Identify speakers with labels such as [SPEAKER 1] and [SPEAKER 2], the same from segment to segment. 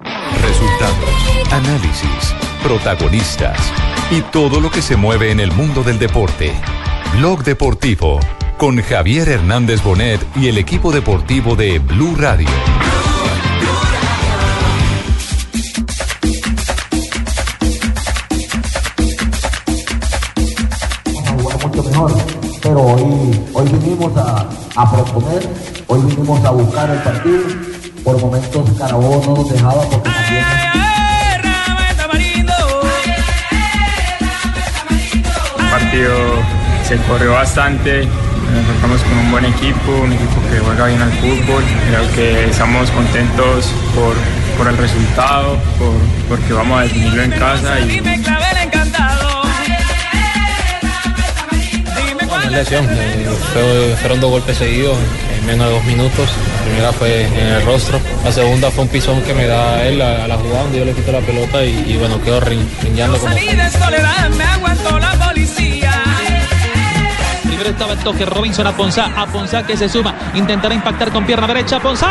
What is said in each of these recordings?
[SPEAKER 1] Resultados, análisis, protagonistas y todo lo que se mueve en el mundo del deporte. Blog Deportivo con Javier Hernández Bonet y el equipo deportivo de Blue Radio.
[SPEAKER 2] mucho mejor. Pero hoy, hoy vinimos a, a proponer, hoy vinimos a buscar el partido. Por momentos Carabobo no nos dejaba porque también
[SPEAKER 3] partido se corrió bastante, nos encontramos con un buen equipo, un equipo que juega bien al fútbol, creo que estamos contentos por, por el resultado, por, porque vamos a definirlo en casa y
[SPEAKER 4] Una lesión, eh, fue- fueron dos golpes seguidos en menos de dos minutos. La primera fue en el rostro, la segunda fue un pisón que me da él a, a la jugada donde yo le quito la pelota y, y bueno, quedo rin- rindeando como.
[SPEAKER 5] Salí de soledad, me aguantó la policía.
[SPEAKER 6] Primero estaba el toque Robinson a Ponzá, a Ponzá que se suma, intentará impactar con pierna derecha, Ponzá,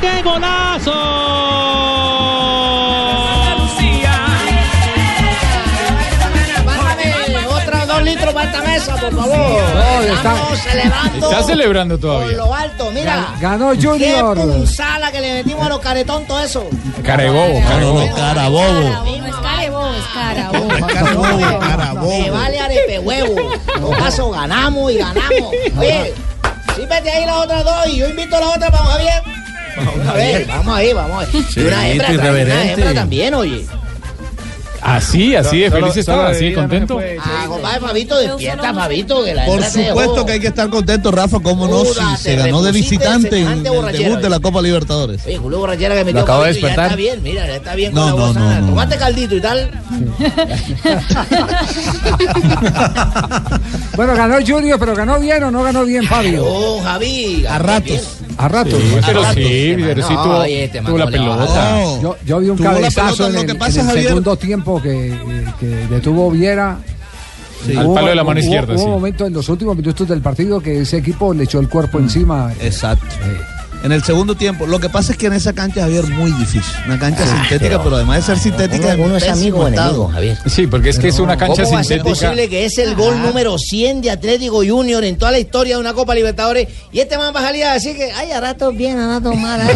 [SPEAKER 6] ¡qué golazo!
[SPEAKER 7] Bátame otros dos litros, bátame esa, por favor. Estamos celebrando.
[SPEAKER 8] Está celebrando
[SPEAKER 7] Por
[SPEAKER 8] todavía.
[SPEAKER 7] lo alto, mira.
[SPEAKER 8] Ganó Junior.
[SPEAKER 7] Qué punzala que le metimos a los caretón, todo eso.
[SPEAKER 8] Carebobo, carebobo.
[SPEAKER 7] Carabobo.
[SPEAKER 9] No es
[SPEAKER 8] Oh.
[SPEAKER 9] carebo, es carabo.
[SPEAKER 7] Me vale arepe huevo. En todo caso, ganamos y ganamos. Oye, sípete ahí las otras dos y yo invito a la otra para Javier. A ver, vamos ahí, vamos ahí.
[SPEAKER 8] Sí,
[SPEAKER 7] Y una hembra,
[SPEAKER 8] irreverente.
[SPEAKER 7] también, una hembra también, oye.
[SPEAKER 8] Así, así de
[SPEAKER 10] Solo-
[SPEAKER 8] feliz estaba,
[SPEAKER 10] solo
[SPEAKER 8] así de
[SPEAKER 10] bebida no
[SPEAKER 8] contento.
[SPEAKER 7] Ah, compadre Fabito, despierta, Fabito, que la
[SPEAKER 10] Por
[SPEAKER 7] hembra te dejó.
[SPEAKER 10] supuesto que hay que estar contento, Rafa, cómo no,
[SPEAKER 7] Duda,
[SPEAKER 10] si se
[SPEAKER 7] te
[SPEAKER 10] ganó de
[SPEAKER 7] repusiste
[SPEAKER 10] visitante en el
[SPEAKER 7] semejante borrachera,
[SPEAKER 10] debut de la
[SPEAKER 7] oye.
[SPEAKER 10] Copa Libertadores.
[SPEAKER 7] Oye, Julio Borrachera que me
[SPEAKER 10] Lo acabo de
[SPEAKER 7] Ya
[SPEAKER 10] despertar.
[SPEAKER 7] está bien, mira, ya está bien
[SPEAKER 10] No,
[SPEAKER 7] con la
[SPEAKER 10] no,
[SPEAKER 7] voz
[SPEAKER 10] no,
[SPEAKER 7] sana.
[SPEAKER 10] no.
[SPEAKER 7] Tomate caldito y tal.
[SPEAKER 11] Bueno, ganó Junior, pero ganó bien o no ganó bien Fabio.
[SPEAKER 7] Oh, Javi. A
[SPEAKER 10] ratos.
[SPEAKER 11] A ratos.
[SPEAKER 8] Sí,
[SPEAKER 11] A
[SPEAKER 8] pero
[SPEAKER 11] ratos.
[SPEAKER 8] sí, pero sí
[SPEAKER 11] No,
[SPEAKER 8] tuvo,
[SPEAKER 11] oye, este man
[SPEAKER 8] tuvo la
[SPEAKER 11] no le va a
[SPEAKER 8] pelota.
[SPEAKER 11] dar. Yo, yo vi un
[SPEAKER 8] Tuvo la
[SPEAKER 11] cabezazo
[SPEAKER 8] pelota,
[SPEAKER 11] en
[SPEAKER 8] lo
[SPEAKER 11] el,
[SPEAKER 8] que pasa,
[SPEAKER 11] en el
[SPEAKER 8] Javier-
[SPEAKER 11] segundo tiempo que, eh, que detuvo Viera.
[SPEAKER 8] Sí. Al palo de la mano izquierda,
[SPEAKER 11] Hubo
[SPEAKER 8] sí.
[SPEAKER 11] un momento en los últimos minutos del partido que ese equipo le echó el cuerpo
[SPEAKER 8] Mm.
[SPEAKER 11] encima.
[SPEAKER 10] Exacto. En el segundo tiempo. Lo que pasa es que en esa cancha, Javier, muy difícil. Una cancha sintética, pero, además de ser sintética,
[SPEAKER 7] uno es amigo o enemigo, Javier.
[SPEAKER 8] Sí, porque es que es una cancha
[SPEAKER 7] ¿Cómo va a ser
[SPEAKER 8] sintética.
[SPEAKER 7] posible que es el gol
[SPEAKER 10] Ah.
[SPEAKER 7] número 100 de Atlético Junior en toda la historia de una Copa Libertadores? Y este man va a salir a decir que, ay, a ratos bien, a ratos mal. ay.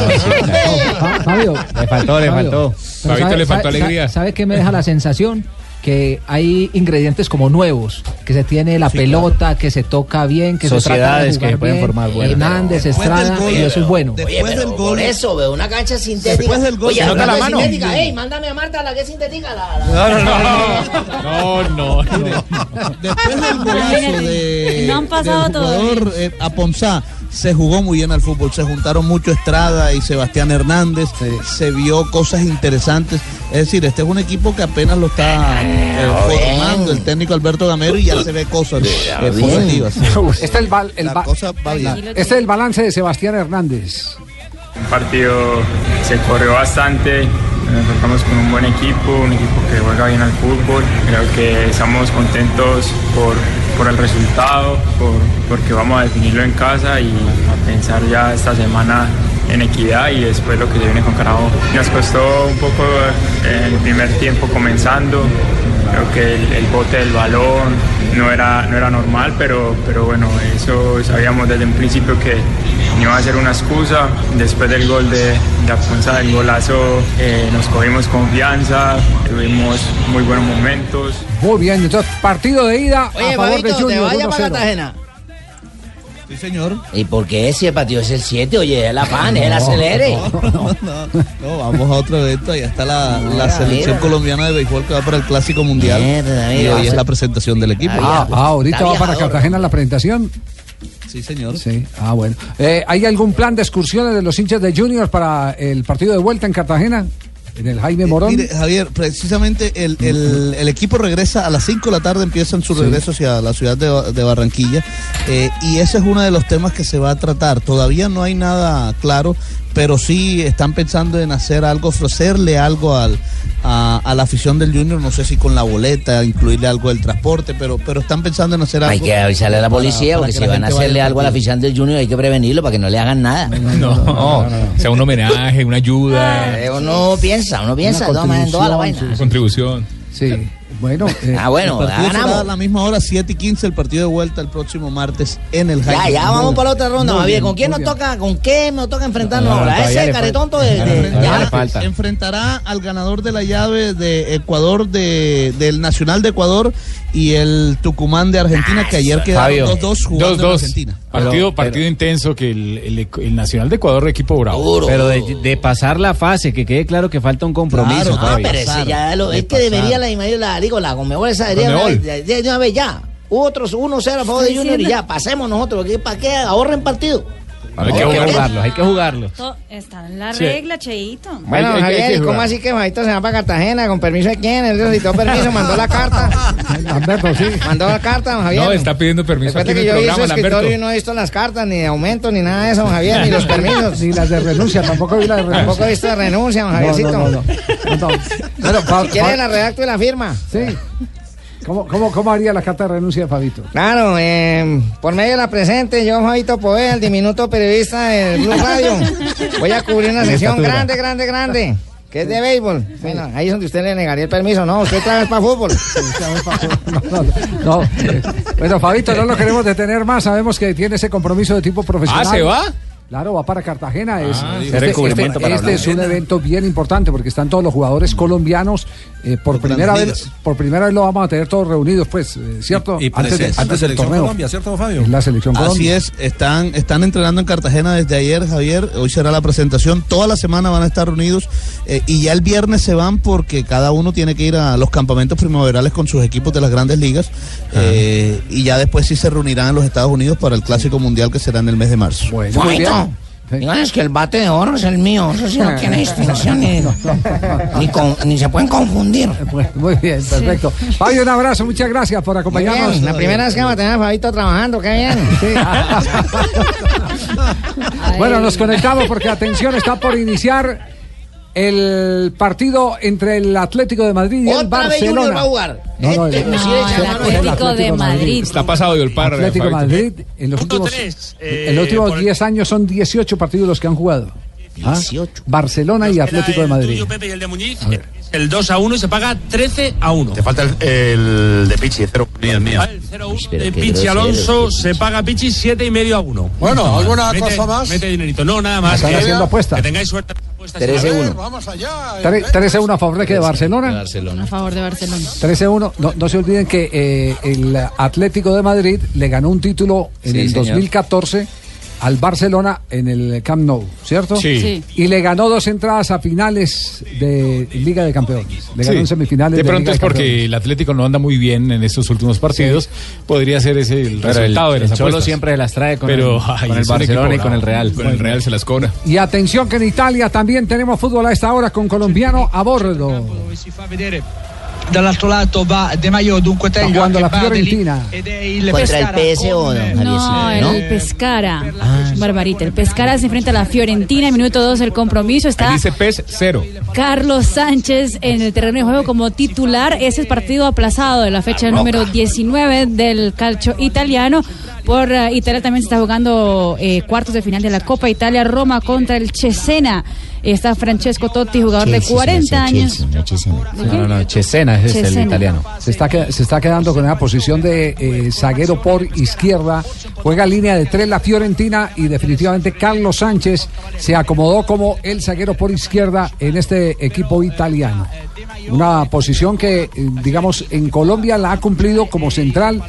[SPEAKER 12] Fa- Fabio.
[SPEAKER 8] Le faltó, le faltó.
[SPEAKER 12] pero
[SPEAKER 8] Fabito
[SPEAKER 12] ¿sabe-
[SPEAKER 8] le faltó
[SPEAKER 12] sabe-
[SPEAKER 8] alegría.
[SPEAKER 12] ¿Sabe qué me deja la sensación? Que hay ingredientes como nuevos, que se tiene la pelota, que se toca bien, que
[SPEAKER 13] Sociedades
[SPEAKER 12] se trata de jugar
[SPEAKER 13] que se pueden
[SPEAKER 12] bien,
[SPEAKER 13] formar, bueno.
[SPEAKER 12] Hernández, Estrada, y eso es bueno. Ah,
[SPEAKER 7] Oye, pero por eso, veo una cancha sintética.
[SPEAKER 12] Después del gol,
[SPEAKER 7] Oye,
[SPEAKER 12] se nota
[SPEAKER 7] hablando
[SPEAKER 12] la
[SPEAKER 7] de
[SPEAKER 12] mano.
[SPEAKER 7] Sintética, ey, mándame a Marta la que es sintética. La, la-
[SPEAKER 8] Ah, No, no, no. No, no.
[SPEAKER 10] Después del golazo Ah, de,
[SPEAKER 9] No han pasado
[SPEAKER 10] del jugador eh, Aponzá, se jugó muy bien al fútbol. Se juntaron mucho Estrada y Sebastián Hernández. Se vio cosas interesantes. Es decir, este es un equipo que apenas lo está eh, formando el técnico Alberto Gamero y ya se ve cosas eh, positivas.
[SPEAKER 11] Este es el, bal- el ba- este es el balance de Sebastián Hernández.
[SPEAKER 3] Un partido se corrió bastante, nos encontramos con un buen equipo, un equipo que juega bien al fútbol. Creo que estamos contentos por, por el resultado, por, porque vamos a definirlo en casa y a pensar ya esta semana en equidad y después lo que se viene con Carabobo. Nos costó un poco eh, el primer tiempo comenzando, creo que el, el bote del balón no era, no era normal, pero, pero bueno, eso sabíamos desde un principio que no iba a ser una excusa. Después del gol de, de Aponza, del golazo, eh, nos cogimos confianza, tuvimos muy buenos momentos.
[SPEAKER 11] Muy bien, entonces partido de ida
[SPEAKER 7] Oye,
[SPEAKER 11] a favor de
[SPEAKER 7] Fabito, te
[SPEAKER 11] Junior.
[SPEAKER 7] vaya para
[SPEAKER 11] 1-0.
[SPEAKER 7] Cartagena.
[SPEAKER 10] Sí, señor.
[SPEAKER 7] ¿Y por qué ese patio es el 7? Oye, es la pan, es el acelere.
[SPEAKER 10] No, vamos a otro evento. Ahí está la, la
[SPEAKER 7] Mira,
[SPEAKER 10] selección
[SPEAKER 7] mira.
[SPEAKER 10] colombiana de béisbol que va para el Clásico Mundial.
[SPEAKER 7] Mierda,
[SPEAKER 10] y
[SPEAKER 7] mira.
[SPEAKER 10] hoy es la presentación del equipo.
[SPEAKER 11] Ah, ah, ahorita va para
[SPEAKER 10] Cartagena.
[SPEAKER 11] Cartagena la presentación.
[SPEAKER 10] Sí, señor.
[SPEAKER 11] Sí. Ah, bueno. Eh, ¿Hay algún plan de excursiones de los hinchas de Junior para el partido de vuelta en Cartagena? En el
[SPEAKER 7] Eh,
[SPEAKER 11] Jaime Morón.
[SPEAKER 10] Mire, Javier, precisamente el, el- el equipo regresa a las 5 de la tarde, empiezan su regreso hacia la ciudad de, Ba- de Barranquilla. eh, y ese es uno de los temas que se va a tratar. Todavía no hay nada claro, pero sí están pensando en hacer algo, ofrecerle algo al, a, a la afición del Junior. No sé si con la boleta, incluirle algo del transporte, pero, pero están pensando en hacer algo.
[SPEAKER 14] Hay que avisarle a la
[SPEAKER 10] para-
[SPEAKER 14] policía
[SPEAKER 10] para
[SPEAKER 14] porque
[SPEAKER 10] que
[SPEAKER 14] si
[SPEAKER 10] la
[SPEAKER 14] van a
[SPEAKER 10] gente vaya
[SPEAKER 14] hacerle
[SPEAKER 10] al
[SPEAKER 14] algo a la
[SPEAKER 10] partido.
[SPEAKER 14] afición del Junior hay que prevenirlo para que no le hagan nada.
[SPEAKER 8] No, o sea, un homenaje, una ayuda.
[SPEAKER 7] Ah.
[SPEAKER 14] Eh, uno piensa, uno piensa,
[SPEAKER 8] Una
[SPEAKER 14] toma en toda la vaina.
[SPEAKER 8] contribución, sí, Contribución.
[SPEAKER 11] Sí. Bueno, eh,
[SPEAKER 14] Ah, bueno,
[SPEAKER 10] el partido
[SPEAKER 14] ganamos.
[SPEAKER 10] será a la misma hora, 7 y 15, el partido de vuelta el próximo martes en el
[SPEAKER 14] Ya,
[SPEAKER 10] Jaime.
[SPEAKER 14] ya, vamos para la otra ronda,
[SPEAKER 10] Muy
[SPEAKER 14] Javier.
[SPEAKER 10] bien,
[SPEAKER 14] ¿Con quién
[SPEAKER 10] muy
[SPEAKER 14] nos
[SPEAKER 10] bien.
[SPEAKER 14] toca? ¿Con qué nos toca enfrentarnos
[SPEAKER 10] No,
[SPEAKER 14] ahora?
[SPEAKER 10] todavía
[SPEAKER 14] Ese
[SPEAKER 10] le
[SPEAKER 14] caretonto de.
[SPEAKER 10] falta.
[SPEAKER 14] de-
[SPEAKER 10] Enfrentará-
[SPEAKER 14] ya.
[SPEAKER 10] Enfrentará al ganador de la llave de Ecuador, de, del Nacional de Ecuador y el Tucumán de Argentina, que ayer
[SPEAKER 8] Fabio,
[SPEAKER 10] quedaron 2-2 jugando en
[SPEAKER 8] 2-2.
[SPEAKER 10] Argentina.
[SPEAKER 8] Partido, partido intenso que el, el- el Nacional de Ecuador, equipo bravo.
[SPEAKER 13] Pero de, de pasar la fase, que quede claro que falta un compromiso.
[SPEAKER 8] Claro,
[SPEAKER 13] Fabio.
[SPEAKER 14] Ah, Pero ese ya lo- es que debería la Imagino la digo, la Conmebol esa debería
[SPEAKER 13] Conmebol.
[SPEAKER 14] de, de- de una vez ya. Otros 1-0 a favor de Junior y ya, pasemos nosotros. ¿qué- ¿Para qué ahorren partido?
[SPEAKER 13] Hay que jugarlos, hay que jugarlos.
[SPEAKER 15] To- Está en la
[SPEAKER 13] Sí.
[SPEAKER 15] regla, Cheito.
[SPEAKER 13] Bueno, Hay- hay- Javier, hay que ¿y cómo jugar.
[SPEAKER 7] así que Majito se va para Cartagena? ¿Con permiso de quién? Él solicitó permiso, mandó la carta.
[SPEAKER 11] Lamberto, sí.
[SPEAKER 7] Mandó la carta, don Javier.
[SPEAKER 8] No, está pidiendo permiso aquí
[SPEAKER 7] Recuerde
[SPEAKER 8] en
[SPEAKER 7] que
[SPEAKER 8] el
[SPEAKER 7] yo hice
[SPEAKER 8] programa,
[SPEAKER 7] escritorio y
[SPEAKER 8] Lamberto.
[SPEAKER 7] no he visto las cartas, ni de aumento, ni nada de eso, don Javier, ni los permisos. Ah,
[SPEAKER 11] Ni las de renuncia, tampoco vi las de renuncia.
[SPEAKER 7] Tampoco he visto de renuncia, don
[SPEAKER 11] No,
[SPEAKER 7] Javiercito.
[SPEAKER 11] no, no, no. Bueno, pa-
[SPEAKER 7] Si quiere,
[SPEAKER 11] pa-
[SPEAKER 7] la redacto y la firma.
[SPEAKER 11] Sí. ¿Cómo, cómo, cómo haría la carta de renuncia de Fabito?
[SPEAKER 7] Claro, eh, por medio de la presente, yo, Javito Poe, el diminuto periodista de Blue Radio, voy a cubrir una
[SPEAKER 16] En
[SPEAKER 7] sección
[SPEAKER 16] estatura.
[SPEAKER 7] grande, grande, grande, que es de béisbol. Bueno, ahí es donde usted le negaría el permiso, ¿no? Usted trae para fútbol.
[SPEAKER 11] No, eh, bueno, Fabito, no lo queremos detener más. Sabemos que tiene ese compromiso de tipo profesional.
[SPEAKER 8] Ah, ¿se va?
[SPEAKER 11] Claro, va para Cartagena. es,
[SPEAKER 8] Ah,
[SPEAKER 11] este
[SPEAKER 8] este-
[SPEAKER 11] este- este es un evento bien importante porque están todos los jugadores colombianos. eh, por, primera vez,
[SPEAKER 12] ligas.
[SPEAKER 11] por primera vez lo vamos a tener todos reunidos, pues, eh, ¿cierto?
[SPEAKER 10] Y- y
[SPEAKER 11] antes, de-
[SPEAKER 10] presencia.
[SPEAKER 11] antes del
[SPEAKER 10] Selección
[SPEAKER 11] torneo.
[SPEAKER 10] Colombia,
[SPEAKER 11] ¿cierto, Fabio? la selección
[SPEAKER 10] Así
[SPEAKER 11] Colombia.
[SPEAKER 10] es, están, están entrenando en Cartagena desde ayer, Javier. Hoy será la presentación. Toda la semana van a estar reunidos eh, y ya el viernes se van porque cada uno tiene que ir a los campamentos primaverales con sus equipos de las grandes ligas. eh, y ya después sí se reunirán en los Estados Unidos para el Clásico Mundial que será en el mes de marzo.
[SPEAKER 7] Juanito, díganles que el bate de oro es el mío, eso sí no tiene distinción ni, ni con- ni se pueden confundir.
[SPEAKER 11] Bueno, muy bien, perfecto. Fabio, un abrazo, muchas gracias por
[SPEAKER 7] Muy bien,
[SPEAKER 11] acompañarnos.
[SPEAKER 7] la primera vez que vamos a tener a Fabito trabajando, qué bien.
[SPEAKER 11] Bueno, nos conectamos porque atención, está por iniciar el partido entre el Atlético de Madrid y el
[SPEAKER 7] Otra vez Junior
[SPEAKER 11] Barcelona.
[SPEAKER 7] va a jugar.
[SPEAKER 11] No, no,
[SPEAKER 7] Este
[SPEAKER 11] el-
[SPEAKER 7] no,
[SPEAKER 11] el-
[SPEAKER 7] el Atlético de Madrid.
[SPEAKER 8] Está pasado de par,
[SPEAKER 11] Atlético de
[SPEAKER 8] Fabito.
[SPEAKER 11] Madrid en los últimos
[SPEAKER 8] eh,
[SPEAKER 11] en los últimos
[SPEAKER 8] por-
[SPEAKER 11] 10 años son 18 partidos los que han jugado. ¿Ah? Barcelona y Atlético de Madrid.
[SPEAKER 6] Pepe y el de Muñiz. El 2 a 1 y se paga 13 a 1. Te falta el, de Pichi, de 0
[SPEAKER 14] Pero qué
[SPEAKER 6] Pichi
[SPEAKER 14] grosero.
[SPEAKER 6] Alonso se paga Pichi 7 y medio a 1.
[SPEAKER 14] Bueno, ¿alguna
[SPEAKER 6] Mete-
[SPEAKER 14] cosa más?
[SPEAKER 6] Mete dinerito. No, nada más.
[SPEAKER 11] Están haciendo apuestas.
[SPEAKER 6] Que tengáis suerte.
[SPEAKER 11] 13-1. 13-1 a favor de que de Barcelona.
[SPEAKER 15] A favor de Barcelona.
[SPEAKER 11] 13-1. No, no se olviden que eh, el Atlético de Madrid le ganó un título en
[SPEAKER 13] Sí,
[SPEAKER 11] el
[SPEAKER 13] señor.
[SPEAKER 11] 2014 al Barcelona en el Camp Nou, ¿cierto?
[SPEAKER 13] Sí. Sí.
[SPEAKER 11] Y le ganó dos entradas a finales de Liga de Campeones. Le ganó
[SPEAKER 8] Sí.
[SPEAKER 11] en semifinales.
[SPEAKER 8] De
[SPEAKER 11] Liga
[SPEAKER 8] pronto es porque
[SPEAKER 11] Campeones.
[SPEAKER 8] el Atlético no anda muy bien en estos últimos partidos. Podría ser ese el
[SPEAKER 13] Pero el-
[SPEAKER 8] resultado de
[SPEAKER 13] el
[SPEAKER 8] las
[SPEAKER 13] Cholo
[SPEAKER 8] apuestas.
[SPEAKER 13] siempre las trae con
[SPEAKER 8] Pero,
[SPEAKER 13] el-
[SPEAKER 8] ay,
[SPEAKER 13] con el
[SPEAKER 8] es un
[SPEAKER 13] Barcelona
[SPEAKER 8] equipo
[SPEAKER 13] y con el
[SPEAKER 8] bravo.
[SPEAKER 13] Real.
[SPEAKER 8] Con el Real se las cobra.
[SPEAKER 11] Y atención que en Italia también tenemos fútbol a esta hora con colombiano a bordo.
[SPEAKER 17] fa vedere dall'altro lato va De Maio dunque
[SPEAKER 11] Sta
[SPEAKER 17] Teglio
[SPEAKER 11] jugando
[SPEAKER 17] che
[SPEAKER 11] la
[SPEAKER 17] va de lì
[SPEAKER 11] Fiorentina.
[SPEAKER 17] ed è il
[SPEAKER 14] Contra
[SPEAKER 17] Pescara
[SPEAKER 14] el PSO,
[SPEAKER 17] con-
[SPEAKER 14] don
[SPEAKER 15] No,
[SPEAKER 14] Javiercito,
[SPEAKER 15] el Pescara. Barbarita, el Pescara se enfrenta a la Fiorentina. Minuto 2 el compromiso.
[SPEAKER 8] Ahí
[SPEAKER 15] Está
[SPEAKER 8] dice PES cero.
[SPEAKER 15] Carlos Sánchez en el terreno de juego como titular. Ese es partido aplazado de la fecha número 19 del calcio italiano. Por eh, Italia también se está jugando eh, cuartos de final de la Copa Italia. Roma contra el Chesena. Está Francesco Totti, jugador de 40 años. ¿De qué?
[SPEAKER 13] Chesena
[SPEAKER 15] es el Cesena. italiano.
[SPEAKER 11] Se está, que- se está quedando con una posición de eh, zaguero por izquierda. Juega línea de tres la Fiorentina y definitivamente Carlos Sánchez se acomodó como el zaguero por izquierda en este equipo italiano. una posición que, eh, digamos, en Colombia la ha cumplido como central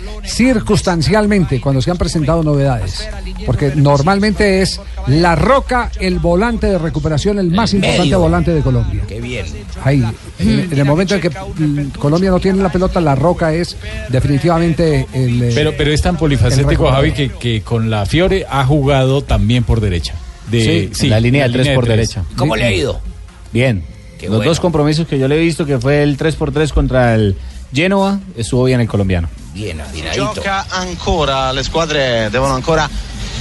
[SPEAKER 11] circunstancialmente cuando se han presentado novedades. Porque normalmente es La Roca el volante de recuperación, el más importante
[SPEAKER 7] medio.
[SPEAKER 11] volante de Colombia.
[SPEAKER 7] Qué bien.
[SPEAKER 11] Ahí, eh, en, en el momento en que mm, Colombia no tiene la pelota, La Roca es definitivamente el... eh,
[SPEAKER 8] Pero, pero es tan polifacético,
[SPEAKER 11] El
[SPEAKER 8] Javi, que, que con la Fiore ha jugado también por derecha. De,
[SPEAKER 13] Sí, en la línea de tres por
[SPEAKER 8] tres.
[SPEAKER 13] derecha.
[SPEAKER 8] ¿Cómo le ha
[SPEAKER 13] ido? Bien. Los
[SPEAKER 8] bueno.
[SPEAKER 13] dos compromisos que yo le he visto, que fue el 3x3 contra el Genoa, estuvo bien el colombiano.
[SPEAKER 7] Bien, affinadito.
[SPEAKER 18] Gioca ancora, le squadre devono ancora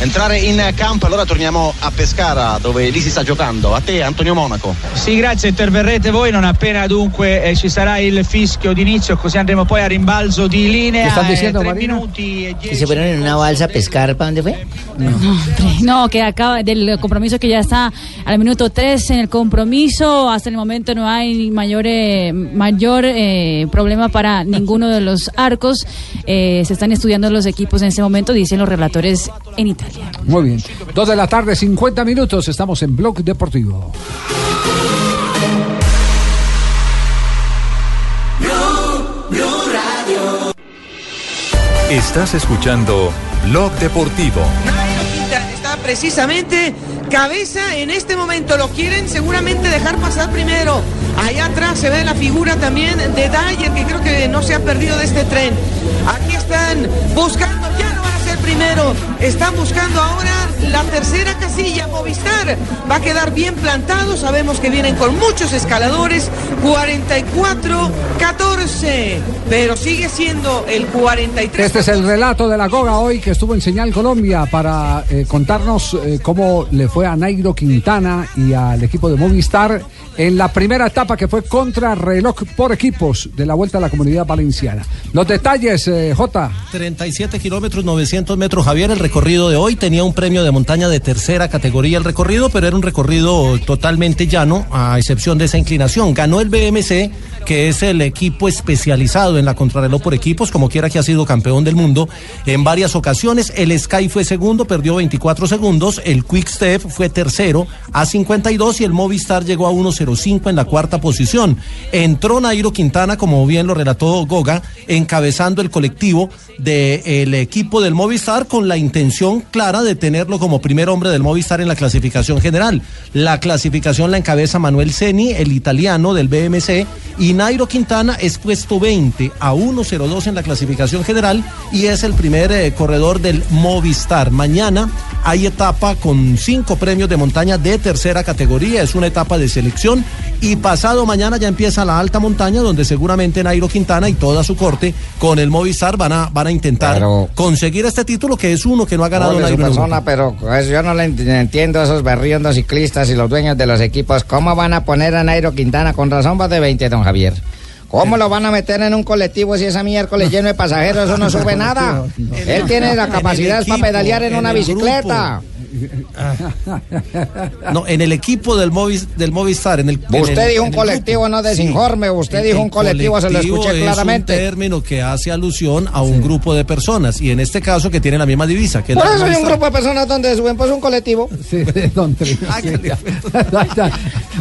[SPEAKER 18] entrare in campo. Allora torniamo a Pescara dove lì si sta giocando. A te Antonio Monaco.
[SPEAKER 17] Sì, grazie, interverrete voi non appena dunque eh, ci sarà il fischio d'inizio, così andremo poi a rimbalzo di linea. eh, tre minuti e
[SPEAKER 19] ¿Que se fueron en una balsa a pescar? ¿Para dónde fue?
[SPEAKER 15] No, hombre, no, que acaba del compromiso que ya está al minuto 3 en el compromiso. Hasta el momento no hay mayor, eh, mayor eh, problema para ninguno de los arcos. Eh, se están estudiando los equipos en este momento, dicen los relatores en Italia.
[SPEAKER 11] Muy bien. Dos de la tarde, 50 minutos. Estamos en Blog Deportivo.
[SPEAKER 1] Estás escuchando Blog Deportivo.
[SPEAKER 20] Quinta Está precisamente cabeza en este momento. Lo quieren seguramente dejar pasar primero. Allá atrás se ve la figura también de Dyer, que creo que no se ha perdido de este tren. Aquí están buscando, ya no van a ser primero. Están buscando ahora la tercera casilla. Movistar va a quedar bien plantado. Sabemos que vienen con muchos escaladores. 44-14. Pero sigue siendo el 43.
[SPEAKER 11] Este es el relato de la Goga hoy que estuvo en Señal Colombia para eh, contarnos eh, cómo le fue a Nairo Quintana y al equipo de Movistar en la primera etapa que fue contra reloj por equipos de la Vuelta a la Comunidad Valenciana. Los detalles, eh, J.
[SPEAKER 2] 37 kilómetros, 900 metros, Javier. El recorrido de hoy tenía un premio de montaña de tercera categoría el recorrido, pero era un recorrido totalmente llano, a excepción de esa inclinación. Ganó el BMC, que es el equipo especializado en la contrarreloj por equipos, como quiera que ha sido campeón del mundo en varias ocasiones. El Sky fue segundo, perdió 24 segundos. El Quick Step fue tercero a 52 y el Movistar llegó a 1.05 en la cuarta posición. Entró Nairo Quintana, como bien lo relató Goga, encabezando el colectivo del equipo del Movistar con la intención clara de tenerlo como primer hombre del Movistar en la clasificación general. La clasificación la encabeza Manuel Ceni, el italiano del BMC, y Nairo Quintana es puesto 20 a 1.02 en la clasificación general y es el primer eh, corredor del Movistar. Mañana hay etapa con cinco premios de montaña de tercera categoría, es una etapa de selección y pasado mañana ya empieza la alta montaña donde seguramente Nairo Quintana y toda su corte con el Movistar van a, van a intentar conseguir este título que es uno que no ha ganado
[SPEAKER 7] Pobre su
[SPEAKER 2] Nairo. en
[SPEAKER 7] persona, pero pues, yo no le ent- entiendo a esos berriondos ciclistas y los dueños de los equipos. ¿Cómo van a poner a Nairo Quintana con razón va de 20, don Javier? ¿Cómo lo van a meter en un colectivo si esa miércoles lleno de pasajeros? Eso no sube nada. Él tiene la capacidad para pedalear en una bicicleta.
[SPEAKER 2] No, en el equipo del, Movis- del Movistar. En el, en
[SPEAKER 7] Usted
[SPEAKER 2] el-
[SPEAKER 7] dijo
[SPEAKER 2] en el
[SPEAKER 7] un colectivo, no desinforme. Usted dijo un colectivo, se lo escuché
[SPEAKER 2] es un
[SPEAKER 7] claramente.
[SPEAKER 2] término que hace alusión a un grupo de personas y en este caso que tienen la misma divisa. Que es
[SPEAKER 7] Por
[SPEAKER 2] la
[SPEAKER 7] eso hay un
[SPEAKER 2] Movistar.
[SPEAKER 7] grupo de personas donde suben, pues un colectivo.
[SPEAKER 11] Sí, don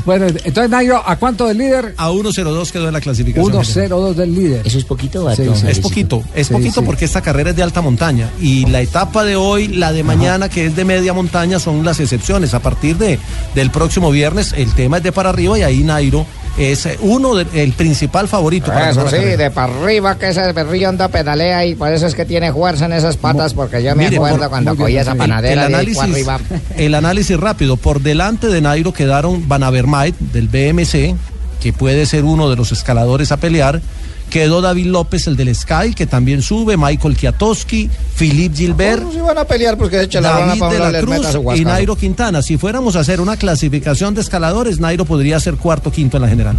[SPEAKER 11] bueno, entonces Nairo, ¿a cuánto del líder?
[SPEAKER 2] pues. A 1.02 quedó en la clasificación.
[SPEAKER 11] 1-0-2 del líder.
[SPEAKER 19] Eso es poquito,
[SPEAKER 11] Sí,
[SPEAKER 2] Entonces,
[SPEAKER 11] sí.
[SPEAKER 2] es poquito, es
[SPEAKER 11] Sí,
[SPEAKER 2] poquito
[SPEAKER 11] sí.
[SPEAKER 2] porque esta carrera es de alta montaña y la etapa de hoy, la de mañana que es de media montaña son las excepciones. A partir de del próximo viernes el tema es de para arriba y ahí Nairo es eh, uno de- el principal favorito. para
[SPEAKER 7] Eso
[SPEAKER 2] ganar la
[SPEAKER 7] sí,
[SPEAKER 2] carrera.
[SPEAKER 7] de para arriba que ese berrillo anda pedalea y por eso es que tiene fuerza en esas patas, porque yo me
[SPEAKER 2] Mire,
[SPEAKER 7] acuerdo
[SPEAKER 2] por-
[SPEAKER 7] cuando
[SPEAKER 2] muy bien,
[SPEAKER 7] cogí esa
[SPEAKER 2] el-
[SPEAKER 7] panadera
[SPEAKER 2] el,
[SPEAKER 7] de ahí para
[SPEAKER 2] análisis,
[SPEAKER 7] arriba.
[SPEAKER 2] el análisis rápido. Por delante de Nairo quedaron Van Avermaet del BMC, que puede ser uno de los escaladores a pelear. Quedó David López, el del Sky, que también sube. Michael Kiatowski, Philippe Gilbert.
[SPEAKER 7] Si van a pelear, pues que se eche la
[SPEAKER 2] David
[SPEAKER 7] rana para
[SPEAKER 2] de
[SPEAKER 7] uno
[SPEAKER 2] la
[SPEAKER 7] les meta
[SPEAKER 2] Cruz y
[SPEAKER 7] su guascado.
[SPEAKER 2] Nairo Quintana. Si fuéramos a hacer una clasificación de escaladores, Nairo podría ser cuarto quinto en la general.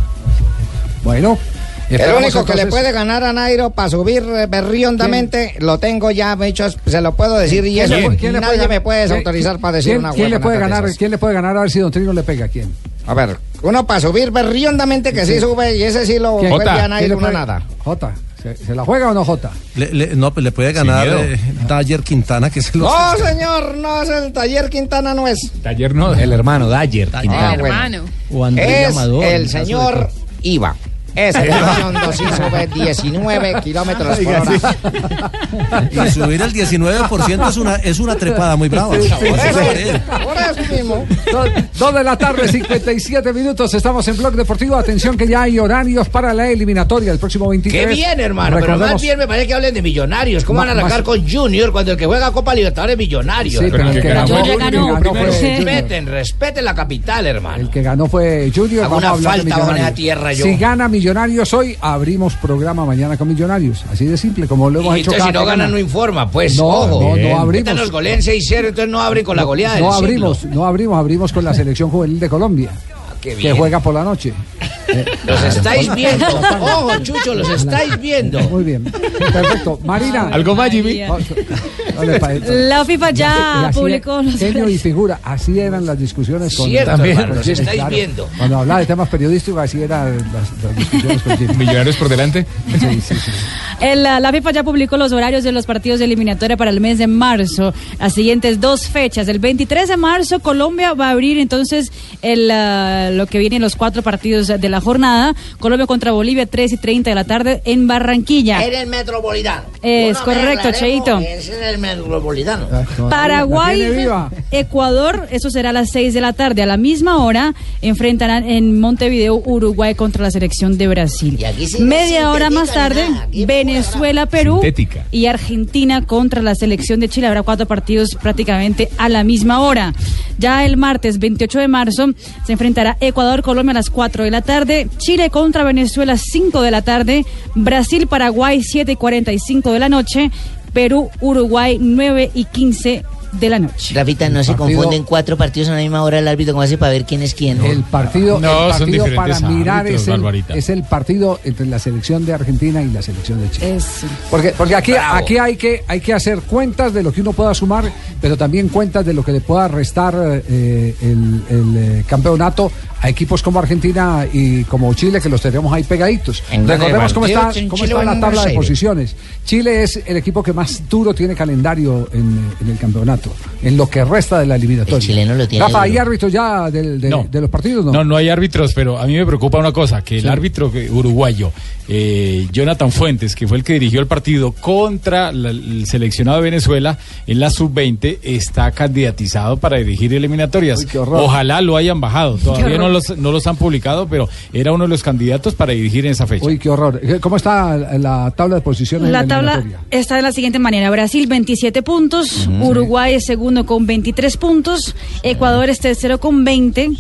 [SPEAKER 11] Bueno,
[SPEAKER 7] El único que le puede ganar a Nairo para subir eh, berriondamente, lo tengo ya hecho, se lo puedo decir y eso
[SPEAKER 11] ¿Quién le-
[SPEAKER 7] pues,
[SPEAKER 11] quién le puede
[SPEAKER 7] nadie
[SPEAKER 11] ganar?
[SPEAKER 7] me puede desautorizar
[SPEAKER 11] ¿Quién-
[SPEAKER 7] para decir
[SPEAKER 11] quién-
[SPEAKER 7] una
[SPEAKER 11] ¿Quién le
[SPEAKER 7] huevonata
[SPEAKER 11] puede
[SPEAKER 7] de
[SPEAKER 11] ganar?
[SPEAKER 7] esas.
[SPEAKER 11] ¿Quién le puede ganar a ver si Don Trino le pega? ¿Quién?
[SPEAKER 7] A ver, uno para subir berriondamente que sí
[SPEAKER 11] Sí.
[SPEAKER 7] sube y ese sí lo
[SPEAKER 11] ¿Quién?
[SPEAKER 7] vuelve
[SPEAKER 11] Jota.
[SPEAKER 7] a
[SPEAKER 11] ¿Quién le
[SPEAKER 7] Nairo una
[SPEAKER 11] puede-
[SPEAKER 7] nada.
[SPEAKER 11] Jota, ¿se, se la juega o no Jota?
[SPEAKER 2] Le- le- no, pues le puede ganar
[SPEAKER 11] miedo.
[SPEAKER 2] eh, Dyer Quintana, que se lo
[SPEAKER 7] No, ¡Oh, señor, no es el taller Quintana, no es.
[SPEAKER 13] Taller no, el hermano, Dayer.
[SPEAKER 7] Ah, bueno.
[SPEAKER 2] O Andrés
[SPEAKER 7] es
[SPEAKER 2] Amador,
[SPEAKER 7] el
[SPEAKER 2] en caso de
[SPEAKER 7] señor
[SPEAKER 2] que-
[SPEAKER 7] Iba. Ese
[SPEAKER 11] Eh.
[SPEAKER 7] camión sí sube 19 kilómetros por
[SPEAKER 2] Oiga,
[SPEAKER 7] hora.
[SPEAKER 2] Y subir el 19% es una, es una trepada muy brava.
[SPEAKER 11] Sí, sí.
[SPEAKER 2] Eso es pared.
[SPEAKER 7] Por eso mismo.
[SPEAKER 11] Dos, dos de la tarde, 57 minutos. Estamos en Blog Deportivo. Atención que ya hay horarios para la eliminatoria el próximo 23.
[SPEAKER 19] Qué bien, hermano. Pero más
[SPEAKER 11] Recordemos-
[SPEAKER 19] bien me parece que hablen de millonarios. ¿Cómo van a
[SPEAKER 11] Ma-
[SPEAKER 19] arrancar
[SPEAKER 11] más-
[SPEAKER 19] con Junior cuando el que juega Copa Libertadores es millonario?
[SPEAKER 11] Sí, pero el que ganó-
[SPEAKER 19] Junior
[SPEAKER 11] el que ganó fue Junior.
[SPEAKER 19] Respeten, respeten la capital, hermano.
[SPEAKER 11] El que ganó fue Junior.
[SPEAKER 19] Hago
[SPEAKER 11] Vamos
[SPEAKER 19] una
[SPEAKER 11] a hablar de
[SPEAKER 19] falta bajo
[SPEAKER 11] Millonarios.
[SPEAKER 19] esa tierra yo.
[SPEAKER 11] Si gana Millonarios hoy, abrimos programa mañana con Millonarios. Así de simple, como lo hemos
[SPEAKER 19] Y
[SPEAKER 11] hecho
[SPEAKER 19] entonces si
[SPEAKER 11] cada
[SPEAKER 19] no gana,
[SPEAKER 11] semana.
[SPEAKER 19] no informa. Pues,
[SPEAKER 11] No,
[SPEAKER 19] ojo.
[SPEAKER 11] no, no
[SPEAKER 19] Bien.
[SPEAKER 11] abrimos.
[SPEAKER 19] Metan los goles 6-0, entonces no abre con la
[SPEAKER 11] No,
[SPEAKER 19] goleada
[SPEAKER 11] No
[SPEAKER 19] del siglo.
[SPEAKER 11] abrimos, no abrimos, abrimos con la selección juvenil de Colombia.
[SPEAKER 19] Ah, qué
[SPEAKER 11] Que
[SPEAKER 19] bien.
[SPEAKER 11] juega por la noche.
[SPEAKER 19] Los estáis viendo.
[SPEAKER 11] Exactamente.
[SPEAKER 19] Ojo, Chucho, los estáis viendo.
[SPEAKER 11] Muy bien. Perfecto. Marina.
[SPEAKER 15] ¿Algo más, Jimmy?
[SPEAKER 11] No, no le parece.
[SPEAKER 15] La FIFA ya
[SPEAKER 11] Y así-
[SPEAKER 15] publicó los
[SPEAKER 11] genio y figura, así eran las discusiones con
[SPEAKER 15] Cierto,
[SPEAKER 11] también,
[SPEAKER 15] hermano,
[SPEAKER 11] con
[SPEAKER 15] los
[SPEAKER 11] Jimmy,
[SPEAKER 15] estáis viendo.
[SPEAKER 11] Cuando hablaba de temas periodísticos, así eran las, las discusiones con Jimmy.
[SPEAKER 8] Millonarios por delante.
[SPEAKER 11] Pues, Sí, sí, sí.
[SPEAKER 15] El, eh, la la FIFA ya publicó los horarios de los partidos de eliminatoria para el mes de marzo. Las siguientes dos fechas. El 23 de marzo Colombia va a abrir entonces el, ah, lo que vienen los cuatro partidos de la jornada. Colombia contra Bolivia, 3 y 30 de la tarde en Barranquilla.
[SPEAKER 19] En el metropolitano.
[SPEAKER 15] Es
[SPEAKER 19] Una vez
[SPEAKER 15] correcto,
[SPEAKER 19] aclaremos,
[SPEAKER 15] Cheito.
[SPEAKER 19] Es en el
[SPEAKER 11] Ah,
[SPEAKER 19] metropolitano.
[SPEAKER 15] Paraguay, Ecuador, eso será a las 6 de la tarde. A la misma hora enfrentarán en Montevideo Uruguay contra la selección de Brasil.
[SPEAKER 19] sí no
[SPEAKER 15] Media hora más
[SPEAKER 19] sintetizan
[SPEAKER 15] tarde,
[SPEAKER 19] nada,
[SPEAKER 15] Venezuela, Perú
[SPEAKER 19] Sintética.
[SPEAKER 15] y Argentina contra la selección de Chile. Habrá cuatro partidos prácticamente a la misma hora. Ya el martes 28 de marzo se enfrentará Ecuador, Colombia a las 4 de la tarde, Chile contra Venezuela 5 de la tarde, Brasil, Paraguay 7 y 45 de la noche, Perú, Uruguay 9 y 15 de la noche.
[SPEAKER 19] Rafita, no se confunden cuatro partidos a la misma hora el árbitro, ¿cómo hace para ver quién es quién?
[SPEAKER 11] El partido, el partido para mirar es el, es el partido entre la selección de Argentina y la selección de Chile. Porque, porque aquí,
[SPEAKER 19] Bravo.
[SPEAKER 11] aquí hay, que, hay que hacer cuentas de lo que uno pueda sumar, pero también cuentas de lo que le pueda restar eh, el, el, eh, campeonato a equipos como Argentina y como Chile, que los tenemos ahí pegaditos.
[SPEAKER 4] En
[SPEAKER 11] Recordemos cómo está,
[SPEAKER 4] 98, en
[SPEAKER 11] cómo
[SPEAKER 4] Chile
[SPEAKER 11] está
[SPEAKER 4] van
[SPEAKER 11] la
[SPEAKER 4] en
[SPEAKER 11] tabla de
[SPEAKER 4] Buenos Aires.
[SPEAKER 11] posiciones. Chile es el equipo que más duro tiene calendario en, en el campeonato, en lo que resta de la eliminatoria. Rafa, ¿hay árbitros ya del- del- de los partidos?
[SPEAKER 8] No, no hay árbitros, pero a mí me preocupa una cosa, que el árbitro que- uruguayo, eh, Jonathan Fuentes, que fue el que dirigió el partido contra la- el seleccionado de Venezuela en la sub-20, está candidatizado para dirigir eliminatorias. Ojalá lo hayan bajado, todavía no
[SPEAKER 11] horror.
[SPEAKER 8] los, no los han publicado, pero era uno de los candidatos para dirigir en esa fecha.
[SPEAKER 11] Uy, qué horror. Eh, ¿Cómo está la- la tabla de posiciones? en
[SPEAKER 15] La tabla
[SPEAKER 11] eliminatoria?
[SPEAKER 15] está de la siguiente manera. Brasil 27 puntos, Uruguay es segundo con 23 puntos, Ecuador es tercero con 20.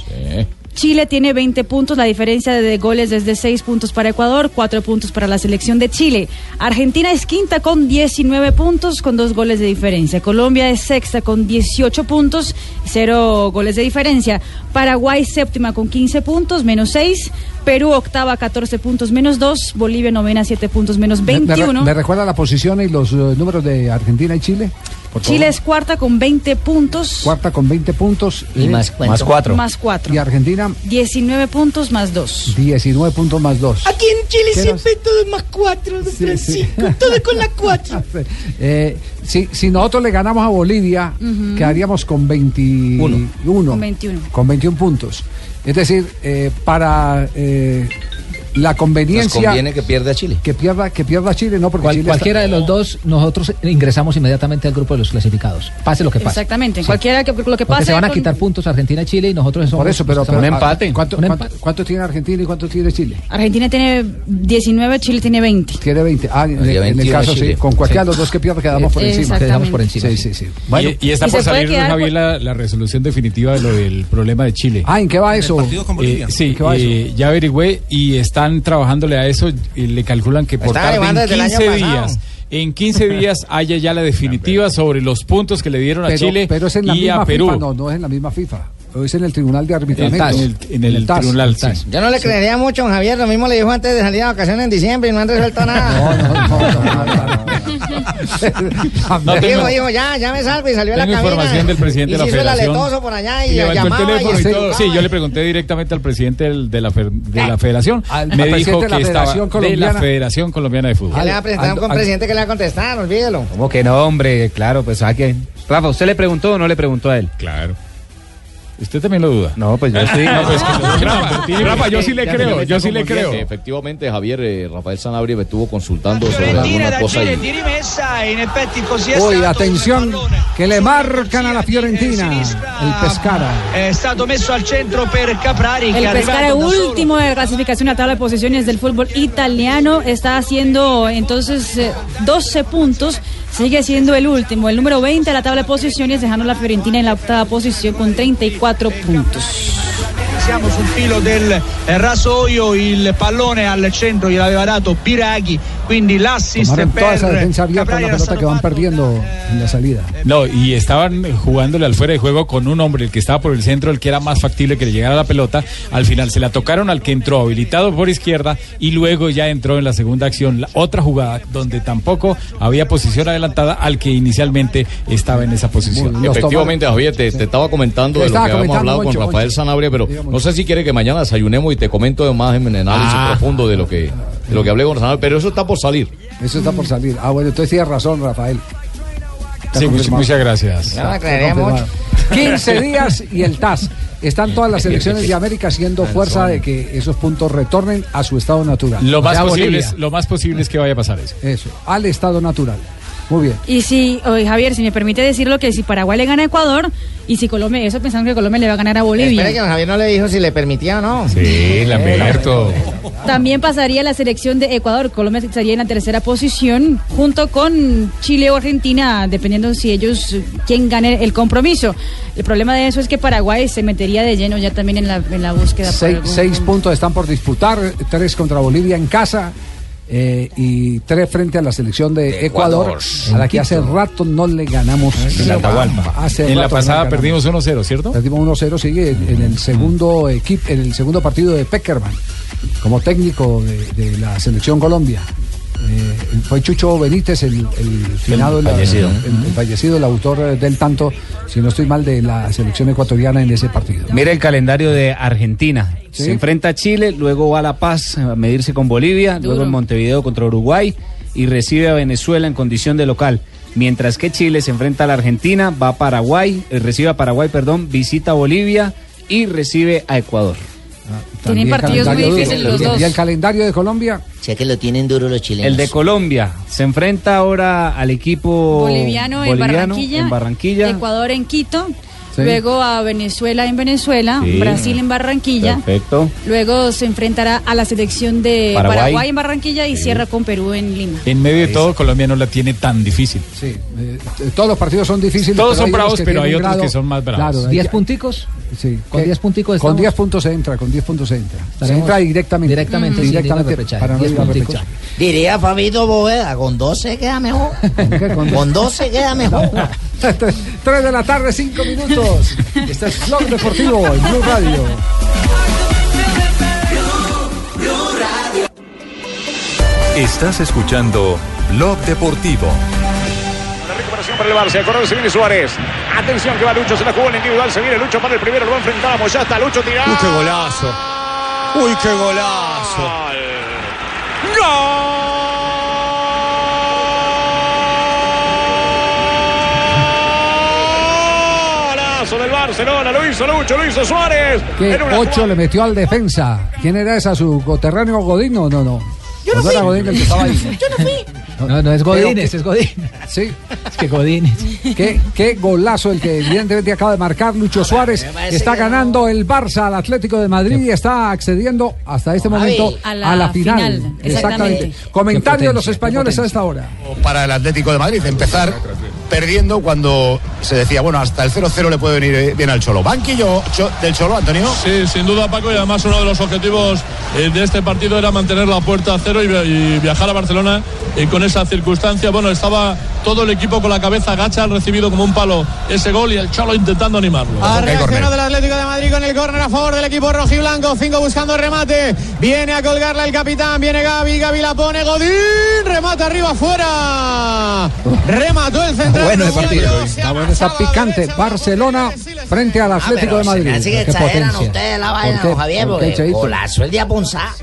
[SPEAKER 15] Chile tiene 20 puntos, la diferencia de goles es de 6 puntos para Ecuador, 4 puntos para la selección de Chile. Argentina es quinta con 19 puntos, con 2 goles de diferencia. Colombia es sexta con 18 puntos, 0 goles de diferencia. Paraguay séptima con 15 puntos, menos 6. Perú octava 14 puntos, menos 2. Bolivia novena 7 puntos, menos
[SPEAKER 11] Me- me re-
[SPEAKER 15] 21.
[SPEAKER 11] ¿Me, recuerda la posición y los eh, números de Argentina y Chile? Por favor.
[SPEAKER 15] Chile es cuarta con 20 puntos,
[SPEAKER 11] Cuarta con 20 puntos.
[SPEAKER 15] Y
[SPEAKER 11] eh,
[SPEAKER 15] más cuento. Más cuatro. Más cuatro.
[SPEAKER 11] Y Argentina,
[SPEAKER 15] 19 puntos más Ah, 2.
[SPEAKER 11] 19 puntos más 2.
[SPEAKER 19] Aquí en Chile
[SPEAKER 11] ¿Qué
[SPEAKER 19] siempre todo es más cuatro, don Francisco, todo con la cuatro.
[SPEAKER 11] Eh, si, si nosotros le ganamos a Bolivia,
[SPEAKER 15] Ujú.
[SPEAKER 11] quedaríamos con 21.
[SPEAKER 15] Con 21.
[SPEAKER 11] Con 21 puntos. Es decir, eh, para eh, la conveniencia.
[SPEAKER 12] conviene que
[SPEAKER 11] pierda Chile. Que pierda, que pierda Chile, no, porque
[SPEAKER 12] Cual-
[SPEAKER 11] Chile está-
[SPEAKER 12] cualquiera de los dos, nosotros ingresamos inmediatamente al grupo de los clasificados. Pase lo que pase.
[SPEAKER 15] Exactamente. Cualquiera que lo que
[SPEAKER 12] Porque
[SPEAKER 15] pase.
[SPEAKER 12] se van a
[SPEAKER 15] con-
[SPEAKER 12] quitar puntos Argentina y Chile y nosotros somos
[SPEAKER 11] Por eso, pero,
[SPEAKER 12] somos-
[SPEAKER 11] pero- ¿cuánto, cuánto- cuánto tiene Argentina y cuánto tiene Chile?
[SPEAKER 15] Argentina tiene 19, Chile tiene 20.
[SPEAKER 11] Tiene 20. Ah, en, en el
[SPEAKER 12] 21
[SPEAKER 11] caso
[SPEAKER 12] Chile.
[SPEAKER 11] sí, con cualquiera
[SPEAKER 12] Sí.
[SPEAKER 11] de los dos que pierda quedamos por encima.
[SPEAKER 8] Quedamos por
[SPEAKER 12] encima,
[SPEAKER 11] Sí, sí, sí. Bueno,
[SPEAKER 8] y, y está
[SPEAKER 11] ¿y
[SPEAKER 8] por
[SPEAKER 11] se puede
[SPEAKER 8] salir,
[SPEAKER 11] quedar
[SPEAKER 8] Javier, la, la resolución definitiva de lo del problema de Chile.
[SPEAKER 11] Ah, ¿en qué va eso?
[SPEAKER 8] Eh, sí, eh, ya averigüé y están trabajándole a eso. y le calculan que por
[SPEAKER 11] Están
[SPEAKER 8] tarde
[SPEAKER 11] llevando
[SPEAKER 8] en
[SPEAKER 11] desde el año
[SPEAKER 8] 15
[SPEAKER 11] pasado.
[SPEAKER 8] días. En 15 días haya ya la definitiva sobre los puntos que le dieron a
[SPEAKER 11] pero,
[SPEAKER 8] Chile
[SPEAKER 11] pero es en la
[SPEAKER 8] y
[SPEAKER 11] misma
[SPEAKER 8] a Perú.
[SPEAKER 11] FIFA, no, no es en la misma FIFA. Es en el Tribunal de Arbitramiento.
[SPEAKER 8] TAS. En el- en el
[SPEAKER 11] TAS,
[SPEAKER 8] Tribunal,
[SPEAKER 11] el TAS.
[SPEAKER 8] sí.
[SPEAKER 7] Yo no le
[SPEAKER 11] Sí.
[SPEAKER 7] creería mucho a don Javier, lo mismo le dijo antes de salir a vacaciones en diciembre y no han resuelto nada.
[SPEAKER 8] No
[SPEAKER 7] Dijo,
[SPEAKER 8] tengo-
[SPEAKER 7] dijo, ya, ya me salgo y salió a la
[SPEAKER 8] Tengo
[SPEAKER 7] cabina.
[SPEAKER 8] información del presidente
[SPEAKER 7] y
[SPEAKER 8] de la
[SPEAKER 7] se hizo el
[SPEAKER 8] federación.
[SPEAKER 7] aletoso por allá y,
[SPEAKER 8] Y levantó el
[SPEAKER 7] llamaba y
[SPEAKER 8] teléfono y
[SPEAKER 7] se
[SPEAKER 8] todo.
[SPEAKER 7] equivocaba.
[SPEAKER 8] Sí, yo le pregunté directamente al presidente del- de, la, fer- de la federación.
[SPEAKER 11] Eh. Al-
[SPEAKER 8] me
[SPEAKER 11] al
[SPEAKER 8] dijo
[SPEAKER 11] presidente de la
[SPEAKER 8] que estaba
[SPEAKER 11] Federación
[SPEAKER 8] de la
[SPEAKER 11] Colombiana.
[SPEAKER 8] Federación Colombiana de Fútbol.
[SPEAKER 7] Ya le va a presentar un presidente que le va a contestar, olvídelo.
[SPEAKER 16] ¿Cómo que no, hombre? Claro, pues a que. Rafa, ¿usted le preguntó o no le preguntó a él?
[SPEAKER 8] Claro. Usted también lo duda.
[SPEAKER 13] No, pues yo estoy.
[SPEAKER 8] No, pues, Rafa,
[SPEAKER 13] Sí,
[SPEAKER 8] Rafa, yo sí le
[SPEAKER 13] ya se
[SPEAKER 8] creo,
[SPEAKER 13] me
[SPEAKER 8] yo
[SPEAKER 13] está
[SPEAKER 8] sí le creo.
[SPEAKER 13] confundiendo.
[SPEAKER 21] Efectivamente, Javier, eh, Rafael Sanabria me estuvo consultando sobre
[SPEAKER 17] Fiorentina
[SPEAKER 21] alguna
[SPEAKER 17] da
[SPEAKER 21] cosa.
[SPEAKER 17] giri
[SPEAKER 21] y-
[SPEAKER 17] di rimessa e in effetti così è
[SPEAKER 11] Uy,
[SPEAKER 17] stato
[SPEAKER 11] atención, que le marcan a la Fiorentina el Pescara.
[SPEAKER 17] è stato messo al centro per Caprari che è
[SPEAKER 15] El Pescara
[SPEAKER 17] arrivato da solo
[SPEAKER 15] último de la clasificación a tabla de posiciones del fútbol italiano está haciendo entonces eh, 12 puntos, sigue siendo el último, el número 20 de la tabla de posiciones, dejando a la Fiorentina en la octava posición con 34 puntos.
[SPEAKER 17] siamo sul filo del eh, rasoio il pallone al centro gliel'aveva dato Biraghi quindi l'assist
[SPEAKER 11] Tomaron toda esa
[SPEAKER 17] per
[SPEAKER 11] defensa abierta la pelota que van perdiendo en la salida.
[SPEAKER 8] No, y estaban jugándole al fuera de juego con un hombre, el que estaba por el centro, el que era más factible que le llegara la pelota. Al final se la tocaron al que entró habilitado por izquierda y luego ya entró en la segunda acción la otra jugada donde tampoco había posición adelantada al que inicialmente estaba en esa posición.
[SPEAKER 21] Efectivamente, Javier, te, te estaba comentando de lo que
[SPEAKER 8] Estaba
[SPEAKER 21] habíamos
[SPEAKER 8] comentando,
[SPEAKER 21] hablado
[SPEAKER 8] Moncho,
[SPEAKER 21] con Rafael
[SPEAKER 8] Moncho.
[SPEAKER 21] Sanabria, pero no sé si quiere que mañana desayunemos y te comento más en análisis
[SPEAKER 11] Ah.
[SPEAKER 21] profundo de lo que de lo que hablé con Sanabria, pero eso está por salir.
[SPEAKER 11] Eso está por salir. Ah, bueno, entonces tienes razón, Rafael. Está
[SPEAKER 8] Sí, muchas,
[SPEAKER 11] confirmado.
[SPEAKER 8] muchas gracias.
[SPEAKER 11] Está confirmado. 15 días y el TAS. Están todas las selecciones de América haciendo fuerza de que esos puntos retornen a su estado natural.
[SPEAKER 8] Lo más,
[SPEAKER 11] Ya
[SPEAKER 8] posible
[SPEAKER 11] Bolivia,
[SPEAKER 8] es, lo más posible es que vaya a pasar eso.
[SPEAKER 11] Eso, al estado natural. Muy bien.
[SPEAKER 15] Y si, oye, Javier, si me permite decirlo, que si Paraguay le gana a Ecuador y si Colombia, eso pensando que Colombia le va a ganar a Bolivia.
[SPEAKER 16] Espera que don Javier no le dijo si le permitía o no.
[SPEAKER 8] Sí, Lamberto.
[SPEAKER 15] También pasaría la selección de Ecuador. Colombia estaría en la tercera posición junto con Chile o Argentina, dependiendo si ellos eh, quién gane el compromiso. El problema de eso es que Paraguay se metería de lleno ya también en la, en la búsqueda. por
[SPEAKER 11] Seis,
[SPEAKER 15] algún-
[SPEAKER 11] seis puntos están por disputar, tres contra Bolivia en casa eh, y tres frente a la selección de Ecuador,
[SPEAKER 8] Ecuador.
[SPEAKER 11] a la que hace rato no le ganamos.
[SPEAKER 8] En la Atahualpa.
[SPEAKER 11] Hace
[SPEAKER 8] En la
[SPEAKER 11] rato no le
[SPEAKER 8] pasada
[SPEAKER 11] ganamos.
[SPEAKER 8] perdimos 1-0, ¿cierto?
[SPEAKER 11] Perdimos 1-0, sigue en, en el segundo equipo, en el segundo partido de Peckerman, como técnico de, de la selección Colombia. Eh, fue Chucho Benítez el, el finado, la-
[SPEAKER 22] fallecido.
[SPEAKER 11] el- el fallecido, el autor del tanto, si no estoy mal, de la selección ecuatoriana en ese partido.
[SPEAKER 13] Mira el calendario de Argentina.
[SPEAKER 11] Sí.
[SPEAKER 13] Se enfrenta a Chile, luego va a La Paz a medirse con Bolivia, luego en Montevideo contra Uruguay y recibe a Venezuela en condición de local. Mientras que Chile se enfrenta a la Argentina, va a Paraguay, eh, recibe a Paraguay, perdón, visita a Bolivia y recibe a Ecuador.
[SPEAKER 11] Ah, También
[SPEAKER 13] partidos muy
[SPEAKER 11] calendario duro.
[SPEAKER 13] difíciles los
[SPEAKER 11] Y-
[SPEAKER 13] dos.
[SPEAKER 11] Y el calendario de Colombia.
[SPEAKER 13] que lo tienen duro los chilenos. El de Colombia se enfrenta ahora al equipo
[SPEAKER 15] Boliviano, en Barranquilla,
[SPEAKER 13] en Barranquilla.
[SPEAKER 15] Ecuador en Quito.
[SPEAKER 13] Sí.
[SPEAKER 15] Luego a Venezuela en Venezuela,
[SPEAKER 13] Sí.
[SPEAKER 15] Brasil en Barranquilla.
[SPEAKER 13] Perfecto.
[SPEAKER 15] Luego se enfrentará a la selección de
[SPEAKER 8] Paraguay.
[SPEAKER 15] Paraguay, en Barranquilla y cierra con Perú en Lima.
[SPEAKER 8] En medio de todo, Colombia no la tiene tan difícil.
[SPEAKER 11] Sí, eh, todos los partidos son difíciles.
[SPEAKER 8] Todos
[SPEAKER 11] pero
[SPEAKER 8] son
[SPEAKER 11] hay unos
[SPEAKER 8] bravos,
[SPEAKER 11] que
[SPEAKER 8] pero
[SPEAKER 11] tienen
[SPEAKER 8] hay
[SPEAKER 11] un
[SPEAKER 8] otros
[SPEAKER 11] grado-
[SPEAKER 8] que son más bravos.
[SPEAKER 11] Claro,
[SPEAKER 8] ¿Diez
[SPEAKER 11] hay-
[SPEAKER 12] punticos?
[SPEAKER 11] Sí.
[SPEAKER 12] ¿Con
[SPEAKER 11] ¿Qué?
[SPEAKER 12] diez punticos
[SPEAKER 11] Con
[SPEAKER 12] estamos?
[SPEAKER 11] 10 puntos se entra, con 10 puntos se entra. Se
[SPEAKER 12] Estaremos
[SPEAKER 11] entra directamente.
[SPEAKER 12] directamente, sin ir a repechaje.
[SPEAKER 11] para no
[SPEAKER 12] Diez
[SPEAKER 11] ir a
[SPEAKER 12] punticos.
[SPEAKER 11] repechaje.
[SPEAKER 16] Diría Fabito Boveda, con 12 queda mejor. Con 12 queda mejor.
[SPEAKER 11] 3 de la tarde, 5 minutos. Este es Blog Deportivo en Blue Radio.
[SPEAKER 1] Estás escuchando Blog Deportivo.
[SPEAKER 23] Recuperación para el Barça. Corre, se viene Suárez. Atención que va Lucho. Se la jugó en individual. Se viene Lucho para el primero. Lo va a enfrentar a Moyata. Lucho tira.
[SPEAKER 6] Uy, qué golazo. Uy, qué golazo.
[SPEAKER 23] Golazo del Barcelona. Lo hizo Lucho. Lo hizo Suárez.
[SPEAKER 11] Que
[SPEAKER 23] En una
[SPEAKER 11] 8 le metió al defensa. ¿Quién era esa? ¿Su coterráneo Godín o no? no?
[SPEAKER 12] Yo no
[SPEAKER 11] ¿O era
[SPEAKER 12] fui.
[SPEAKER 11] Godín el que estaba ahí?
[SPEAKER 12] Yo
[SPEAKER 11] no fui.
[SPEAKER 12] No, no es Godínez, es Godín.
[SPEAKER 11] Sí.
[SPEAKER 12] Es que Godínez.
[SPEAKER 11] Qué, qué golazo el que evidentemente acaba de marcar Lucho Suárez.
[SPEAKER 12] me parece
[SPEAKER 11] Está
[SPEAKER 12] que no.
[SPEAKER 11] ganando el Barça al Atlético de Madrid y está accediendo hasta este momento
[SPEAKER 15] Javi,
[SPEAKER 11] a la, final. Exactamente. Comentario de los españoles a esta hora.
[SPEAKER 6] Para el Atlético de Madrid, empezar perdiendo cuando se decía, bueno, hasta el 0-0 le puede venir eh, bien al Cholo. Banquillo Cho- del Cholo, Antonio.
[SPEAKER 5] Sí, sin duda Paco, y además uno de los objetivos eh, de este partido era mantener la puerta a cero y, via- y viajar a Barcelona eh, con esa circunstancia. Bueno, estaba todo el equipo con la cabeza gacha, han recibido como un palo ese gol y el Cholo intentando animarlo.
[SPEAKER 6] Ha reaccionado
[SPEAKER 23] el Atlético de Madrid con el córner a favor del equipo rojiblanco. Cinco buscando remate. Viene a colgarla el capitán. Viene Gaby. Gaby la pone. Godín. Remate arriba afuera. Remató el central.
[SPEAKER 11] Bueno, el partido. Está, bueno, está picante. Barcelona frente
[SPEAKER 16] Ah,
[SPEAKER 11] al
[SPEAKER 19] Ah,
[SPEAKER 11] Atlético de Madrid.
[SPEAKER 16] Así que
[SPEAKER 11] Qué
[SPEAKER 16] exageran
[SPEAKER 11] potencia.
[SPEAKER 16] ustedes la
[SPEAKER 11] ¿Por
[SPEAKER 16] vaina,
[SPEAKER 11] qué?
[SPEAKER 16] don Javier,
[SPEAKER 11] ¿Por qué,
[SPEAKER 16] porque
[SPEAKER 11] Cheito?
[SPEAKER 16] golazo el de Aponzá.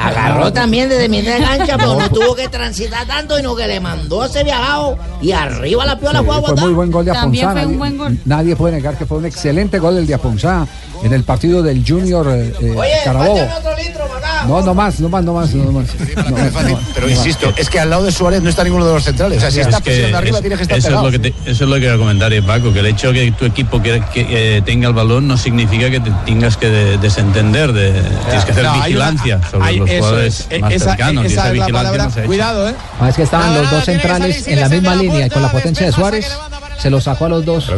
[SPEAKER 16] Agarró
[SPEAKER 11] No.
[SPEAKER 16] también desde mitad de cancha, pero
[SPEAKER 11] No,
[SPEAKER 16] no
[SPEAKER 11] pues.
[SPEAKER 16] tuvo que transitar tanto, sino que le mandó a ese viajado
[SPEAKER 24] y arriba la piola fue a
[SPEAKER 11] fue
[SPEAKER 24] botar.
[SPEAKER 11] muy buen gol de
[SPEAKER 24] También
[SPEAKER 11] Aponzá.
[SPEAKER 24] fue un
[SPEAKER 11] Nadie,
[SPEAKER 24] buen gol.
[SPEAKER 11] nadie puede negar que fue un excelente gol del de Aponzá en el partido del Junior eh, eh, Carabobo. No, no más, no más, no más, no más. No más, no más.
[SPEAKER 6] Pero insisto, es que al lado de Suárez no está ninguno de los centrales. O sea, si está presionando arriba, tiene que estar
[SPEAKER 5] eso es,
[SPEAKER 6] pegado.
[SPEAKER 5] lo que te- eso es lo que iba a comentar, eh, Paco, que el hecho que tu equipo que, que, eh, tenga el balón no significa que te tengas que de- desentender, de, tienes que hacer
[SPEAKER 25] No, hay una-
[SPEAKER 5] vigilancia sobre
[SPEAKER 25] hay-
[SPEAKER 5] los
[SPEAKER 25] eso
[SPEAKER 5] jugadores
[SPEAKER 6] E-
[SPEAKER 25] es, eh,
[SPEAKER 5] más
[SPEAKER 25] esa-
[SPEAKER 5] cercanos.
[SPEAKER 25] esa
[SPEAKER 5] y esa
[SPEAKER 25] es la
[SPEAKER 5] vigilancia
[SPEAKER 25] palabra.
[SPEAKER 5] no se ha hecho.
[SPEAKER 25] Cuidado, ¿eh?
[SPEAKER 12] Ah, es que estaban los dos centrales en la misma línea y con la potencia de Suárez se los sacó a los dos.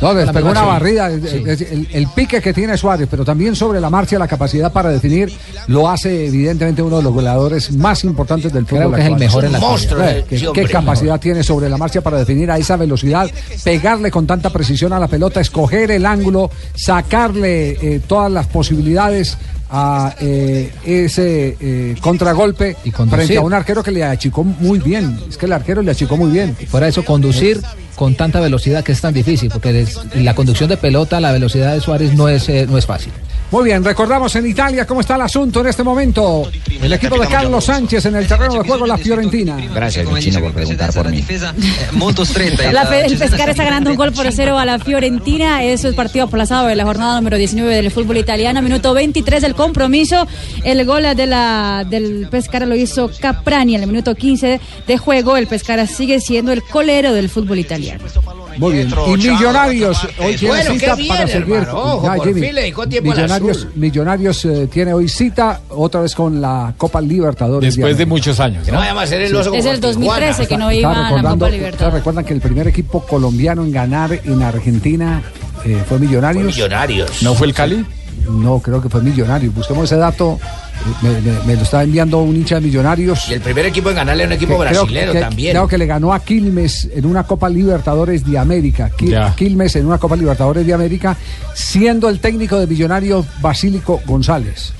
[SPEAKER 11] No, les
[SPEAKER 12] La
[SPEAKER 11] pegó
[SPEAKER 12] misma
[SPEAKER 11] una
[SPEAKER 12] acción.
[SPEAKER 11] barrida. es- es- El, el pique que tiene Suárez, pero también sobre la marcha, la capacidad para definir, lo hace evidentemente uno de los goleadores más importantes del fútbol.
[SPEAKER 12] Creo que es el
[SPEAKER 11] actual.
[SPEAKER 12] mejor en la Monstruo, actualidad.
[SPEAKER 11] Eh, ¿Qué,
[SPEAKER 12] sí,
[SPEAKER 11] qué
[SPEAKER 12] hombre.
[SPEAKER 11] capacidad tiene sobre la marcha para definir a esa velocidad, pegarle con tanta precisión a la pelota, escoger el ángulo, sacarle eh, todas las posibilidades a eh, ese eh, contragolpe
[SPEAKER 12] conducir.
[SPEAKER 11] frente a un arquero que le achicó muy bien. Es que el arquero le achicó muy bien.
[SPEAKER 12] Fuera de eso, conducir con tanta velocidad que es tan difícil, porque es- la conducción de pelota, la velocidad de Suárez no es, eh, no es fácil.
[SPEAKER 11] Muy bien, recordamos en Italia cómo está el asunto en este momento. El equipo de Carlos Sánchez en el terreno de juego, la Fiorentina.
[SPEAKER 26] Gracias, Chino, por preguntar por mí.
[SPEAKER 27] eh, molto stretta.
[SPEAKER 15] La Fe- el Pescara está ganando un gol por cero a la Fiorentina. Eso es partido aplazado de la jornada número 19 del fútbol italiano. Minuto 23 del compromiso. El gol de la, del Pescara lo hizo Caprani en el minuto 15 de juego. El Pescara sigue siendo el colero del fútbol italiano.
[SPEAKER 11] Muy bien. Y Millonarios hoy tiene
[SPEAKER 24] Bueno, qué
[SPEAKER 11] cita
[SPEAKER 24] bien,
[SPEAKER 11] para seguir.
[SPEAKER 24] hermano. Ojo, por fin le dedicó tiempo al
[SPEAKER 11] Millonarios,
[SPEAKER 24] azul.
[SPEAKER 11] Millonarios eh, tiene hoy cita otra vez con la Copa Libertadores.
[SPEAKER 8] Después de
[SPEAKER 11] Diana.
[SPEAKER 8] muchos años. ¿no?
[SPEAKER 15] Desde el 2013 que no
[SPEAKER 11] Está
[SPEAKER 15] iba a la
[SPEAKER 11] recordando-
[SPEAKER 15] Copa
[SPEAKER 11] ustedes
[SPEAKER 15] Libertadores.
[SPEAKER 11] recuerdan que el primer equipo colombiano en ganar en Argentina eh, fue Millonarios.
[SPEAKER 8] Fue Millonarios. ¿No fue el Cali?
[SPEAKER 11] No, creo que fue Millonarios. Busquemos ese dato. Eh, Me, me- me lo está enviando un hincha de Millonarios.
[SPEAKER 7] Y el primer equipo en ganarle a un equipo
[SPEAKER 11] Que creo
[SPEAKER 7] brasilero
[SPEAKER 11] que-
[SPEAKER 7] también.
[SPEAKER 11] Creo que le ganó a Quilmes en una Copa Libertadores de América. Qui-
[SPEAKER 7] Ya.
[SPEAKER 11] Quilmes en una Copa Libertadores de América, siendo el técnico de Millonarios Basílico González.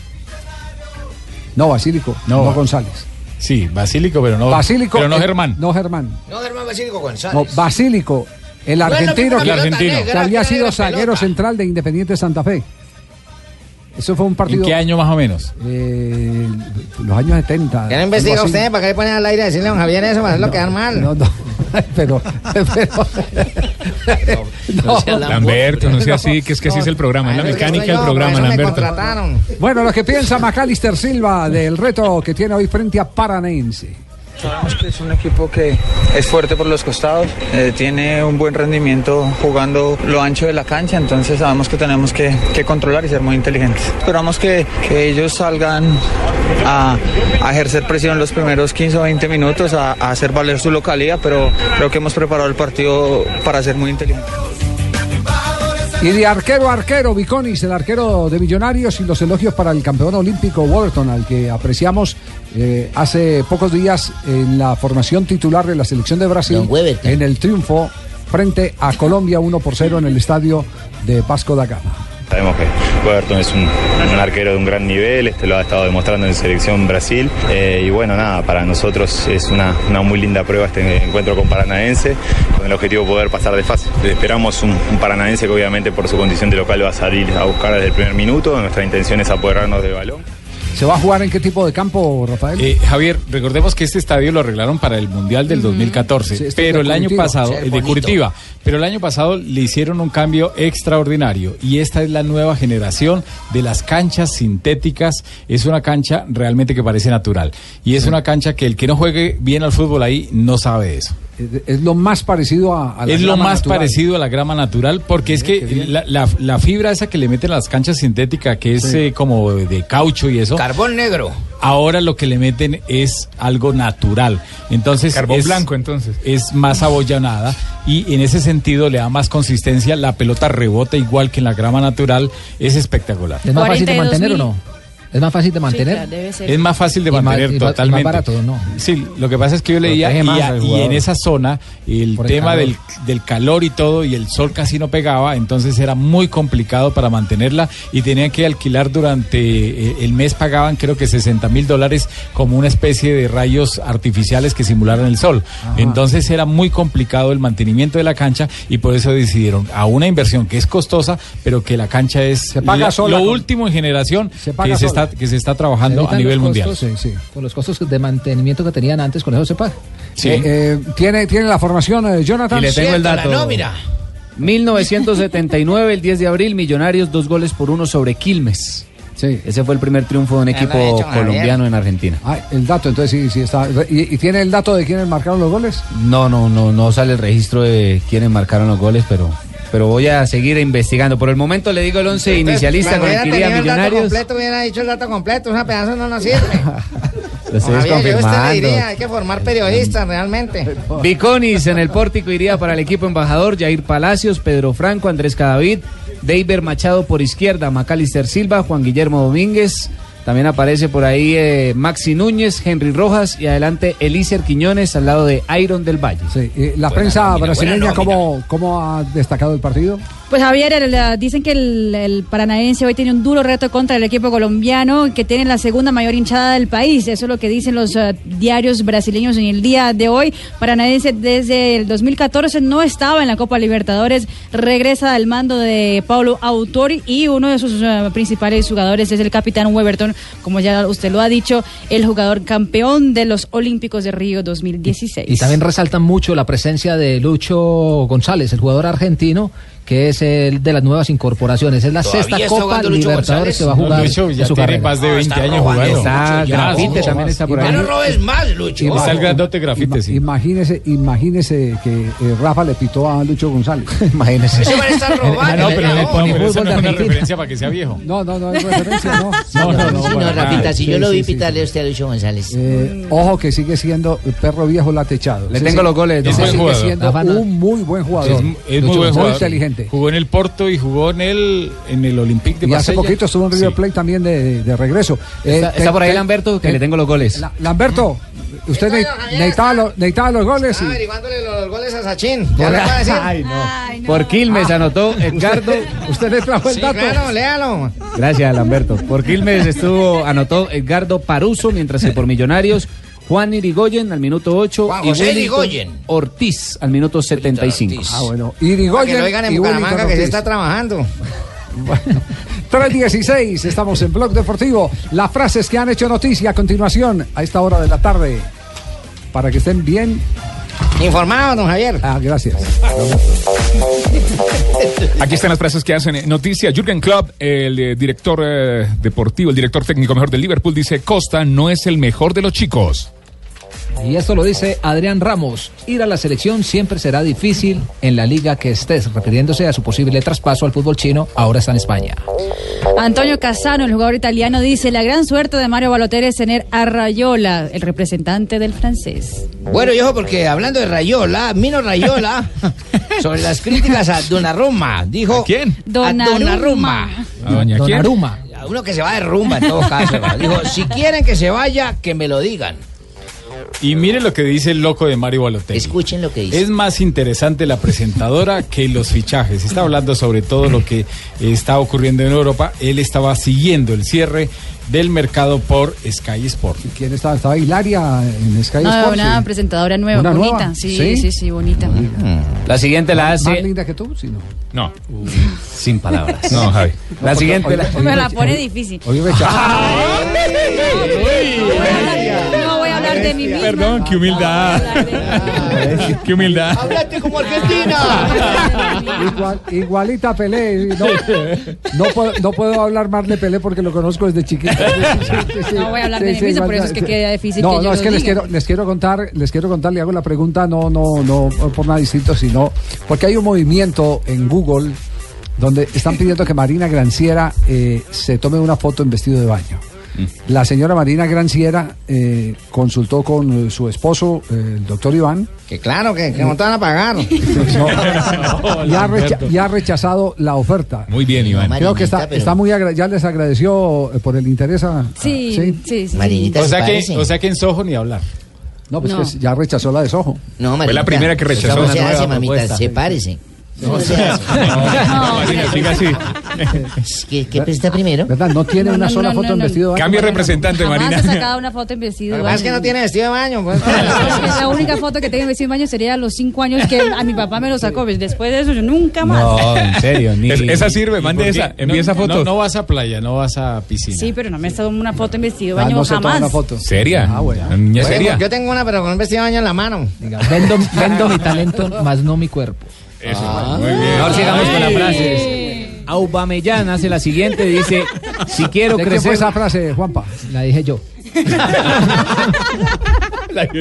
[SPEAKER 11] No, Basílico, no, González.
[SPEAKER 8] Sí, Basílico, pero no,
[SPEAKER 11] Basílico,
[SPEAKER 8] pero no
[SPEAKER 11] eh,
[SPEAKER 8] Germán.
[SPEAKER 11] No, Germán.
[SPEAKER 7] No, Germán Basílico González.
[SPEAKER 11] No, Basílico, el
[SPEAKER 7] No es lo
[SPEAKER 11] argentino,
[SPEAKER 7] mismo
[SPEAKER 11] que,
[SPEAKER 7] la pelota
[SPEAKER 8] argentino.
[SPEAKER 11] que
[SPEAKER 7] negra,
[SPEAKER 11] había
[SPEAKER 7] que
[SPEAKER 11] sido
[SPEAKER 7] la
[SPEAKER 11] zaguero
[SPEAKER 7] pelota.
[SPEAKER 11] central de Independiente Santa Fe. Eso fue un partido.
[SPEAKER 8] ¿En qué año más o menos?
[SPEAKER 11] Eh, los años 70.
[SPEAKER 26] ¿Qué no
[SPEAKER 11] algo
[SPEAKER 26] investiga
[SPEAKER 11] así.
[SPEAKER 26] usted? ¿Para qué le ponen al aire a decirle a don Javier eso? Para hacerlo quedar mal.
[SPEAKER 11] No, no. Pero. pero no,
[SPEAKER 14] Lamberto, no sea así, que es que así es el programa, es la mecánica del programa, Lamberto.
[SPEAKER 11] Bueno, lo que piensa Macalister Silva del reto que tiene hoy frente a Paranense.
[SPEAKER 28] Sabemos que Este es un equipo que es fuerte por los costados, eh, tiene un buen rendimiento jugando lo ancho de la cancha, entonces sabemos que tenemos que, que controlar y ser muy inteligentes. Esperamos que, que ellos salgan a, a ejercer presión los primeros 15 o 20 minutos, a, a hacer valer su localidad, pero creo que hemos preparado el partido para ser muy inteligentes.
[SPEAKER 11] Y de arquero a arquero, Viconis, el arquero de Millonarios, y los elogios para el campeón olímpico Wolverton, al que apreciamos eh, hace pocos días en la formación titular de la selección de Brasil, en el triunfo frente a Colombia 1 por 0 en el estadio de Vasco da Gama.
[SPEAKER 29] Sabemos que Roberto es un, un arquero de un gran nivel, este lo ha estado demostrando en Selección Brasil. eh, y bueno, nada, para nosotros es una, una muy linda prueba este encuentro con Paranaense, con el objetivo de poder pasar de fase. Esperamos un, un Paranaense que obviamente por su condición de local va a salir a buscar desde el primer minuto. Nuestra intención es apoderarnos del balón.
[SPEAKER 11] ¿Se va a jugar en qué tipo de campo, Rafael?
[SPEAKER 8] Eh, Javier, recordemos que este estadio lo arreglaron para el Mundial del 2014,
[SPEAKER 11] este
[SPEAKER 8] pero
[SPEAKER 11] Mm, es
[SPEAKER 8] el
[SPEAKER 11] de
[SPEAKER 8] año
[SPEAKER 11] Curitiba.
[SPEAKER 8] pasado,
[SPEAKER 11] Sí,
[SPEAKER 8] el de
[SPEAKER 11] bonito.
[SPEAKER 8] Curitiba, pero el año pasado le hicieron un cambio extraordinario y esta es la nueva generación de las canchas sintéticas. Es una cancha realmente que parece natural y es una cancha que el que no juegue bien al fútbol ahí no sabe de eso.
[SPEAKER 11] Es- Eh, Es lo más parecido a, a la
[SPEAKER 8] Es lo
[SPEAKER 11] grama
[SPEAKER 8] más
[SPEAKER 11] natural.
[SPEAKER 8] parecido a la grama natural porque es que la, la- la fibra esa que le meten a las canchas sintéticas, que es
[SPEAKER 11] Sí.
[SPEAKER 8] eh, como de caucho y eso.
[SPEAKER 28] Carbón negro.
[SPEAKER 8] Ahora lo que le meten es algo natural. Entonces
[SPEAKER 14] Carbón
[SPEAKER 8] es-
[SPEAKER 14] blanco, entonces.
[SPEAKER 8] es más abollonada y en ese sentido le da más consistencia, la pelota rebota igual que en la grama natural, es espectacular.
[SPEAKER 12] ¿Es más fácil de
[SPEAKER 15] 42.000.
[SPEAKER 12] mantener o no? ¿Es más fácil de mantener.
[SPEAKER 15] claro, debe ser.
[SPEAKER 8] Es más fácil de
[SPEAKER 12] Y más-
[SPEAKER 8] mantener
[SPEAKER 12] y más- y más
[SPEAKER 8] totalmente.
[SPEAKER 12] barato, ¿no?
[SPEAKER 8] Sí, lo que pasa es que yo leía
[SPEAKER 12] Protege
[SPEAKER 8] y,
[SPEAKER 12] más
[SPEAKER 8] a-
[SPEAKER 12] al
[SPEAKER 8] y
[SPEAKER 12] jugador.
[SPEAKER 8] en esa zona el
[SPEAKER 12] Por el
[SPEAKER 8] tema
[SPEAKER 12] calor.
[SPEAKER 8] del, del calor y todo y el sol casi no pegaba, entonces era muy complicado para mantenerla y tenían que alquilar durante eh, el mes pagaban creo que 60 mil dólares como una especie de rayos artificiales que simularan el sol. Entonces era muy complicado el mantenimiento de la cancha y por eso decidieron a una inversión que es costosa, pero que la cancha es
[SPEAKER 11] paga
[SPEAKER 8] la-
[SPEAKER 11] sola
[SPEAKER 8] lo
[SPEAKER 11] con-
[SPEAKER 8] último en generación
[SPEAKER 11] paga
[SPEAKER 8] que se
[SPEAKER 11] sola.
[SPEAKER 8] está está, que se está trabajando a
[SPEAKER 12] evitan
[SPEAKER 8] nivel
[SPEAKER 12] los
[SPEAKER 8] mundial.
[SPEAKER 12] costos, Por los costos de mantenimiento que tenían antes, con eso se paga.
[SPEAKER 8] Sí.
[SPEAKER 11] Eh, eh, ¿tiene, ¿Tiene la formación, eh, Jonathan?
[SPEAKER 13] Y le tengo el dato. 1979, el 10 de abril, Millonarios, dos goles por uno sobre Quilmes.
[SPEAKER 11] Sí.
[SPEAKER 13] Ese fue el primer triunfo de
[SPEAKER 19] Ah,
[SPEAKER 13] un
[SPEAKER 11] Ya lo he
[SPEAKER 13] equipo
[SPEAKER 11] hecho, Javier.
[SPEAKER 13] colombiano en Argentina.
[SPEAKER 11] Ah, el dato, entonces sí, sí está. ¿Y, y tiene el dato de quiénes marcaron los goles?
[SPEAKER 13] No, no, no, no sale el registro de quiénes marcaron los goles, pero, pero voy a seguir investigando. Por el momento le digo el once inicialista con el que iría
[SPEAKER 19] el dato
[SPEAKER 13] Millonarios.
[SPEAKER 19] completo, hubiera dicho el dato completo, una pedazo no nos sirve.
[SPEAKER 13] Lo estoy
[SPEAKER 19] Javier, yo a usted le diría,
[SPEAKER 13] confirmando.
[SPEAKER 19] hay que formar periodistas realmente.
[SPEAKER 13] Viconis en el pórtico iría para el equipo embajador, Jair Palacios, Pedro Franco, Andrés Cadavid, David Machado por izquierda, Macalister Silva, Juan Guillermo Domínguez. También aparece por ahí eh, Maxi Núñez, Henry Rojas y adelante Elícer Quiñones al lado de Iron del Valle.
[SPEAKER 11] ¿La prensa brasileña ¿cómo, cómo ha destacado el partido?
[SPEAKER 15] Pues Javier, el, eh, dicen que el, el paranaense hoy tiene un duro reto contra el equipo colombiano, que tiene la segunda mayor hinchada del país. Eso es lo que dicen los eh, diarios brasileños en el día de hoy. Paranaense desde el 2014 no estaba en la Copa Libertadores, regresa al mando de Paulo Autori y uno de sus eh, principales jugadores es el capitán Weberton, como ya usted lo ha dicho, el jugador campeón de los Olímpicos de Río 2016.
[SPEAKER 12] Y también resaltan mucho la presencia de Lucho González, el jugador argentino, que es el de las nuevas incorporaciones. Es la
[SPEAKER 8] ¿Todavía
[SPEAKER 12] sexta
[SPEAKER 8] está
[SPEAKER 12] Copa
[SPEAKER 8] jugando Lucho González?
[SPEAKER 12] Libertadores que va a jugar.
[SPEAKER 8] No, Lucho ya
[SPEAKER 12] en su
[SPEAKER 8] tiene
[SPEAKER 12] carrera.
[SPEAKER 8] más de No, 20 está años robando jugando.
[SPEAKER 13] Está
[SPEAKER 8] Mucho, ya,
[SPEAKER 13] Grafite
[SPEAKER 8] mucho
[SPEAKER 13] también
[SPEAKER 8] más.
[SPEAKER 13] está por
[SPEAKER 8] Ya
[SPEAKER 13] ahí.
[SPEAKER 8] no
[SPEAKER 19] robes más, Lucho.
[SPEAKER 11] Y
[SPEAKER 8] Está el
[SPEAKER 11] ojo.
[SPEAKER 8] grandote grafite,
[SPEAKER 11] Ima-
[SPEAKER 8] sí.
[SPEAKER 11] Imagínese, imagínese que eh, Rafa le pitó a Lucho González. imagínese.
[SPEAKER 8] Ese man está robando, Ah, no, pero no, no, pero eso no es una referencia para que sea viejo.
[SPEAKER 11] No, no, no, es referencia, no.
[SPEAKER 8] No, no, no, para nada.
[SPEAKER 11] Rafita, si yo lo vi pitarle
[SPEAKER 19] a usted a Lucho González.
[SPEAKER 11] Eh, Ojo que sigue siendo el perro viejo latechado.
[SPEAKER 8] Le tengo los goles,
[SPEAKER 11] Ese
[SPEAKER 8] don Juan.
[SPEAKER 11] sigue
[SPEAKER 8] Buen jugador.
[SPEAKER 11] siendo
[SPEAKER 8] Rafa no-
[SPEAKER 11] un muy buen
[SPEAKER 8] Sí,
[SPEAKER 11] jugador.
[SPEAKER 8] es, es muy
[SPEAKER 11] Lucho
[SPEAKER 8] buen jugador.
[SPEAKER 11] inteligente.
[SPEAKER 8] Jugó en el Porto y jugó en el en el Olympique de
[SPEAKER 11] Y hace
[SPEAKER 8] Marsella.
[SPEAKER 11] poquito estuvo en River
[SPEAKER 8] Sí.
[SPEAKER 11] Plate también de, de- de regreso. Eh,
[SPEAKER 8] Está- está por ahí
[SPEAKER 13] Lamberto, que le tengo los goles.
[SPEAKER 11] La- Lamberto, usted ne- necesitaba, lo- necesitaba los goles. y-
[SPEAKER 19] averiguándole los goles a Sachin.
[SPEAKER 11] Por-
[SPEAKER 19] ¿Ya lo va a decir?
[SPEAKER 11] Ay,
[SPEAKER 13] Por Quilmes anotó Edgardo.
[SPEAKER 11] Ah. Usted le trajo
[SPEAKER 19] Sí, Ah, pues, claro, léalo.
[SPEAKER 13] Gracias, Lamberto. Por Quilmes estuvo, anotó Edgardo Paruso, mientras que por Millonarios, Juan Irigoyen al minuto 8
[SPEAKER 19] Juan
[SPEAKER 13] y
[SPEAKER 19] José
[SPEAKER 13] Wellington
[SPEAKER 19] Irigoyen.
[SPEAKER 13] Ortiz al minuto 75.
[SPEAKER 11] Ah, bueno. Irigoyen
[SPEAKER 19] Para que lo oigan en
[SPEAKER 11] y
[SPEAKER 19] Bucaramanga,
[SPEAKER 11] Wellington
[SPEAKER 19] que se
[SPEAKER 11] Ortiz.
[SPEAKER 19] está trabajando.
[SPEAKER 11] 3.16, estamos en Blog Deportivo. Las frases que han hecho noticia a continuación, a esta hora de la tarde, para que estén bien
[SPEAKER 19] informados, don Javier.
[SPEAKER 11] Ah, gracias.
[SPEAKER 14] Aquí están las frases que hacen eh, noticia. Jürgen Klopp, el eh, director eh, deportivo, el director técnico mejor del Liverpool, dice Costa no es el mejor de los chicos.
[SPEAKER 12] Y esto lo dice Adrián Ramos. Ir a la selección siempre será difícil en la liga que estés, refiriéndose a su posible traspaso al fútbol chino. Ahora está en España.
[SPEAKER 15] Antonio Casano, el jugador italiano, dice la gran suerte de Mario Balotelli es tener a Rayola, el representante del francés.
[SPEAKER 19] Bueno, yo porque hablando de Rayola, Mino Rayola, sobre las críticas a Donnarumma, dijo... quién? A Donnarumma.
[SPEAKER 14] ¿A doña quién?
[SPEAKER 19] A uno que se va de rumba en todo caso. ¿no? Dijo, si quieren que se vaya, que me lo digan.
[SPEAKER 8] Y miren lo que dice el loco de Mario Balotelli.
[SPEAKER 19] Escuchen lo que dice.
[SPEAKER 8] Es más interesante la presentadora que los fichajes. Está hablando sobre todo lo que está ocurriendo en Europa. Él estaba siguiendo el cierre del mercado por Sky Sport.
[SPEAKER 11] ¿Quién estaba? Estaba Hilaria en Sky
[SPEAKER 15] No,
[SPEAKER 11] Sports.
[SPEAKER 15] una
[SPEAKER 11] sí.
[SPEAKER 15] presentadora nueva,
[SPEAKER 11] ¿Una
[SPEAKER 15] bonita.
[SPEAKER 11] nueva?
[SPEAKER 15] Sí,
[SPEAKER 11] ¿Sí?
[SPEAKER 15] sí, sí, bonita.
[SPEAKER 19] Mm,
[SPEAKER 13] La siguiente la
[SPEAKER 11] Más- Más
[SPEAKER 13] hace.
[SPEAKER 11] linda que tú, sí, no.
[SPEAKER 8] No.
[SPEAKER 13] Sin palabras.
[SPEAKER 8] No, Javi.
[SPEAKER 13] La siguiente la.
[SPEAKER 15] Me la pone difícil.
[SPEAKER 11] Oye,
[SPEAKER 15] No voy a hablar de mí misma.
[SPEAKER 8] Perdón, qué humildad. qué humildad.
[SPEAKER 19] ¡Háblate como argentina!
[SPEAKER 11] Igual- igualita a Pelé. No, no, puedo, no puedo hablar más de Pelé porque lo conozco desde chiquito.
[SPEAKER 15] No voy a hablar de mí
[SPEAKER 11] Sí, sí,
[SPEAKER 15] misma, por
[SPEAKER 11] igual-
[SPEAKER 15] eso es que queda difícil
[SPEAKER 11] No,
[SPEAKER 15] que yo
[SPEAKER 11] no, es
[SPEAKER 15] lo
[SPEAKER 11] que les
[SPEAKER 15] diga.
[SPEAKER 11] quiero, les quiero contar, les quiero contar, le hago la pregunta, no, no, no por nada distinto, sino porque hay un movimiento en Google donde están pidiendo que Marina Granciera eh, se tome una foto en vestido de baño. La señora Marina Granciera eh, consultó con eh, su esposo, eh, el doctor Iván,
[SPEAKER 19] Que claro, que, que no te van a pagar.
[SPEAKER 11] y ha, recha- y ha rechazado la oferta.
[SPEAKER 14] Muy bien, Iván.
[SPEAKER 11] Creo que está, está muy agra- ya les agradeció eh, por el interés. a-
[SPEAKER 15] Sí, sí, sí. sí.
[SPEAKER 8] O sea, que, o sea que en Soho ni hablar.
[SPEAKER 11] No, pues
[SPEAKER 15] No.
[SPEAKER 11] que ya rechazó la de Soho.
[SPEAKER 19] No,
[SPEAKER 8] Fue la primera que rechazó
[SPEAKER 19] Eso no
[SPEAKER 8] una
[SPEAKER 19] se
[SPEAKER 8] nueva
[SPEAKER 19] hace, mamita,
[SPEAKER 8] propuesta.
[SPEAKER 19] sepárese.
[SPEAKER 11] No, siga así.
[SPEAKER 7] ¿Qué, qué está primero?
[SPEAKER 11] ¿Verdad? No tiene
[SPEAKER 15] No,
[SPEAKER 11] una
[SPEAKER 15] no,
[SPEAKER 11] sola
[SPEAKER 15] no,
[SPEAKER 11] foto
[SPEAKER 15] no,
[SPEAKER 11] en
[SPEAKER 15] no.
[SPEAKER 11] vestido de baño.
[SPEAKER 14] Cambie representante,
[SPEAKER 15] Jamás
[SPEAKER 14] Marina.
[SPEAKER 15] ha sacado una foto en vestido de
[SPEAKER 7] Lo que pasa es que
[SPEAKER 15] baño.
[SPEAKER 7] no tiene vestido de baño. pues.
[SPEAKER 15] Es la única foto que tengo en vestido de baño sería a los cinco años que a mi papá me lo sacó. Pues, Después de eso, yo nunca más.
[SPEAKER 8] en serio.
[SPEAKER 14] Es- esa sirve, mande
[SPEAKER 8] ¿por qué?
[SPEAKER 14] esa, envíe
[SPEAKER 8] No,
[SPEAKER 14] esa foto.
[SPEAKER 8] No, no vas a playa, no vas a piscina.
[SPEAKER 15] Sí, pero no me ha estado una foto en
[SPEAKER 12] Ah,
[SPEAKER 15] vestido de baño jamás.
[SPEAKER 14] ¿Seria?
[SPEAKER 8] Ah, bueno.
[SPEAKER 14] Niña
[SPEAKER 7] Yo tengo-
[SPEAKER 14] seria.
[SPEAKER 7] Yo tengo una, pero con un vestido de baño en la mano.
[SPEAKER 12] Vendo, vendo mi talento, más no mi cuerpo.
[SPEAKER 13] Ah.
[SPEAKER 14] muy bien.
[SPEAKER 13] Ahora sigamos con la
[SPEAKER 12] Ay.
[SPEAKER 13] frase. Aubameyang hace la siguiente, dice, si quiero
[SPEAKER 11] ¿De qué fue
[SPEAKER 13] crecer...
[SPEAKER 11] esa frase, Juanpa?
[SPEAKER 12] La dije yo.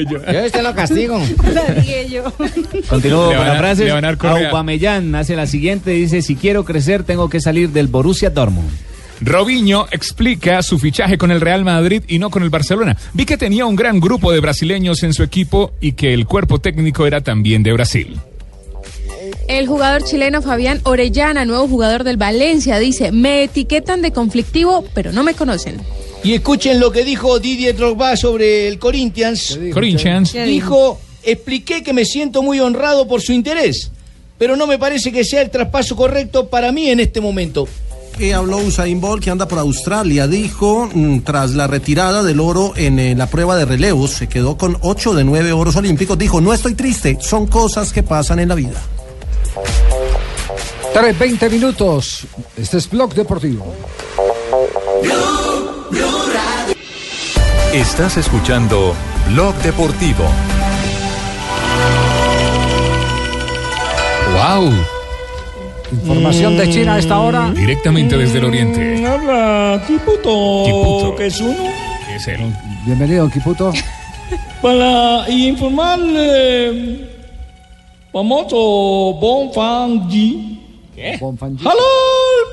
[SPEAKER 7] Yo este lo castigo.
[SPEAKER 15] La dije yo.
[SPEAKER 13] Continúo
[SPEAKER 8] Le
[SPEAKER 13] con
[SPEAKER 8] van
[SPEAKER 13] la
[SPEAKER 8] a-
[SPEAKER 13] frase.
[SPEAKER 8] le van a dar correa.
[SPEAKER 13] Aubameyang hace la siguiente, dice, si quiero crecer tengo que salir del Borussia Dortmund.
[SPEAKER 14] Robinho explica su fichaje con el Real Madrid y no con el Barcelona. Vi que tenía un gran grupo de brasileños en su equipo y que el cuerpo técnico era también de Brasil.
[SPEAKER 30] El jugador chileno Fabián Orellana, nuevo jugador del Valencia, dice, me etiquetan de conflictivo, pero no me conocen.
[SPEAKER 31] Y escuchen lo que dijo Didier Drogba sobre el Corinthians.
[SPEAKER 14] Corinthians. ¿Qué
[SPEAKER 31] Dijo, expliqué que me siento muy honrado por su interés, pero no me parece que sea el traspaso correcto para mí en este momento.
[SPEAKER 2] Eh, habló Usain Bolt, que anda por Australia, dijo, mm, tras la retirada del oro en eh, la prueba de relevos, se quedó con 8 de 9 oros olímpicos, dijo, no estoy triste, son cosas que pasan en la vida.
[SPEAKER 11] 3.20 minutos. Este es Blog Deportivo.
[SPEAKER 1] Estás escuchando Blog Deportivo.
[SPEAKER 14] ¡Wow!
[SPEAKER 11] Información de China a esta hora.
[SPEAKER 14] Directamente desde el oriente.
[SPEAKER 6] Mm, Habla Kiputo, que es uno.
[SPEAKER 14] ¿Qué es él?
[SPEAKER 11] Bienvenido, don Quiputo.
[SPEAKER 6] Para informarle, famoso Bon Fan Ji. ¿Qué? ¡Halo,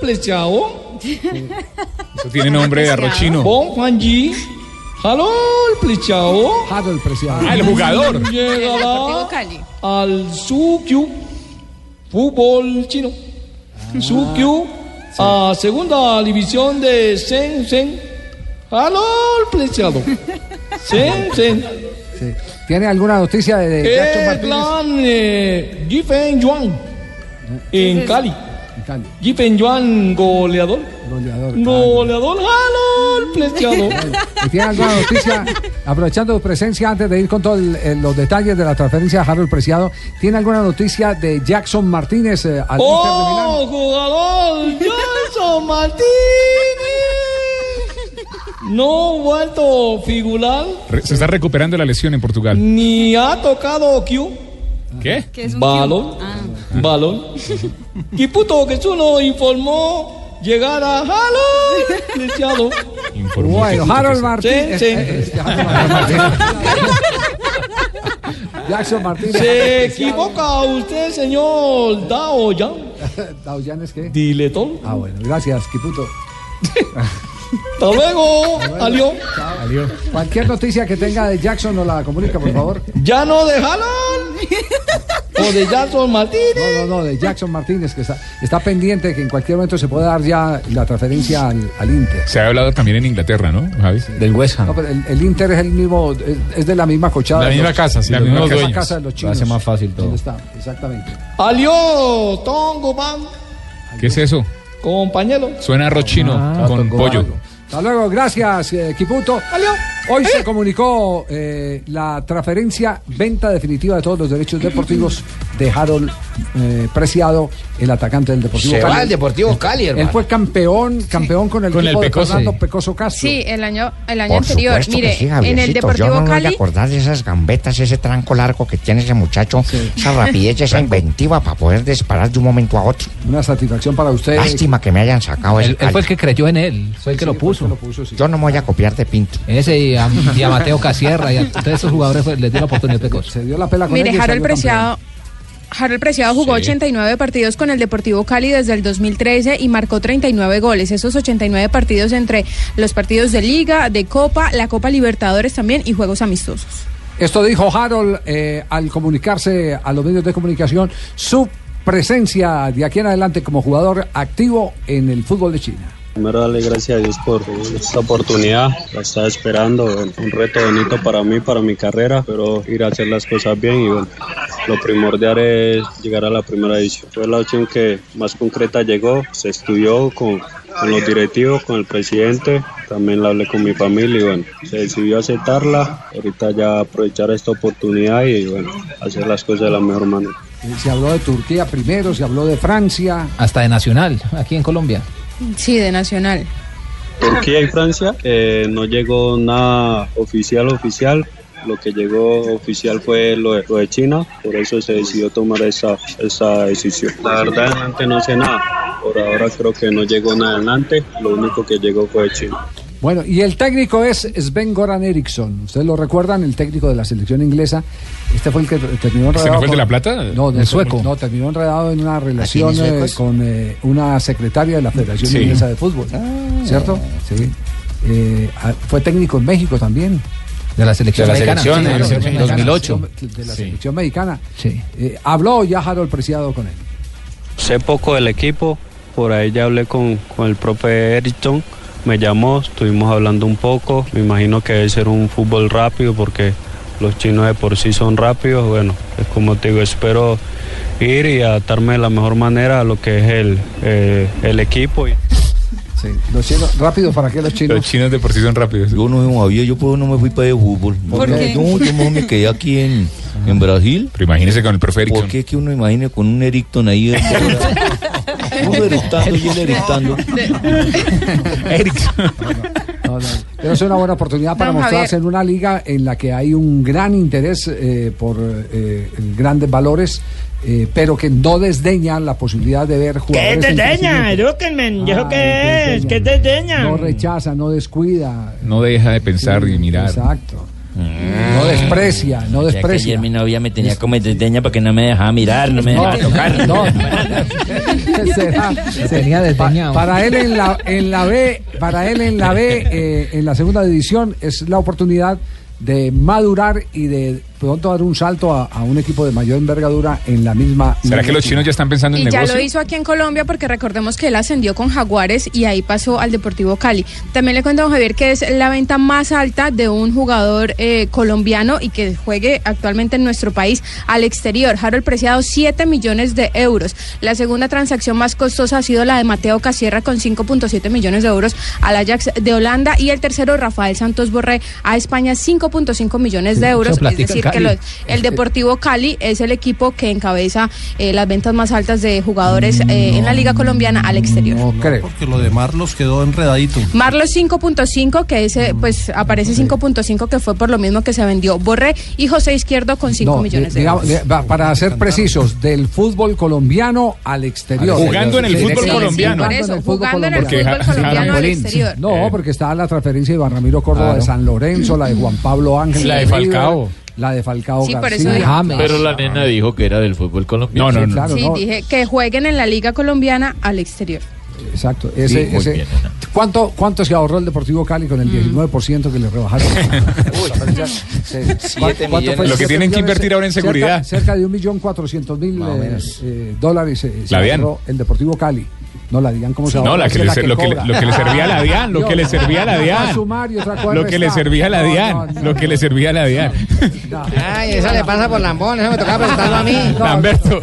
[SPEAKER 6] plechao!
[SPEAKER 14] Eso tiene nombre de arrochino.
[SPEAKER 6] Bon Fan Ji. ¡Halo, plechao!
[SPEAKER 11] ¡Halo, el
[SPEAKER 14] Ah, el jugador.
[SPEAKER 6] Llegará al Sukyu fútbol chino. Sukyu a segunda división de Shenzhen. ¡Halo, plechao! Shenzhen.
[SPEAKER 11] ¿Tiene alguna noticia de, de Jackson
[SPEAKER 6] El
[SPEAKER 11] Martínez?
[SPEAKER 6] gran eh, Giffen Yuan en
[SPEAKER 11] Sí.
[SPEAKER 6] Cali.
[SPEAKER 11] En Cali.
[SPEAKER 6] Giffen Yuan goleador.
[SPEAKER 11] Goleador.
[SPEAKER 6] Goleador, jalón, plechado.
[SPEAKER 11] ¿Y tiene alguna noticia? Aprovechando tu presencia, antes de ir con todos los detalles de la transferencia de Harold Preciado, ¿tiene alguna noticia de Jackson Martínez eh, al
[SPEAKER 6] ¡Oh, jugador! ¡Johnson Martínez! No ha vuelto a figurar
[SPEAKER 14] Re- Se está recuperando la lesión en Portugal.
[SPEAKER 6] ni ha tocado Q.
[SPEAKER 14] ¿Qué?
[SPEAKER 6] Balón. Balón. Kiputo Quechuno informó llegar a jalón, plechado.
[SPEAKER 11] Inter Milán? Bueno, Harold Martínez.
[SPEAKER 6] Sí, sí.
[SPEAKER 11] eh, eh, Harold Martínez. Jackson Martínez.
[SPEAKER 6] Se equivoca usted, señor Dao Yang.
[SPEAKER 11] Daoyan es que.
[SPEAKER 6] Diletón.
[SPEAKER 11] Ah, bueno, gracias, Quiputo.
[SPEAKER 6] Hasta luego, adiós.
[SPEAKER 11] Adiós. Cualquier noticia que tenga de Jackson nos la comunica, por favor.
[SPEAKER 6] Ya no de Haaland. O de Jackson Martínez.
[SPEAKER 11] No, no, no, de Jackson Martínez, que está, está pendiente de que en cualquier momento se pueda dar ya la transferencia al, al Inter.
[SPEAKER 14] Se ha hablado también en Inglaterra, ¿no, Javi? Del West
[SPEAKER 11] No, pero el, el Inter es el mismo, es, es de la misma cochada.
[SPEAKER 8] La
[SPEAKER 11] de
[SPEAKER 8] misma
[SPEAKER 11] los-
[SPEAKER 8] casa, sí,
[SPEAKER 11] la
[SPEAKER 8] los
[SPEAKER 11] misma
[SPEAKER 8] mismos
[SPEAKER 11] casa,
[SPEAKER 8] dueños.
[SPEAKER 11] casa de los
[SPEAKER 8] Lo
[SPEAKER 11] chinos.
[SPEAKER 8] hace más fácil todo.
[SPEAKER 11] Donde está, exactamente.
[SPEAKER 6] Adiós, Tongo Man.
[SPEAKER 14] ¿Qué es eso?
[SPEAKER 6] Compañero.
[SPEAKER 14] Suena arrochino con
[SPEAKER 11] tocó
[SPEAKER 14] pollo.
[SPEAKER 11] algo. Hasta luego, gracias, eh, Kiputo. Hoy se comunicó eh, la transferencia, venta definitiva de todos los derechos deportivos de Harold eh, Preciado, el atacante del Deportivo
[SPEAKER 7] Pues Se
[SPEAKER 11] Cali.
[SPEAKER 7] va al Deportivo Cali,
[SPEAKER 11] Él
[SPEAKER 7] hermano.
[SPEAKER 11] fue campeón, campeón con el
[SPEAKER 7] Con
[SPEAKER 11] equipo
[SPEAKER 7] el
[SPEAKER 11] de
[SPEAKER 7] Pecose.
[SPEAKER 11] Fernando Pecoso Castro.
[SPEAKER 30] Sí, el año, el año
[SPEAKER 7] Por
[SPEAKER 30] anterior.
[SPEAKER 7] supuesto que
[SPEAKER 30] Mire,
[SPEAKER 7] sí,
[SPEAKER 30] en el
[SPEAKER 7] Javiercito,
[SPEAKER 30] Deportivo
[SPEAKER 7] yo no
[SPEAKER 30] Cali.
[SPEAKER 7] voy a acordar de esas gambetas, ese tranco largo que tiene ese muchacho, esa rapidez, y esa inventiva para poder disparar de un momento a otro.
[SPEAKER 11] Una satisfacción para usted.
[SPEAKER 7] Lástima que me hayan sacado ese
[SPEAKER 12] Él, él
[SPEAKER 7] Cali.
[SPEAKER 12] fue el que creyó en él, fue el que lo puso.
[SPEAKER 7] Ah, Yo no me voy a copiar de Pinto.
[SPEAKER 12] Ese y a, y a Mateo Casierra y a todos esos jugadores fue- les dio la oportunidad de Pecos.
[SPEAKER 11] Se dio la pela
[SPEAKER 30] Mire, Harold Preciado. Harold Preciado jugó
[SPEAKER 12] Sí.
[SPEAKER 30] 89 partidos con el Deportivo Cali desde el 2013 y marcó 39 goles. Esos 89 partidos entre los partidos de Liga, de Copa, la Copa Libertadores también y juegos amistosos.
[SPEAKER 11] Esto dijo Harold eh, al comunicarse a los medios de comunicación su presencia de aquí en adelante como jugador activo en el fútbol de China.
[SPEAKER 32] Primero darle gracias a Dios por esta oportunidad, la estaba esperando, un reto bonito para mí, para mi carrera, pero ir a hacer las cosas bien y bueno, Lo primordial es llegar a la primera edición. Fue la opción que más concreta llegó, se estudió con, con los directivos, con el presidente, también la hablé con mi familia y bueno, se decidió aceptarla. Ahorita ya aprovechar esta oportunidad y bueno, hacer las cosas de la mejor manera.
[SPEAKER 11] Eh, Se habló de Turquía primero, se habló de Francia.
[SPEAKER 12] Hasta de Nacional, aquí en Colombia.
[SPEAKER 30] Sí, de Nacional.
[SPEAKER 32] Turquía y Francia eh, no llegó nada oficial, oficial. Lo que llegó oficial fue lo de, lo de China, por eso se decidió tomar esa, esa decisión. La verdad, adelante no sé nada. Por ahora creo que no llegó nada adelante. Lo único que llegó fue de China.
[SPEAKER 11] Bueno, y el técnico es Sven Goran Eriksson. Ustedes lo recuerdan, el técnico de la selección inglesa. Este fue el que terminó enredado.
[SPEAKER 14] ¿Se no fue el de
[SPEAKER 11] con-
[SPEAKER 14] La Plata?
[SPEAKER 11] No, del
[SPEAKER 14] ¿El
[SPEAKER 11] sueco. No, terminó enredado en una relación
[SPEAKER 14] tiene
[SPEAKER 11] eh,
[SPEAKER 14] suecos?
[SPEAKER 11] con eh, una secretaria de la Federación
[SPEAKER 14] Sí.
[SPEAKER 11] Inglesa de Fútbol. ¿Cierto? Sí. Eh, ah, fue técnico en México también.
[SPEAKER 12] De la selección
[SPEAKER 11] De la
[SPEAKER 12] mexicana.
[SPEAKER 11] selección, en el
[SPEAKER 12] Sí, claro,
[SPEAKER 11] 2008.
[SPEAKER 12] De la
[SPEAKER 11] Sí. Selección mexicana. Eh, habló ya Harold Preciado con él.
[SPEAKER 32] Sé poco del equipo, por ahí ya hablé con, con el profe Erickson, me llamó, estuvimos hablando un poco, me imagino que debe ser un fútbol rápido porque los chinos de por sí son rápidos, bueno, es como te digo, espero ir y adaptarme de la mejor manera a lo que es el, eh, el equipo. y-
[SPEAKER 11] Los chinos, rápido, ¿para qué los chinos?
[SPEAKER 14] Los chinos de por sí son rápidos.
[SPEAKER 16] Yo no me había, yo pues, no me fui para el fútbol.
[SPEAKER 11] ¿Por
[SPEAKER 16] No,
[SPEAKER 11] qué?
[SPEAKER 16] Yo, yo mejor me quedé aquí en, en Brasil.
[SPEAKER 14] Pero imagínese con el profe Erickson.
[SPEAKER 16] Porque es que uno imagina con un Erickson ahí. de- uno eritando y él eritando.
[SPEAKER 11] Pero es una buena oportunidad para
[SPEAKER 30] Don
[SPEAKER 11] mostrarse en una liga en la que hay un gran interés eh, por eh, grandes valores, eh, pero que no desdeña la posibilidad de ver
[SPEAKER 17] ¿Qué
[SPEAKER 11] jugadores. en
[SPEAKER 17] desdeña?
[SPEAKER 11] crecimiento.
[SPEAKER 17] Edúquenme. ¿Y eso
[SPEAKER 11] Ay,
[SPEAKER 17] qué es? ¿Qué desdeña?
[SPEAKER 11] No rechaza, no descuida,
[SPEAKER 14] No deja de pensar y mirar.
[SPEAKER 11] Exacto. no desprecia, no
[SPEAKER 18] O sea, Ah. que
[SPEAKER 11] desprecia.
[SPEAKER 18] ayer mi novia me tenía como desdeña porque no me dejaba mirar, no me dejaba tocar.
[SPEAKER 11] Será-
[SPEAKER 18] Ah, tenía desdeñado.
[SPEAKER 11] Ah, Para él en la en la B, para él en la B, eh, en la segunda división es la oportunidad de madurar y de pronto dar un salto a, a un equipo de mayor envergadura en la misma.
[SPEAKER 14] ¿Será que los chinos ya están pensando en
[SPEAKER 30] Y ya
[SPEAKER 14] negocio?
[SPEAKER 30] lo hizo aquí en Colombia porque recordemos que él ascendió con Jaguares y ahí pasó al Deportivo Cali. También le cuento a don Javier que es la venta más alta de un jugador eh, colombiano y que juegue actualmente en nuestro país al exterior. Harold Preciado, 7 millones de euros. La segunda transacción más costosa ha sido la de Mateo Casierra con 5.7 millones de euros al Ajax de Holanda y el tercero Rafael Santos Borré a España 5.5 millones de
[SPEAKER 18] Sí, mucha
[SPEAKER 30] euros. Es
[SPEAKER 18] plática en
[SPEAKER 30] decir, que
[SPEAKER 18] Cali.
[SPEAKER 30] los, el Deportivo Cali es el equipo que encabeza eh, las ventas más altas de jugadores eh, en la Liga Colombiana al exterior.
[SPEAKER 2] Porque lo de Marlos quedó enredadito.
[SPEAKER 30] Marlos 5.5, que ese, pues aparece 5.5, que fue por lo mismo que se vendió Borré, y José Izquierdo con 5
[SPEAKER 11] No,
[SPEAKER 30] millones
[SPEAKER 11] di-
[SPEAKER 30] de
[SPEAKER 11] digamos,
[SPEAKER 30] euros.
[SPEAKER 11] di- va- para ser precisos, del fútbol colombiano al exterior.
[SPEAKER 14] Jugando en el fútbol Sí, sí, colombiano. por
[SPEAKER 11] Jugando en
[SPEAKER 14] eso,
[SPEAKER 11] el fútbol
[SPEAKER 14] jugando en el
[SPEAKER 11] colombiano.
[SPEAKER 14] fútbol Porque ja- colombiano al trampolín. exterior.
[SPEAKER 11] No, porque está la transferencia de Iván Ramiro Córdoba
[SPEAKER 14] Claro.
[SPEAKER 11] de San Lorenzo, la de Juan Pablo Ángel.
[SPEAKER 21] Sí. La de
[SPEAKER 11] River,
[SPEAKER 21] Falcao.
[SPEAKER 11] La de Falcao
[SPEAKER 30] Sí, por
[SPEAKER 11] García.
[SPEAKER 30] eso digo. James.
[SPEAKER 21] Pero la nena dijo que era del fútbol colombiano.
[SPEAKER 11] No, no, no. claro,
[SPEAKER 30] sí,
[SPEAKER 11] no.
[SPEAKER 30] dije que jueguen en la Liga Colombiana al exterior.
[SPEAKER 11] Exacto.
[SPEAKER 21] Sí,
[SPEAKER 11] Ese,
[SPEAKER 21] muy
[SPEAKER 11] ese-
[SPEAKER 21] bien,
[SPEAKER 11] ¿cuánto, ¿Cuánto se ahorró el Deportivo Cali con el 19% que le rebajaron?
[SPEAKER 14] Siete millones. Lo que tienen que invertir ahora en
[SPEAKER 11] Cerca-
[SPEAKER 14] seguridad.
[SPEAKER 11] Cerca de 1.400.000 eh, eh, dólares eh, se
[SPEAKER 14] La DIAN.
[SPEAKER 11] ahorró el Deportivo Cali. No, la DIAN, ¿cómo se
[SPEAKER 14] No,
[SPEAKER 11] ahorró?
[SPEAKER 14] la que
[SPEAKER 11] Esa es
[SPEAKER 14] le ser- lo que le-
[SPEAKER 11] cobra.
[SPEAKER 14] lo que le servía a la DIAN, lo que le servía a la
[SPEAKER 11] Una cosa
[SPEAKER 14] DIAN.
[SPEAKER 11] sumar y otra cosa
[SPEAKER 14] Lo que le
[SPEAKER 11] restar.
[SPEAKER 14] servía a la
[SPEAKER 11] No,
[SPEAKER 14] DIAN, lo que le servía a la DIAN.
[SPEAKER 7] Ay, eso le pasa por lambón, eso me tocaba preguntarlo a mí.
[SPEAKER 14] Lamberto.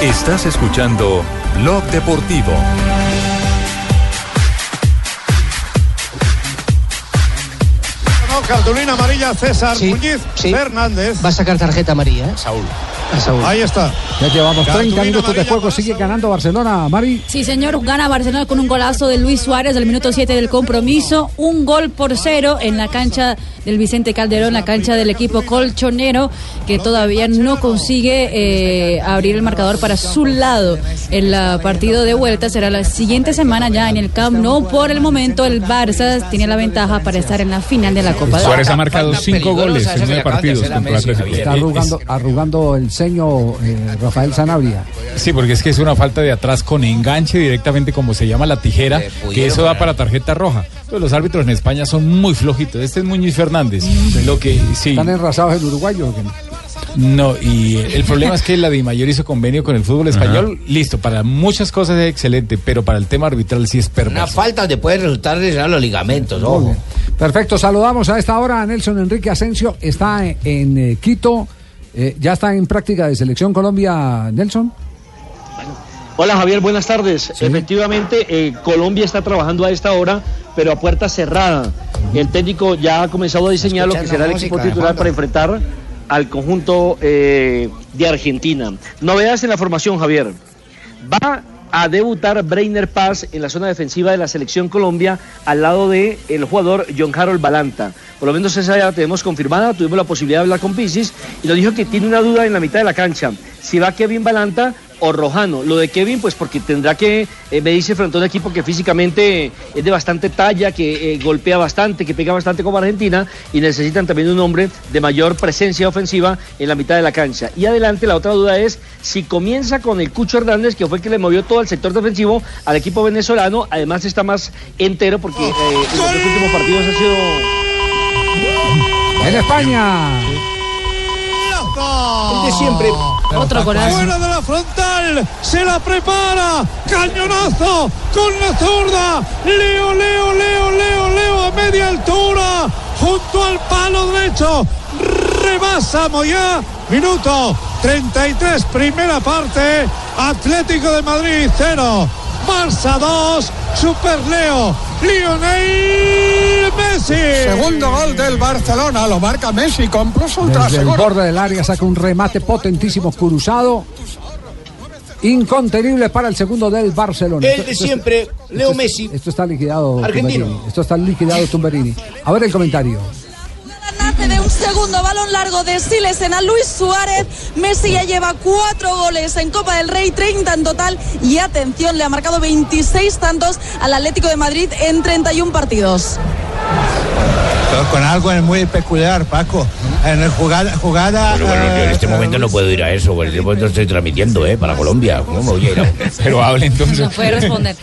[SPEAKER 1] Estás escuchando Blog Deportivo.
[SPEAKER 6] Cartulina amarilla César Muñiz Fernández.
[SPEAKER 33] Va a sacar tarjeta amarilla.
[SPEAKER 6] Saúl.
[SPEAKER 33] Ahí
[SPEAKER 6] está.
[SPEAKER 11] Ya llevamos
[SPEAKER 6] Cartulina
[SPEAKER 11] 30 minutos de juego, sigue ganando Barcelona, Mari.
[SPEAKER 15] Sí, señor, gana Barcelona con un golazo de Luis Suárez al minuto 7 del compromiso, un gol por cero en la cancha del Vicente Calderón, la cancha del equipo colchonero, que todavía no consigue eh, abrir el marcador para su lado. El ah, partido de vuelta será la siguiente semana ya en el Camp Nou. Por el momento el Barça tiene la ventaja para estar en la final de la Copa de
[SPEAKER 14] Suárez ha marcado cinco goles en nueve partidos contra Atlético.
[SPEAKER 11] Está arrugando, arrugando el ceño eh, Rafael Sanabria.
[SPEAKER 8] Sí, porque es que es una falta de atrás con enganche directamente, como se llama la tijera, que eso da para tarjeta roja. Pero los árbitros en España son muy flojitos. Este es Muñiz Fernández. Lo que sí.
[SPEAKER 11] ¿Están enrasados el uruguayo? o qué?
[SPEAKER 8] No, y eh, el problema es que la Di Mayor hizo convenio con el fútbol español. Listo, para muchas cosas es excelente, pero para el tema arbitral sí es perverso.
[SPEAKER 19] Una falta donde puede resultar lesionado los ligamentos, ojo.
[SPEAKER 11] Perfecto, saludamos a esta hora a Nelson Enrique Asensio, está en, en, eh, Quito, eh, ya está en práctica de Selección Colombia, Nelson.
[SPEAKER 34] Hola Javier, buenas tardes. Efectivamente, eh, Colombia está trabajando a esta hora, pero a puerta cerrada. El técnico ya ha comenzado a diseñar lo que será el equipo titular para enfrentar al conjunto eh, de Argentina. Novedades en la formación, Javier. Va a debutar Brainer Paz en la zona defensiva de la selección Colombia al lado de el jugador John Harold Balanta. Por lo menos esa ya la tenemos confirmada, tuvimos la posibilidad de hablar con Pisis y nos dijo que tiene una duda en la mitad de la cancha, si va Kevin Balanta o Rojano. Lo de Kevin, pues porque tendrá que eh, me dice frente a un equipo que físicamente es de bastante talla, que eh, golpea bastante, que pega bastante como Argentina y necesitan también un hombre de mayor presencia ofensiva en la mitad de la cancha. Y adelante, la otra duda es si comienza con el Cucho Hernández, que fue el que le movió todo el sector defensivo al equipo venezolano. Además, está más entero porque eh, en los dos últimos partidos ha sido.
[SPEAKER 11] En España.
[SPEAKER 20] El de siempre.
[SPEAKER 15] Otro golazo.
[SPEAKER 20] Fuera de la frontal. Se la prepara. Cañonazo. Con la zurda. Leo, Leo, Leo, Leo, Leo. A media altura. Junto al palo derecho. Rebasa Moyá. Minuto 33. Primera parte. Atlético de Madrid 0. Barça 2. Super Leo. Lionel Messi.
[SPEAKER 35] Segundo gol del Barcelona. Lo marca Messi con plus ultra
[SPEAKER 11] Desde el borde del área saca un remate potentísimo cruzado. Incontenible para el segundo del Barcelona.
[SPEAKER 20] El de siempre, Leo Messi.
[SPEAKER 11] Esto está liquidado.
[SPEAKER 20] Argentino.
[SPEAKER 11] Tumberini. Esto está liquidado Tumberini. A ver el comentario.
[SPEAKER 24] Nace de un segundo balón largo de Silesen a Luis Suárez. Messi ya lleva cuatro goles en Copa del Rey, 30 en total. Y atención, le ha marcado 26 tantos al Atlético de Madrid en 31 partidos.
[SPEAKER 35] Pero con algo es muy peculiar, Paco. En el jugada. jugada
[SPEAKER 13] Bueno, bueno, yo en este momento no puedo ir a eso, porque yo pues no estoy transmitiendo, ¿eh? Para Colombia. ¿Cómo me voy a ir a-
[SPEAKER 14] Pero hable entonces.
[SPEAKER 15] No puede responder.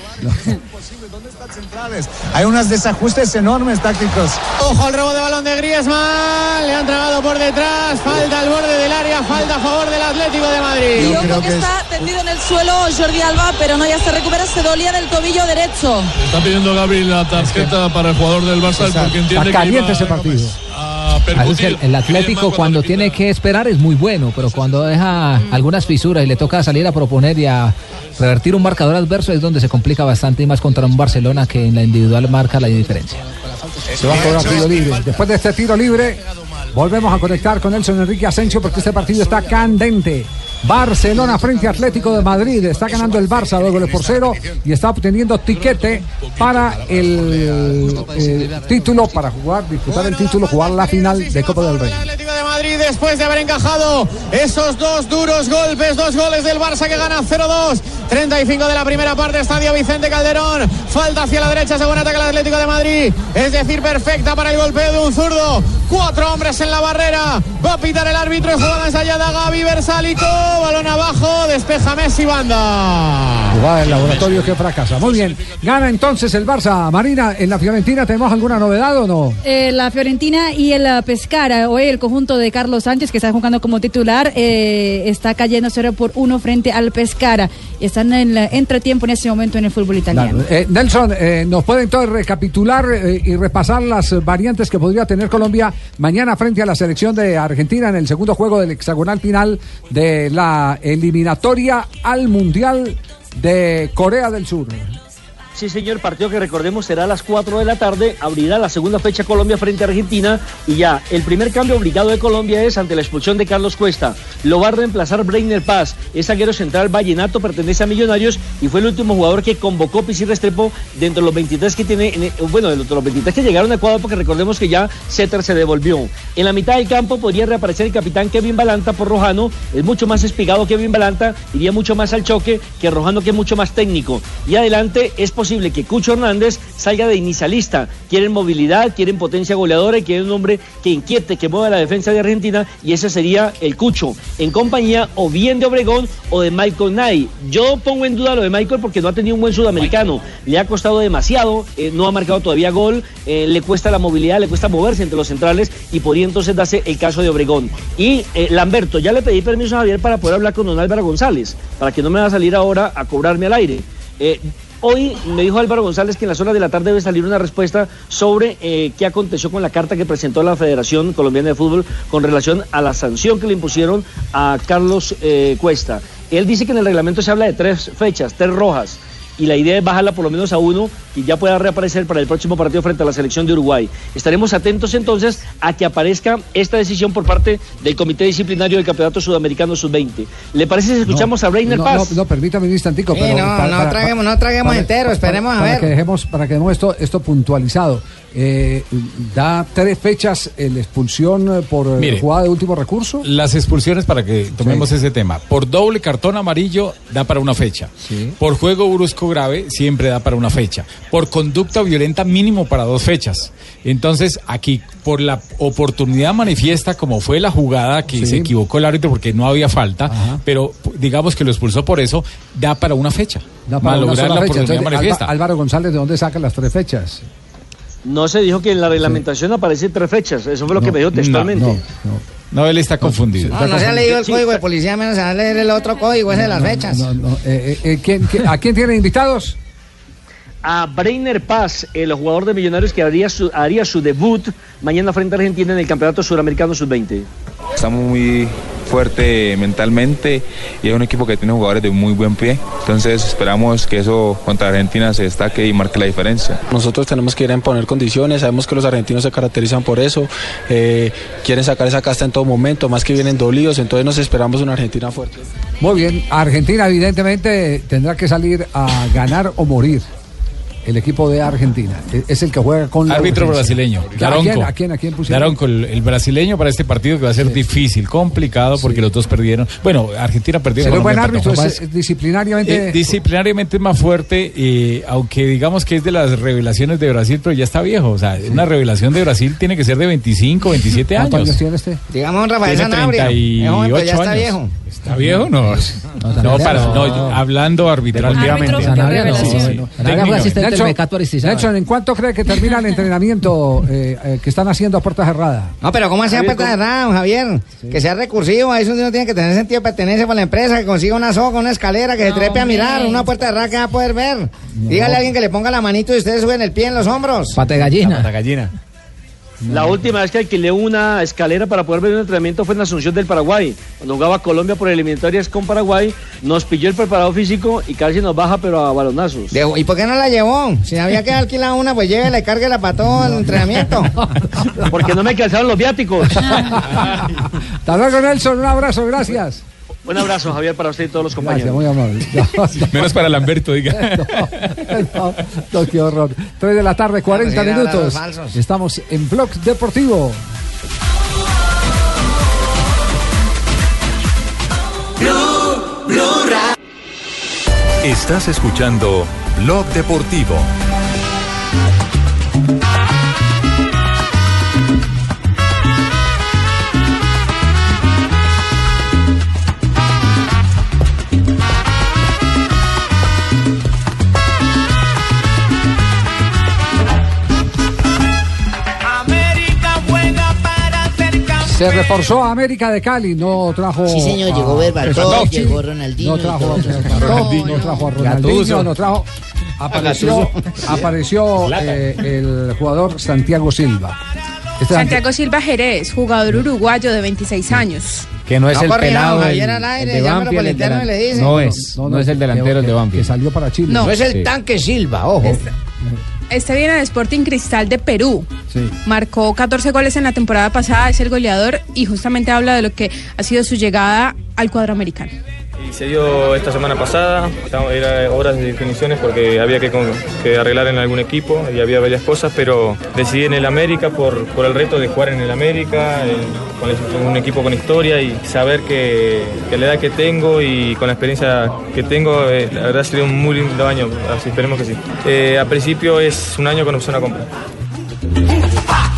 [SPEAKER 35] centrales. Hay unos desajustes enormes tácticos.
[SPEAKER 23] Ojo al robo de balón de Griezmann. Le han tragado por detrás. Falta al borde del área. Falta a favor del Atlético de Madrid.
[SPEAKER 24] Y ojo que está tendido en el suelo Jordi Alba, pero no ya se recupera, se dolía del tobillo derecho.
[SPEAKER 5] Está pidiendo Gabriel la tarjeta para el jugador del Barça porque entiende
[SPEAKER 12] Está
[SPEAKER 5] que
[SPEAKER 12] caliente
[SPEAKER 5] iba
[SPEAKER 12] ese partido.
[SPEAKER 5] a
[SPEAKER 12] A veces
[SPEAKER 5] percutir.
[SPEAKER 12] el, el Atlético cuando tiene que esperar es muy bueno, pero cuando deja
[SPEAKER 30] Mm.
[SPEAKER 12] algunas fisuras y le toca salir a proponer y a revertir un marcador adverso es donde se complica bastante y más contra un Barcelona que en la individual marca la diferencia.
[SPEAKER 11] Se va a cobrar tiro libre. Después de este tiro libre, volvemos a conectar con Nelson Enrique Asensio porque este partido está candente. Barcelona frente a Atlético de Madrid. Está ganando el Barça dos goles por cero y está obteniendo tiquete para el eh, título, para jugar, disputar el título, jugar la final de Copa del Rey.
[SPEAKER 23] Atlético de Madrid después de haber encajado esos dos duros golpes, dos goles del Barça que gana 0-2. 35 de la primera parte, estadio Vicente Calderón. Falta hacia la derecha, según ataque el Atlético de Madrid. Es decir, perfecta para el golpeo de un zurdo. Cuatro hombres en la barrera. Va a pitar el árbitro y jugada ensayada Gaby Bersálico. Balón abajo, despeja Messi banda.
[SPEAKER 11] Jugada del laboratorio que fracasa. Muy bien. Gana entonces el Barça. Marina, en la Fiorentina, ¿tenemos alguna novedad o no?
[SPEAKER 15] Eh, la Fiorentina y el eh, Pescara, hoy el conjunto de Carlos Sánchez, que está jugando como titular, eh, está cayendo 0 por 1 frente al Pescara. Y están en el entretiempo en ese momento en el fútbol italiano.
[SPEAKER 11] Eh, Nelson, eh, ¿nos puede entonces recapitular eh, y repasar las eh, variantes que podría tener Colombia mañana frente a la selección de Argentina en el segundo juego del hexagonal final de la eliminatoria al Mundial de Corea del Sur?
[SPEAKER 34] Sí, señor, partido que recordemos será a las 4 de la tarde, abrirá la segunda fecha Colombia frente a Argentina y ya, el primer cambio obligado de Colombia es ante la expulsión de Carlos Cuesta. Lo va a reemplazar Breiner Paz, es zaguero central vallenato, pertenece a Millonarios y fue el último jugador que convocó Pichi Restrepo dentro de los 23 que tiene, en el- bueno, dentro de los 23 que llegaron a Ecuador porque recordemos que ya Ceter se devolvió. En la mitad del campo podría reaparecer el capitán Kevin Balanta por Rojano, es mucho más espigado Kevin Balanta, iría mucho más al choque que Rojano que es mucho más técnico. Y adelante es posible que Cucho Hernández salga de inicialista. Quieren movilidad, quieren potencia goleadora y quieren un hombre que inquiete, que mueva la defensa de Argentina y ese sería el Cucho. En compañía o bien de Obregón o de Michael Knight. Yo pongo en duda lo de Michael porque no ha tenido un buen sudamericano. Le ha costado demasiado, eh, no ha marcado todavía gol, eh, le cuesta la movilidad, le cuesta moverse entre los centrales y podría entonces darse el caso de Obregón. Y eh, Lamberto, ya le pedí permiso a Javier para poder hablar con don Álvaro González, para que no me va a salir ahora a cobrarme al aire. Eh, Hoy me dijo Álvaro González que en las horas de la tarde debe salir una respuesta sobre eh, qué aconteció con la carta que presentó la Federación Colombiana de Fútbol con relación a la sanción que le impusieron a Carlos eh, Cuesta. Él dice que en el reglamento se habla de tres fechas, tres rojas y la idea es bajarla por lo menos a uno y ya pueda reaparecer para el próximo partido frente a la selección de Uruguay. Estaremos atentos entonces a que aparezca esta decisión por parte del Comité Disciplinario del Campeonato Sudamericano Sub-20. ¿Le parece si escuchamos a Breiner
[SPEAKER 11] no,
[SPEAKER 34] Paz?
[SPEAKER 11] No, no, permítame un instantico.
[SPEAKER 34] Sí,
[SPEAKER 11] pero
[SPEAKER 34] no, no traguemos- no traguemos entero, esperemos a
[SPEAKER 11] para
[SPEAKER 34] ver.
[SPEAKER 11] Que dejemos, para que dejemos esto, esto puntualizado. Eh, da tres fechas eh, la expulsión eh, por eh,
[SPEAKER 8] Mire.
[SPEAKER 11] jugada de último recurso.
[SPEAKER 8] Las expulsiones, para que tomemos ese tema, por doble cartón amarillo da para una fecha. Por juego brusco grave siempre da para una fecha. Por conducta violenta mínimo para dos fechas. Entonces, aquí, por la oportunidad manifiesta, como fue la jugada que
[SPEAKER 11] Sí.
[SPEAKER 8] se equivocó el árbitro porque no había falta, pero p- digamos que lo expulsó por eso, da para una fecha.
[SPEAKER 11] Da para una
[SPEAKER 8] Malograr
[SPEAKER 11] sola
[SPEAKER 8] la
[SPEAKER 11] fecha.
[SPEAKER 8] oportunidad
[SPEAKER 11] Entonces, Alba-
[SPEAKER 8] manifiesta.
[SPEAKER 11] Álvaro González, ¿de dónde saca las tres fechas?
[SPEAKER 34] No se dijo que en la reglamentación aparecen tres fechas, eso fue lo que me dijo textualmente.
[SPEAKER 8] No, No, él está confundido.
[SPEAKER 7] Ah, No, no se ha leído el código de policía, menos se va a leer el otro código, ese de las fechas.
[SPEAKER 11] No, no, eh, eh, eh, ¿quién- quién- ¿A quién tiene invitados?
[SPEAKER 34] a Brainer Paz, el jugador de Millonarios que haría su, haría su debut mañana frente a Argentina en el Campeonato Sudamericano Sub-20.
[SPEAKER 16] Estamos muy fuerte mentalmente y es un equipo que tiene jugadores de muy buen pie. Entonces esperamos que eso contra Argentina se destaque y marque la diferencia.
[SPEAKER 10] Nosotros tenemos que ir a imponer condiciones, sabemos que los argentinos se caracterizan por eso, eh, quieren sacar esa casta en todo momento, más que vienen dolidos, entonces nos esperamos una Argentina fuerte.
[SPEAKER 11] Muy bien, Argentina evidentemente tendrá que salir a ganar o morir. El equipo de Argentina E- es el que juega con la
[SPEAKER 8] Árbitro
[SPEAKER 11] urgencia.
[SPEAKER 8] brasileño,
[SPEAKER 11] ¿A quién,
[SPEAKER 8] Daronco.
[SPEAKER 11] a quién, a quién pusieron?
[SPEAKER 8] Daronco, el, el brasileño para este partido que va a ser difícil, complicado, porque los dos perdieron. Bueno, Argentina perdió.
[SPEAKER 11] Sería un buen
[SPEAKER 8] Colombia
[SPEAKER 11] árbitro,
[SPEAKER 8] empató.
[SPEAKER 11] es- es disciplinariamente.
[SPEAKER 8] Eh, disciplinariamente es más fuerte, eh, aunque digamos que es de las revelaciones de Brasil, pero ya está viejo. O sea, una revelación de Brasil tiene que ser de 25, 27
[SPEAKER 11] ¿Cuántos
[SPEAKER 8] años.
[SPEAKER 11] años tiene este?
[SPEAKER 7] Digamos Rafael
[SPEAKER 8] Tiene
[SPEAKER 7] Sanabria.
[SPEAKER 8] 38
[SPEAKER 7] Es joven, pero ya está
[SPEAKER 8] años.
[SPEAKER 7] viejo.
[SPEAKER 8] ¿Está viejo? No. No, para, no, yo- hablando arbitralmente.
[SPEAKER 12] Árbitro, Sanabria no,
[SPEAKER 8] Sí, sí, sí.
[SPEAKER 12] no.
[SPEAKER 11] Nelson,
[SPEAKER 8] Técnicamente.
[SPEAKER 11] Nelson, Nelson, ¿en cuánto cree que termina el entrenamiento eh, eh, que están haciendo a puerta cerrada?
[SPEAKER 7] No, pero ¿cómo hacía
[SPEAKER 11] Javier,
[SPEAKER 7] puerta cerrada, don Javier? Que sea recursivo, a eso uno tiene que tener sentido de pertenencia para la empresa, que consiga una soga, una escalera, que se trepe a mirar, una puerta cerrada que va a poder ver. Dígale a alguien que le ponga la manito y ustedes suben el pie en los hombros.
[SPEAKER 12] Pata de gallina. Pata
[SPEAKER 8] gallina.
[SPEAKER 34] La última vez que alquilé una escalera para poder ver un entrenamiento fue en Asunción del Paraguay. Cuando jugaba Colombia por eliminatorias con Paraguay, nos pilló el preparado físico y casi nos baja, pero a balonazos.
[SPEAKER 7] ¿Y por qué no la llevó? Si había que alquilar una, pues llévela y cárguela para todo el entrenamiento.
[SPEAKER 34] Porque no me alcanzaron los viáticos.
[SPEAKER 11] Hasta luego, Nelson, un abrazo, gracias.
[SPEAKER 34] Un abrazo, Javier, para usted y todos los
[SPEAKER 11] Gracias,
[SPEAKER 34] compañeros.
[SPEAKER 11] muy amable.
[SPEAKER 8] Menos para Lamberto, diga.
[SPEAKER 11] No, no, qué horror. 3 de la tarde, 40
[SPEAKER 8] Vamos a ir a hablar
[SPEAKER 11] minutos.
[SPEAKER 8] a los falsos.
[SPEAKER 11] Estamos en Blog Deportivo.
[SPEAKER 1] Estás escuchando Blog Deportivo.
[SPEAKER 11] Se reforzó a América de Cali, no trajo. Ah,
[SPEAKER 33] Sí, señor,
[SPEAKER 11] a
[SPEAKER 33] llegó Berbatov,
[SPEAKER 11] Lewandowski,
[SPEAKER 33] llegó Ronaldinho.
[SPEAKER 11] No trajo a
[SPEAKER 33] llegó-
[SPEAKER 11] Berbatov, no trajo a Ronaldinho,
[SPEAKER 33] Gattuso.
[SPEAKER 11] no trajo. Apareció, apareció eh, el jugador Santiago Silva. Este
[SPEAKER 30] Santiago Silva Jerez, jugador uruguayo de 26 años.
[SPEAKER 11] Que no
[SPEAKER 30] es No el corrija, pelado,
[SPEAKER 7] Javier, el- al aire, el de llámelo Banfield, por el el interno y le delan- dice. no es, no es el delantero, el de Banfield.
[SPEAKER 11] Que salió para Chile.
[SPEAKER 7] No, es el tanque Silva,
[SPEAKER 13] Oh.
[SPEAKER 7] ojo.
[SPEAKER 30] Este viene de Sporting Cristal de Perú.
[SPEAKER 11] Sí.
[SPEAKER 30] Marcó 14 goles en la temporada pasada, es el goleador y justamente habla de lo que ha sido su llegada al cuadro americano.
[SPEAKER 4] Y se dio esta semana pasada, estaba- era horas de definiciones porque había que, con- que arreglar en algún equipo y había varias cosas, pero decidí en el América por, por el reto de jugar en el América, en- con el- con un equipo con historia y saber que, que la edad que tengo y con la experiencia que tengo, eh, la verdad sería un muy lindo año, así esperemos que sí. Eh, a principio es un año con opción a compra.
[SPEAKER 2] Ah,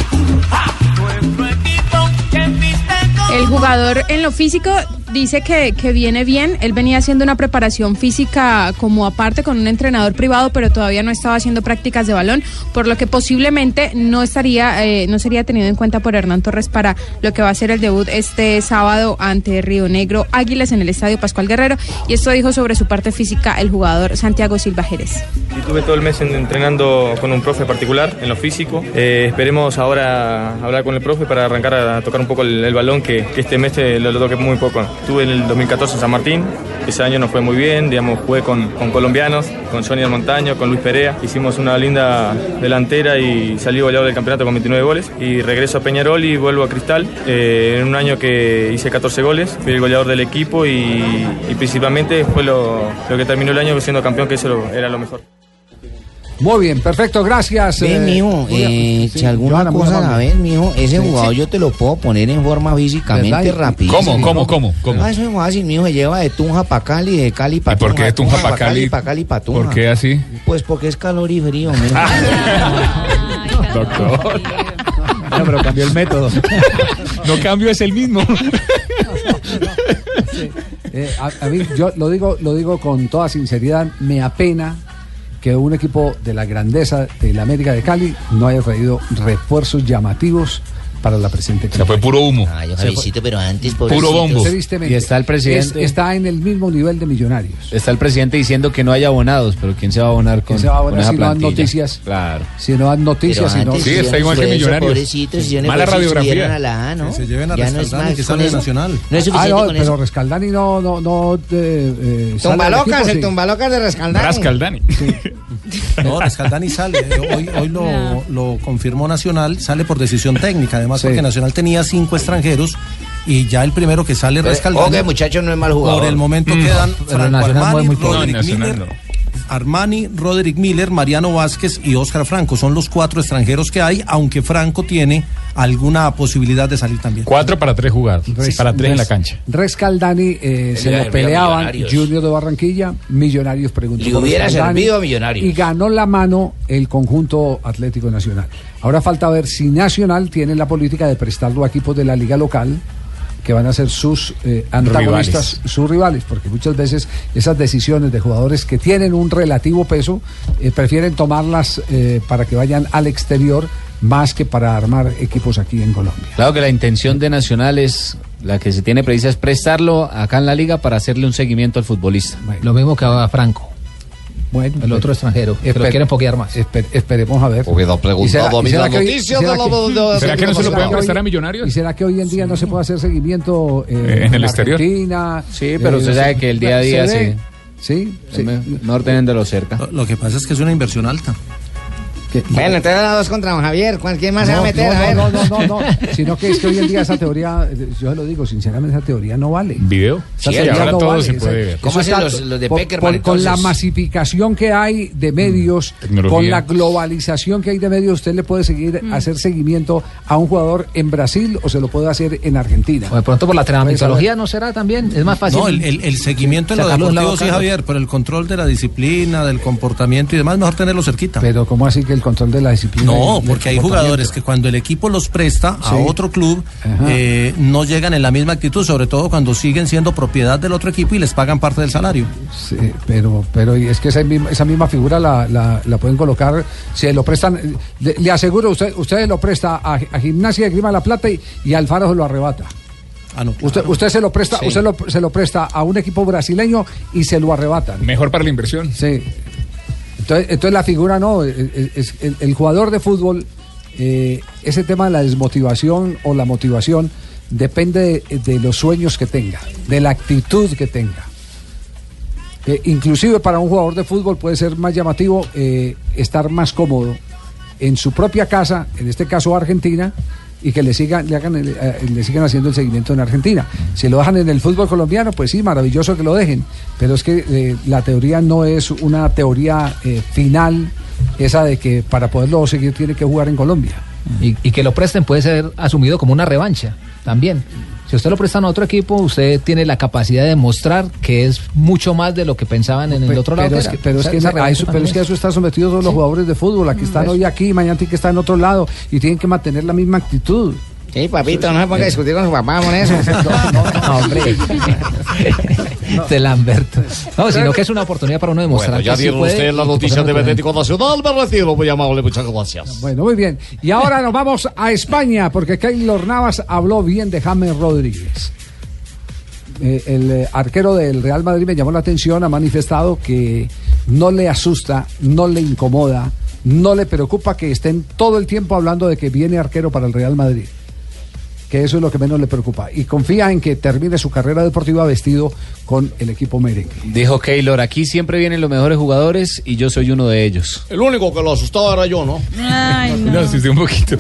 [SPEAKER 30] El jugador en lo físico dice que, que viene bien. Él venía haciendo una preparación física como aparte con un entrenador privado, pero todavía no estaba haciendo prácticas de balón, por lo que posiblemente no estaría, eh, no sería tenido en cuenta por Hernán Torres para lo que va a ser el debut este sábado ante Río Negro Águilas en el Estadio Pascual Guerrero. Y esto dijo sobre su parte física el jugador Santiago Silva Jerez.
[SPEAKER 4] Y tuve todo el mes en- entrenando con un profe particular en lo físico. Eh, esperemos ahora hablar con el profe para arrancar a tocar un poco el, el balón que, que este mes eh, lo, lo toqué muy poco. Estuve en el 2014 en San Martín, ese año nos fue muy bien, digamos, jugué con, con colombianos, con Johnny Montaño, con Luis Perea. Hicimos una linda delantera y salí goleador del campeonato con 29 goles. Y regreso a Peñarol y vuelvo a Cristal eh, en un año que hice 14 goles, fui el goleador del equipo y, y principalmente fue lo, lo que terminó el año siendo campeón, que eso lo- era lo mejor.
[SPEAKER 11] Muy bien, perfecto, gracias.
[SPEAKER 7] Ve,
[SPEAKER 11] eh,
[SPEAKER 7] mijo,
[SPEAKER 11] muy bien.
[SPEAKER 7] eh,
[SPEAKER 11] Sí,
[SPEAKER 7] si alguna
[SPEAKER 11] Johanna, muy
[SPEAKER 7] cosa la
[SPEAKER 11] amable.
[SPEAKER 7] ves, mijo, ese
[SPEAKER 11] Sí,
[SPEAKER 7] jugador
[SPEAKER 11] sí.
[SPEAKER 7] yo te lo puedo poner en forma
[SPEAKER 11] ¿Verdad?
[SPEAKER 7] físicamente
[SPEAKER 11] Y-
[SPEAKER 7] rápido.
[SPEAKER 11] ¿Cómo, cómo, cómo, cómo?
[SPEAKER 7] Ah, eso es fácil, mijo, se lleva de Tunja para Cali, de Cali para
[SPEAKER 14] ¿Y por qué de Tunja pa' Cali?
[SPEAKER 7] para Cali para Tunja.
[SPEAKER 14] ¿Por qué así?
[SPEAKER 7] Pues porque es calor y frío, mijo.
[SPEAKER 14] Doctor.
[SPEAKER 2] No, pero cambió el método.
[SPEAKER 14] No cambio, es el mismo.
[SPEAKER 11] Eh, a, a mí, yo lo digo, lo digo con toda sinceridad, me apena que un equipo de la grandeza de la América de Cali no haya traído refuerzos llamativos para la presente campaña.
[SPEAKER 14] fue puro humo.
[SPEAKER 11] Se fue-
[SPEAKER 7] Ah, Javiercito, pero antes,
[SPEAKER 2] Puro bombo.
[SPEAKER 11] Tristemente.
[SPEAKER 2] Y está el presidente.
[SPEAKER 11] Es- está en el mismo nivel de millonarios.
[SPEAKER 2] Está el presidente diciendo que no hay abonados, pero ¿quién se va a abonar con,
[SPEAKER 11] se va a abonar
[SPEAKER 2] con esa
[SPEAKER 11] si no dan
[SPEAKER 2] plantilla?
[SPEAKER 11] noticias?
[SPEAKER 2] Claro.
[SPEAKER 11] Si no dan noticias, si no.
[SPEAKER 2] antes Sí, está igual que Millonarios.
[SPEAKER 7] Pobrecitos, si yo no
[SPEAKER 2] Mala
[SPEAKER 7] fuese,
[SPEAKER 2] radiografía.
[SPEAKER 7] estuvieran a la A, ¿no?
[SPEAKER 2] Que se lleven a
[SPEAKER 7] Ya no es
[SPEAKER 2] Rescaldani,
[SPEAKER 7] más,
[SPEAKER 2] que
[SPEAKER 7] con
[SPEAKER 2] sale de
[SPEAKER 7] eso-
[SPEAKER 2] Nacional.
[SPEAKER 7] No es suficiente
[SPEAKER 11] Ah, no,
[SPEAKER 7] con
[SPEAKER 11] pero
[SPEAKER 7] eso.
[SPEAKER 11] Rescaldani no. no, no eh, eh, sale del
[SPEAKER 7] Tumbalocas,
[SPEAKER 11] equipo,
[SPEAKER 7] el
[SPEAKER 11] sí.
[SPEAKER 7] tumbalocas de Rescaldani.
[SPEAKER 2] No, Rescaldani sale. eh, Hoy, hoy lo, lo confirmó Nacional, sale por decisión técnica. Además, porque Nacional tenía cinco extranjeros y ya el primero que sale
[SPEAKER 7] Pero,
[SPEAKER 2] Rescaldani.
[SPEAKER 7] oye, Eh, muchacho, no es mal jugador.
[SPEAKER 2] Por el momento
[SPEAKER 7] Mm.
[SPEAKER 2] quedan
[SPEAKER 7] Pero
[SPEAKER 2] Franco
[SPEAKER 7] Nacional
[SPEAKER 2] Armani,
[SPEAKER 7] mueve muy poco.
[SPEAKER 2] Roderick
[SPEAKER 7] No, Nacional
[SPEAKER 2] Miller, Armani, Roderick Miller, Mariano Vázquez y Óscar Franco son los cuatro extranjeros que hay, aunque Franco tiene alguna posibilidad de salir también.
[SPEAKER 36] Cuatro para tres jugar,
[SPEAKER 11] Res-
[SPEAKER 36] para tres en la
[SPEAKER 11] res-
[SPEAKER 36] cancha.
[SPEAKER 11] Rescaldani eh, se
[SPEAKER 36] día del
[SPEAKER 11] lo
[SPEAKER 36] día
[SPEAKER 11] peleaban
[SPEAKER 36] Millonarios.
[SPEAKER 11] Junior de Barranquilla, Millonarios preguntó.
[SPEAKER 36] Le
[SPEAKER 11] por
[SPEAKER 36] hubiera
[SPEAKER 11] Rescaldani,
[SPEAKER 36] servido a Millonarios.
[SPEAKER 11] Y ganó la mano el conjunto Atlético Nacional. Ahora falta ver si Nacional tiene la política de prestarlo a equipos de la liga local que van a ser sus eh, antagonistas, sus rivales, porque muchas veces esas decisiones de jugadores que tienen un relativo peso eh, prefieren tomarlas eh, para que vayan al exterior más que para armar equipos aquí en Colombia.
[SPEAKER 2] Claro que la intención de Nacional es la que se tiene precisa es prestarlo acá en la liga para hacerle un seguimiento al futbolista.
[SPEAKER 12] Lo mismo que haga Franco.
[SPEAKER 11] Bueno,
[SPEAKER 12] el otro extranjero, que lo
[SPEAKER 2] esper-
[SPEAKER 12] quieren poquear más.
[SPEAKER 11] esperemos a ver.
[SPEAKER 12] preguntado a mí la noticia de lo- de- de- ¿Será que no se lo pueden
[SPEAKER 11] hoy-
[SPEAKER 12] prestar
[SPEAKER 14] a Millonarios?
[SPEAKER 11] ¿Y será que hoy en día no se puede hacer seguimiento eh,
[SPEAKER 2] Eh, en el exterior.
[SPEAKER 11] Argentina?
[SPEAKER 2] Sí, pero Eh, usted sabe que el día a
[SPEAKER 11] se
[SPEAKER 2] día
[SPEAKER 11] ve. Sí,
[SPEAKER 2] sí. Mejor teniéndolo cerca. Lo que pasa es que es una inversión alta.
[SPEAKER 7] Bueno, entonces la dos contra don Javier. ¿Cuál- ¿Quién más se va a
[SPEAKER 11] No,
[SPEAKER 7] meter?
[SPEAKER 11] no,
[SPEAKER 7] a ver.
[SPEAKER 11] no, no, no, no, sino que es que hoy en día esa teoría, eh, yo lo digo sinceramente, esa teoría no vale.
[SPEAKER 14] ¿Video?
[SPEAKER 11] Esa
[SPEAKER 14] Sí,
[SPEAKER 11] teoría
[SPEAKER 14] ahora
[SPEAKER 11] no
[SPEAKER 14] todo
[SPEAKER 11] vale,
[SPEAKER 14] se
[SPEAKER 11] esa-
[SPEAKER 14] puede ver.
[SPEAKER 11] eso
[SPEAKER 14] ¿Cómo hacen
[SPEAKER 11] está-
[SPEAKER 14] los- los de
[SPEAKER 11] por-
[SPEAKER 14] Peckerman,
[SPEAKER 11] por- Con la
[SPEAKER 14] entonces?
[SPEAKER 11] masificación que hay de medios,
[SPEAKER 14] tecnología.
[SPEAKER 11] con la globalización que hay de medios, usted le puede seguir
[SPEAKER 12] Mm.
[SPEAKER 11] hacer seguimiento a un jugador en Brasil o se lo puede hacer en Argentina.
[SPEAKER 12] O de pronto por la
[SPEAKER 11] Puede
[SPEAKER 12] tramitología no será también, es más fácil.
[SPEAKER 2] No, el, el- el seguimiento en lo
[SPEAKER 12] Sacarlo de un lado
[SPEAKER 2] deportivo sí,
[SPEAKER 12] a otro.
[SPEAKER 2] Javier, pero el control de la disciplina, del comportamiento y demás, mejor tenerlo cerquita.
[SPEAKER 11] Pero ¿cómo así que el control de la disciplina? y
[SPEAKER 2] No,
[SPEAKER 11] el
[SPEAKER 2] porque hay
[SPEAKER 11] comportamiento?
[SPEAKER 2] jugadores que cuando el equipo los presta a
[SPEAKER 11] Sí.
[SPEAKER 2] otro club,
[SPEAKER 11] Ajá.
[SPEAKER 2] eh, no llegan en la misma actitud, sobre todo cuando siguen siendo propiedad del otro equipo y les pagan parte del salario.
[SPEAKER 11] Sí, pero, pero y es que esa misma, esa misma figura la, la, la pueden colocar, se lo prestan, eh, le, le aseguro, usted, usted lo presta a, a Gimnasia de Grima de La Plata y, y Alfaro se lo arrebata. usted, usted se lo presta,
[SPEAKER 14] Ah, Sí.
[SPEAKER 11] usted lo- se lo presta a un equipo brasileño y se lo arrebatan.
[SPEAKER 14] Mejor para la inversión.
[SPEAKER 11] Sí. Entonces, entonces la figura no, eh, eh, es, el, el jugador de fútbol, eh, ese tema de la desmotivación o la motivación depende de, de los sueños que tenga, de la actitud que tenga. Eh, inclusive para un jugador de fútbol puede ser más llamativo eh, estar más cómodo en su propia casa, en este caso Argentina, y que le sigan, le, hagan el, eh, le sigan haciendo el seguimiento en Argentina. Si lo dejan en el fútbol colombiano, pues sí, maravilloso que lo dejen. Pero es que eh, la teoría no es una teoría eh, final, esa de que para poderlo seguir tiene que jugar en Colombia.
[SPEAKER 12] Y, y que lo presten puede ser asumido como una revancha también. Si usted lo prestan a otro equipo, usted tiene la capacidad de demostrar que es mucho más de lo que pensaban en el otro lado.
[SPEAKER 11] Pero es
[SPEAKER 12] era.
[SPEAKER 11] que, pero
[SPEAKER 12] O
[SPEAKER 11] es
[SPEAKER 12] sea,
[SPEAKER 11] que
[SPEAKER 12] esa
[SPEAKER 11] a
[SPEAKER 12] revancha
[SPEAKER 11] eso, pero
[SPEAKER 12] también Mm, pues.
[SPEAKER 11] es que a eso están sometidos todos los jugadores de fútbol. Aquí están hoy aquí, mañana tienen que estar en otro lado y tienen que mantener la misma actitud.
[SPEAKER 7] Sí, papito, no se ponga a discutir con su papá con eso.
[SPEAKER 12] No, hombre. De Lamberto. No, sino que es una oportunidad para uno demostrar
[SPEAKER 21] Bueno, ya
[SPEAKER 12] que sí
[SPEAKER 21] dieron
[SPEAKER 12] puede
[SPEAKER 21] ustedes las
[SPEAKER 12] y que
[SPEAKER 21] noticias de
[SPEAKER 12] pasaron por
[SPEAKER 21] Atlético Nacional. Me retiro, muy amable, muchas gracias.
[SPEAKER 11] Bueno, muy bien. Y ahora nos vamos a España, porque Keylor Navas habló bien de James Rodríguez. Eh, el eh, arquero del Real Madrid me llamó la atención, ha manifestado que no le asusta, no le incomoda, no le preocupa que estén todo el tiempo hablando de que viene arquero para el Real Madrid. Que eso es lo que menos le preocupa. Y confía en que termine su carrera deportiva vestido con el equipo merengue.
[SPEAKER 37] Dijo Keylor, aquí siempre vienen los mejores jugadores y yo soy uno de ellos.
[SPEAKER 21] El único que lo asustaba era yo, ¿no?
[SPEAKER 15] Ay,
[SPEAKER 37] no. No,
[SPEAKER 38] un poquito.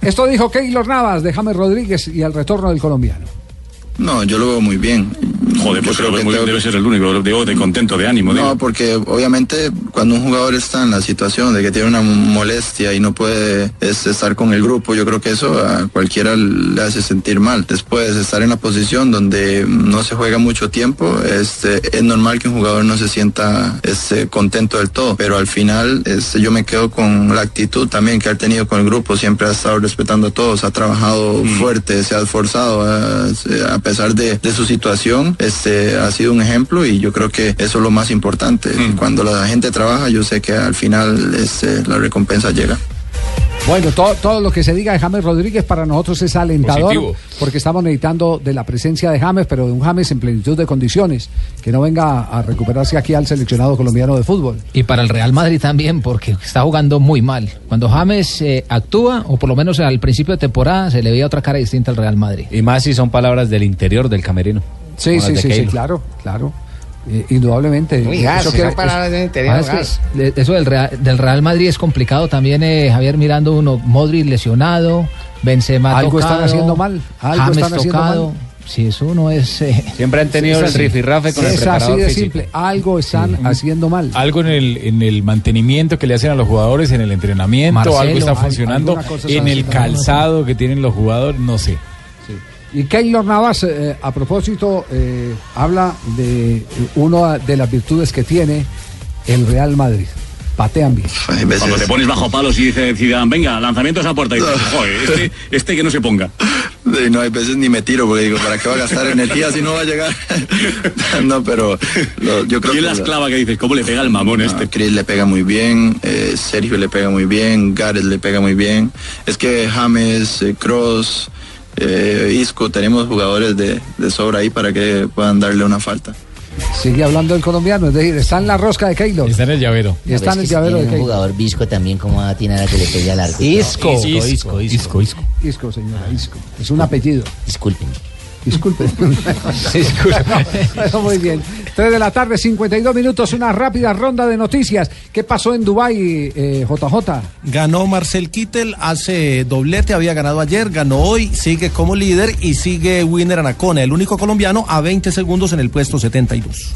[SPEAKER 11] Esto dijo Keylor Navas de James Rodríguez y al retorno del colombiano.
[SPEAKER 18] No, yo lo veo muy bien.
[SPEAKER 5] Joder, pues creo que muy- debe ser el único, lo digo, de contento, de ánimo.
[SPEAKER 18] No,
[SPEAKER 5] digo.
[SPEAKER 18] porque obviamente cuando un jugador está en la situación de que tiene una molestia y no puede es, estar con el grupo, yo creo que eso a cualquiera le hace sentir mal. Después, estar en la posición donde no se juega mucho tiempo, este, es normal que un jugador no se sienta este, contento del todo, pero al final este, yo me quedo con la actitud también que ha tenido con el grupo, siempre ha estado respetando a todos, ha trabajado fuerte, se ha esforzado, ha- se- a pesar de, de su situación, este, ha sido un ejemplo y yo creo que eso es lo más importante. Cuando la gente trabaja, yo sé que al final este, la recompensa llega.
[SPEAKER 11] Bueno, todo, todo lo que se diga de James Rodríguez para nosotros es alentador
[SPEAKER 18] Positivo.
[SPEAKER 11] porque estamos necesitando de la presencia de James, pero de un James en plenitud de condiciones, que no venga a recuperarse aquí al seleccionado colombiano de fútbol.
[SPEAKER 12] Y para el Real Madrid también, porque está jugando muy mal. Cuando James eh, actúa, o por lo menos al principio de temporada, se le veía otra cara distinta al Real Madrid.
[SPEAKER 37] Y más si son palabras del interior del camerino.
[SPEAKER 11] Sí,
[SPEAKER 37] Como las
[SPEAKER 11] sí,
[SPEAKER 37] de
[SPEAKER 11] sí, sí,
[SPEAKER 37] Keylor.
[SPEAKER 11] claro, claro. Eh, indudablemente.
[SPEAKER 37] Uy, gas,
[SPEAKER 11] que-
[SPEAKER 12] esas palabras
[SPEAKER 7] del interior,
[SPEAKER 12] Ah, es que
[SPEAKER 7] gas.
[SPEAKER 12] de- eso del Real, del Real Madrid es complicado también, eh, Javier, mirando uno, Modric lesionado, Benzema
[SPEAKER 11] Algo
[SPEAKER 12] tocado,
[SPEAKER 11] están haciendo mal, algo
[SPEAKER 12] James
[SPEAKER 11] están haciendo
[SPEAKER 12] tocado.
[SPEAKER 11] mal.
[SPEAKER 12] Si eso no es... eh,
[SPEAKER 37] Siempre han tenido
[SPEAKER 12] es
[SPEAKER 37] el
[SPEAKER 12] así.
[SPEAKER 37] rifirrafe
[SPEAKER 12] Sí,
[SPEAKER 11] es
[SPEAKER 12] es
[SPEAKER 11] así de
[SPEAKER 12] físico.
[SPEAKER 11] simple. Algo están haciendo mal.
[SPEAKER 8] Algo en el, en el mantenimiento que le hacen a los jugadores, en el entrenamiento,
[SPEAKER 11] Marcelo,
[SPEAKER 8] algo está
[SPEAKER 11] al-
[SPEAKER 8] funcionando,
[SPEAKER 11] alguna cosa
[SPEAKER 8] en
[SPEAKER 11] están
[SPEAKER 8] el
[SPEAKER 11] haciendo mal.
[SPEAKER 8] calzado que tienen los jugadores, no sé.
[SPEAKER 11] Y Keylor Navas, eh, a propósito, eh, habla de eh, una de las virtudes que tiene el Real Madrid. Patean bien.
[SPEAKER 5] Cuando te pones bajo palos y dice Zidane, venga, lanzamientos a puerta. Y dices, joder, este, este que no se ponga.
[SPEAKER 18] Y no hay veces ni me tiro porque digo, ¿para qué va a gastar energía si no va a llegar? no, pero lo- yo creo
[SPEAKER 5] Y
[SPEAKER 18] que...
[SPEAKER 5] él la esclava que dices, ¿cómo le pega el mamón
[SPEAKER 18] No,
[SPEAKER 5] este?
[SPEAKER 18] Chris le pega muy bien, eh, Sergio le pega muy bien, Gareth le pega muy bien. Es que James, eh, Cross, eh, Isco, tenemos jugadores de, de sobra ahí para que puedan darle una falta.
[SPEAKER 11] Sigue hablando el colombiano, es decir, está en la rosca de Keylor. Está
[SPEAKER 8] en el llavero.
[SPEAKER 11] Está en el
[SPEAKER 16] si
[SPEAKER 11] llavero
[SPEAKER 16] tiene
[SPEAKER 11] de
[SPEAKER 16] un
[SPEAKER 11] Keylor.
[SPEAKER 16] jugador visco también, ¿cómo va a atinar a que le pegue al arco?
[SPEAKER 11] Isco. Isco,
[SPEAKER 16] isco,
[SPEAKER 8] isco, isco.
[SPEAKER 11] Isco, señora, Isco. Es un apellido.
[SPEAKER 16] Disculpen.
[SPEAKER 11] Disculpen. Bueno, muy bien. 3 de la tarde, 52 minutos, una rápida ronda de noticias. ¿Qué pasó en Dubái, eh, JJ?
[SPEAKER 2] Ganó Marcel Kittel, hace doblete, había ganado ayer, ganó hoy, sigue como líder y sigue Winner Anacona, el único colombiano a 20 segundos en el puesto 72.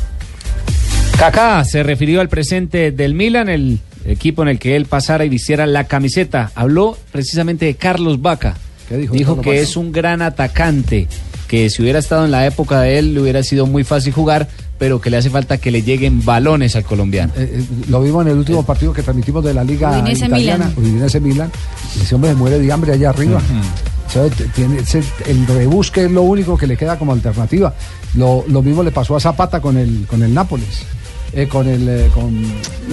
[SPEAKER 13] Kaká se refirió al presente del Milan, el equipo en el que él pasara y vistiera la camiseta. Habló precisamente de Carlos Vaca.
[SPEAKER 11] dijo?
[SPEAKER 13] Dijo
[SPEAKER 11] Carlos
[SPEAKER 13] que
[SPEAKER 11] Bacca?
[SPEAKER 13] es un gran atacante, que si hubiera estado en la época de él le hubiera sido muy fácil jugar, pero que le hace falta que le lleguen balones al colombiano.
[SPEAKER 11] Eh, eh, lo vimos en el último partido que transmitimos de la Liga
[SPEAKER 15] Udinese
[SPEAKER 11] Italiana, Udinese Milan. Ese hombre se muere de hambre allá arriba. O sea, t- tiene ese- el rebusque es lo único que le queda como alternativa. Lo, lo mismo le pasó a Zapata con el, con el Nápoles. Eh, con el. eh, con,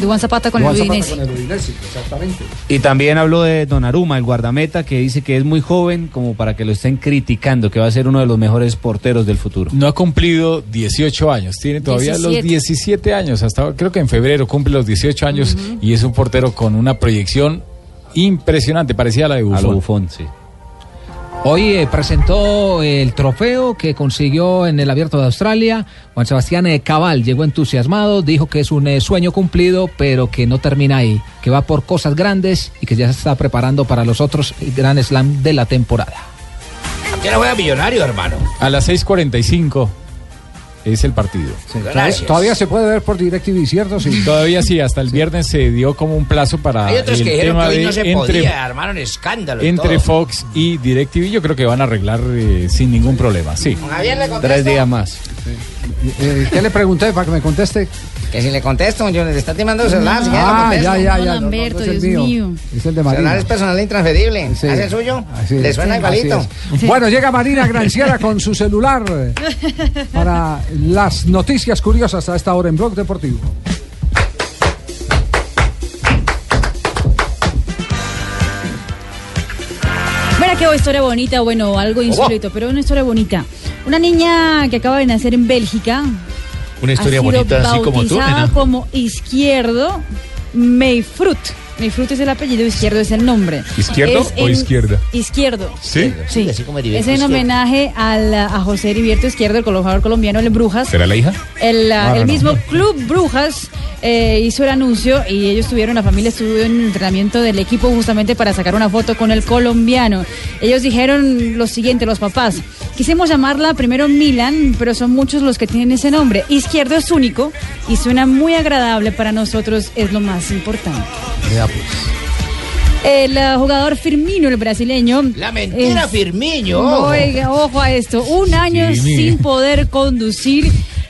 [SPEAKER 15] Duván Zapata con
[SPEAKER 11] Duván
[SPEAKER 15] el
[SPEAKER 11] Zapata
[SPEAKER 15] Udinese.
[SPEAKER 11] con el Udinese, exactamente.
[SPEAKER 13] Y también habló de Donnarumma, el guardameta, que dice que es muy joven como para que lo estén criticando, que va a ser uno de los mejores porteros del futuro.
[SPEAKER 8] No ha cumplido 18 años, tiene todavía los
[SPEAKER 13] 17.
[SPEAKER 8] 17 años, hasta creo que en febrero cumple los 18 años y es un portero con una proyección impresionante, parecía la de Buffon.
[SPEAKER 12] Hoy eh, presentó el trofeo que consiguió en el Abierto de Australia. Juan Sebastián eh, Cabal llegó entusiasmado, dijo que es un eh, sueño cumplido, pero que no termina ahí, que va por cosas grandes y que ya se está preparando para los otros Grand Slam de la temporada.
[SPEAKER 8] Yo no voy a millonario, hermano. A las 6.45 es el partido.
[SPEAKER 11] Todavía, todavía se puede ver por DirecTV, ¿cierto? Sí.
[SPEAKER 8] Todavía sí, hasta el viernes se dio como un plazo para
[SPEAKER 6] Hay otros
[SPEAKER 8] el
[SPEAKER 6] que dijeron que
[SPEAKER 8] tema
[SPEAKER 6] hoy
[SPEAKER 8] de
[SPEAKER 6] no se
[SPEAKER 8] entre,
[SPEAKER 6] podía, armaron escándalo. y
[SPEAKER 8] entre
[SPEAKER 6] todo.
[SPEAKER 8] Fox y DirecTV. Yo creo que van a arreglar eh, sin ningún problema, sí.
[SPEAKER 6] Javier, le contesto.
[SPEAKER 8] más.
[SPEAKER 11] Eh, ¿Qué le pregunté para que me conteste?
[SPEAKER 7] Que si le contesto, yo le está timando el celular. si ya le
[SPEAKER 11] ah,
[SPEAKER 7] contesto.
[SPEAKER 11] ya, ya, ya. no, no, no es el mío. Es el de
[SPEAKER 7] El celular
[SPEAKER 11] Marina.
[SPEAKER 7] es personal e intransferible.
[SPEAKER 11] Sí.
[SPEAKER 7] ¿Hace el suyo?
[SPEAKER 11] Así
[SPEAKER 7] Le
[SPEAKER 11] es.
[SPEAKER 7] suena
[SPEAKER 11] Sí,
[SPEAKER 7] igualito.
[SPEAKER 11] así es. Bueno, llega Marina Granciera con su celular para las noticias curiosas a esta hora en Blog Deportivo.
[SPEAKER 15] Mira qué historia bonita, bueno, algo insólito, pero una historia bonita. Una niña que acaba de nacer en Bélgica
[SPEAKER 16] Una historia
[SPEAKER 15] ha sido
[SPEAKER 16] bonita, así como tú,
[SPEAKER 15] bautizada
[SPEAKER 16] nena.
[SPEAKER 15] como Izquierdo Mayfrut. Mayfrut es el apellido, Izquierdo es el nombre.
[SPEAKER 14] ¿Izquierdo
[SPEAKER 15] Es
[SPEAKER 14] o
[SPEAKER 15] en-
[SPEAKER 14] izquierda?
[SPEAKER 15] Izquierdo.
[SPEAKER 14] Sí.
[SPEAKER 15] Sí.
[SPEAKER 21] Así como
[SPEAKER 15] Es en homenaje al, a José Heriberto Izquierdo, el jugador colombiano, el Brujas.
[SPEAKER 16] ¿Será la hija?
[SPEAKER 15] El, ah,
[SPEAKER 16] No, no,
[SPEAKER 15] el
[SPEAKER 16] no.
[SPEAKER 15] mismo Club Brujas eh, hizo el anuncio y ellos tuvieron, la familia estuvo en el entrenamiento del equipo justamente para sacar una foto con el colombiano. Ellos dijeron lo siguiente, los papás, quisimos llamarla primero Milan, pero son muchos los que tienen ese nombre. Izquierdo es único y suena muy agradable para nosotros, es lo más importante. El eh, jugador Firmino, el brasileño. La
[SPEAKER 21] mentira, Firmino.
[SPEAKER 15] Oiga, ojo a esto. Un año
[SPEAKER 21] Sí, mire.
[SPEAKER 15] sin poder conducir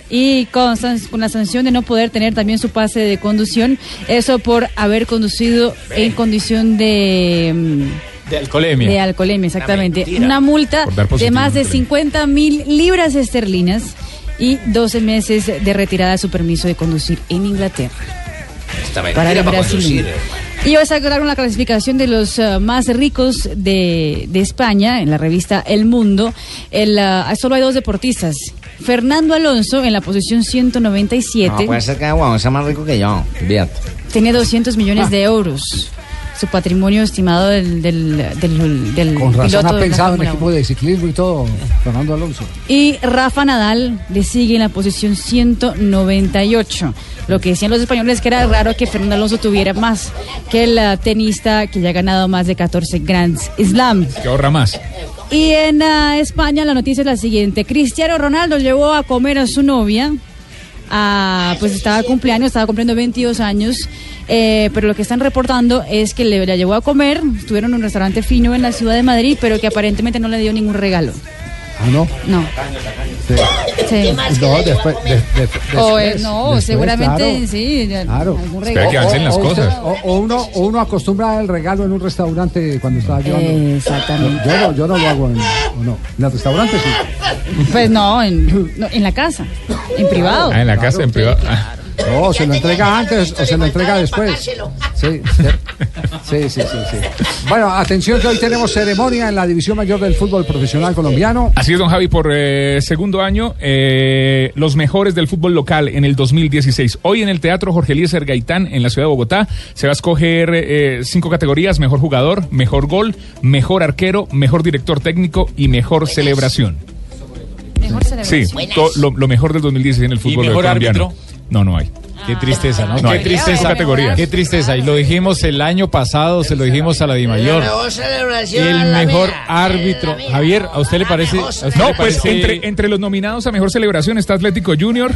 [SPEAKER 15] y con, san- con la sanción de no poder tener también su pase de conducción. Eso por haber conducido en condición de. mm,
[SPEAKER 8] De alcoholemia.
[SPEAKER 15] de alcoholemia, exactamente.
[SPEAKER 8] mentira.
[SPEAKER 15] Una multa
[SPEAKER 8] Por dar
[SPEAKER 15] de
[SPEAKER 8] positivo,
[SPEAKER 15] más de
[SPEAKER 8] creo.
[SPEAKER 15] 50 mil libras esterlinas y 12 meses de retirada de su permiso de conducir en Inglaterra.
[SPEAKER 21] Esta
[SPEAKER 15] Para el
[SPEAKER 21] mentira para
[SPEAKER 15] brasileño.
[SPEAKER 21] conducir.
[SPEAKER 15] Y hoy sacaron la clasificación de los eh, más ricos de, de España en la revista El Mundo. El, ah, solo hay dos deportistas. Fernando Alonso en la posición 197
[SPEAKER 7] No,
[SPEAKER 11] pues.
[SPEAKER 7] puede ser que guau, sea más rico que yo. Fíjate.
[SPEAKER 15] tiene 200
[SPEAKER 11] Ah.
[SPEAKER 15] millones de euros. Su patrimonio estimado del, del, del, del
[SPEAKER 11] Con razón
[SPEAKER 15] piloto
[SPEAKER 11] ha
[SPEAKER 15] de la
[SPEAKER 11] pensado en
[SPEAKER 15] Fórmula
[SPEAKER 11] equipo de ciclismo y todo, Fernando Alonso.
[SPEAKER 15] y Rafa Nadal le sigue en la posición 198. Lo que decían los españoles que era raro que Fernando Alonso tuviera más que el ah, tenista que ya ha ganado más de 14 Grand Slam.
[SPEAKER 14] Que ahorra más.
[SPEAKER 15] Y en ah, España la noticia es la siguiente. Cristiano Ronaldo llevó a comer a su novia. a- pues estaba cumpleaños, estaba cumpliendo 22 años. eh, pero lo que están reportando es que le, la llevó a comer. Estuvieron en un restaurante fino en la ciudad de Madrid, pero que aparentemente no le dio ningún regalo.
[SPEAKER 11] Ah, no.
[SPEAKER 15] No.
[SPEAKER 11] Sí.
[SPEAKER 15] Sí.
[SPEAKER 11] No, después, de- de-
[SPEAKER 15] O, eh,
[SPEAKER 11] después,
[SPEAKER 15] no,
[SPEAKER 11] después,
[SPEAKER 15] seguramente
[SPEAKER 11] claro.
[SPEAKER 15] sí. ya-
[SPEAKER 11] Claro. Oh,
[SPEAKER 15] algún
[SPEAKER 14] Espera
[SPEAKER 15] regalo.
[SPEAKER 14] que avancen las
[SPEAKER 11] O usted-
[SPEAKER 14] cosas.
[SPEAKER 11] o- o uno, o uno acostumbra el regalo en un restaurante cuando está llevando.
[SPEAKER 15] Exactamente.
[SPEAKER 11] Yo, no, yo no lo hago en, o no. en el restaurante sí.
[SPEAKER 15] Pues no en, no, en la casa, en privado.
[SPEAKER 14] Ah, en la casa, en privado. Ah,
[SPEAKER 11] No, se lo entrega antes o se lo entrega después. Sí, sí, sí, sí, sí. Bueno, atención que hoy tenemos ceremonia en la división mayor del fútbol profesional colombiano.
[SPEAKER 14] Así es, don Javi, por eh, segundo año, eh, los mejores del fútbol local en el 2016. Hoy en el Teatro Jorge Eliezer Gaitán, en la ciudad de Bogotá, se va a escoger eh, cinco categorías, mejor jugador, mejor gol, mejor arquero, mejor director técnico y mejor celebración.
[SPEAKER 15] Mejor
[SPEAKER 14] Sí,
[SPEAKER 15] celebración.
[SPEAKER 14] to- lo, lo mejor del 2016 en el fútbol
[SPEAKER 8] mejor
[SPEAKER 14] colombiano.
[SPEAKER 8] árbitro?
[SPEAKER 14] No, no hay.
[SPEAKER 8] Qué tristeza, ¿no?
[SPEAKER 14] No
[SPEAKER 8] qué
[SPEAKER 14] hay. Son
[SPEAKER 8] tristeza.
[SPEAKER 14] categorías.
[SPEAKER 8] Qué tristeza. Y lo dijimos el año pasado, se lo dijimos a la Di Mayor. El mejor árbitro. Javier, ¿a usted le parece? a usted
[SPEAKER 14] No,
[SPEAKER 8] le
[SPEAKER 14] pues
[SPEAKER 8] parece-
[SPEAKER 14] entre, entre los nominados a mejor celebración está Atlético Junior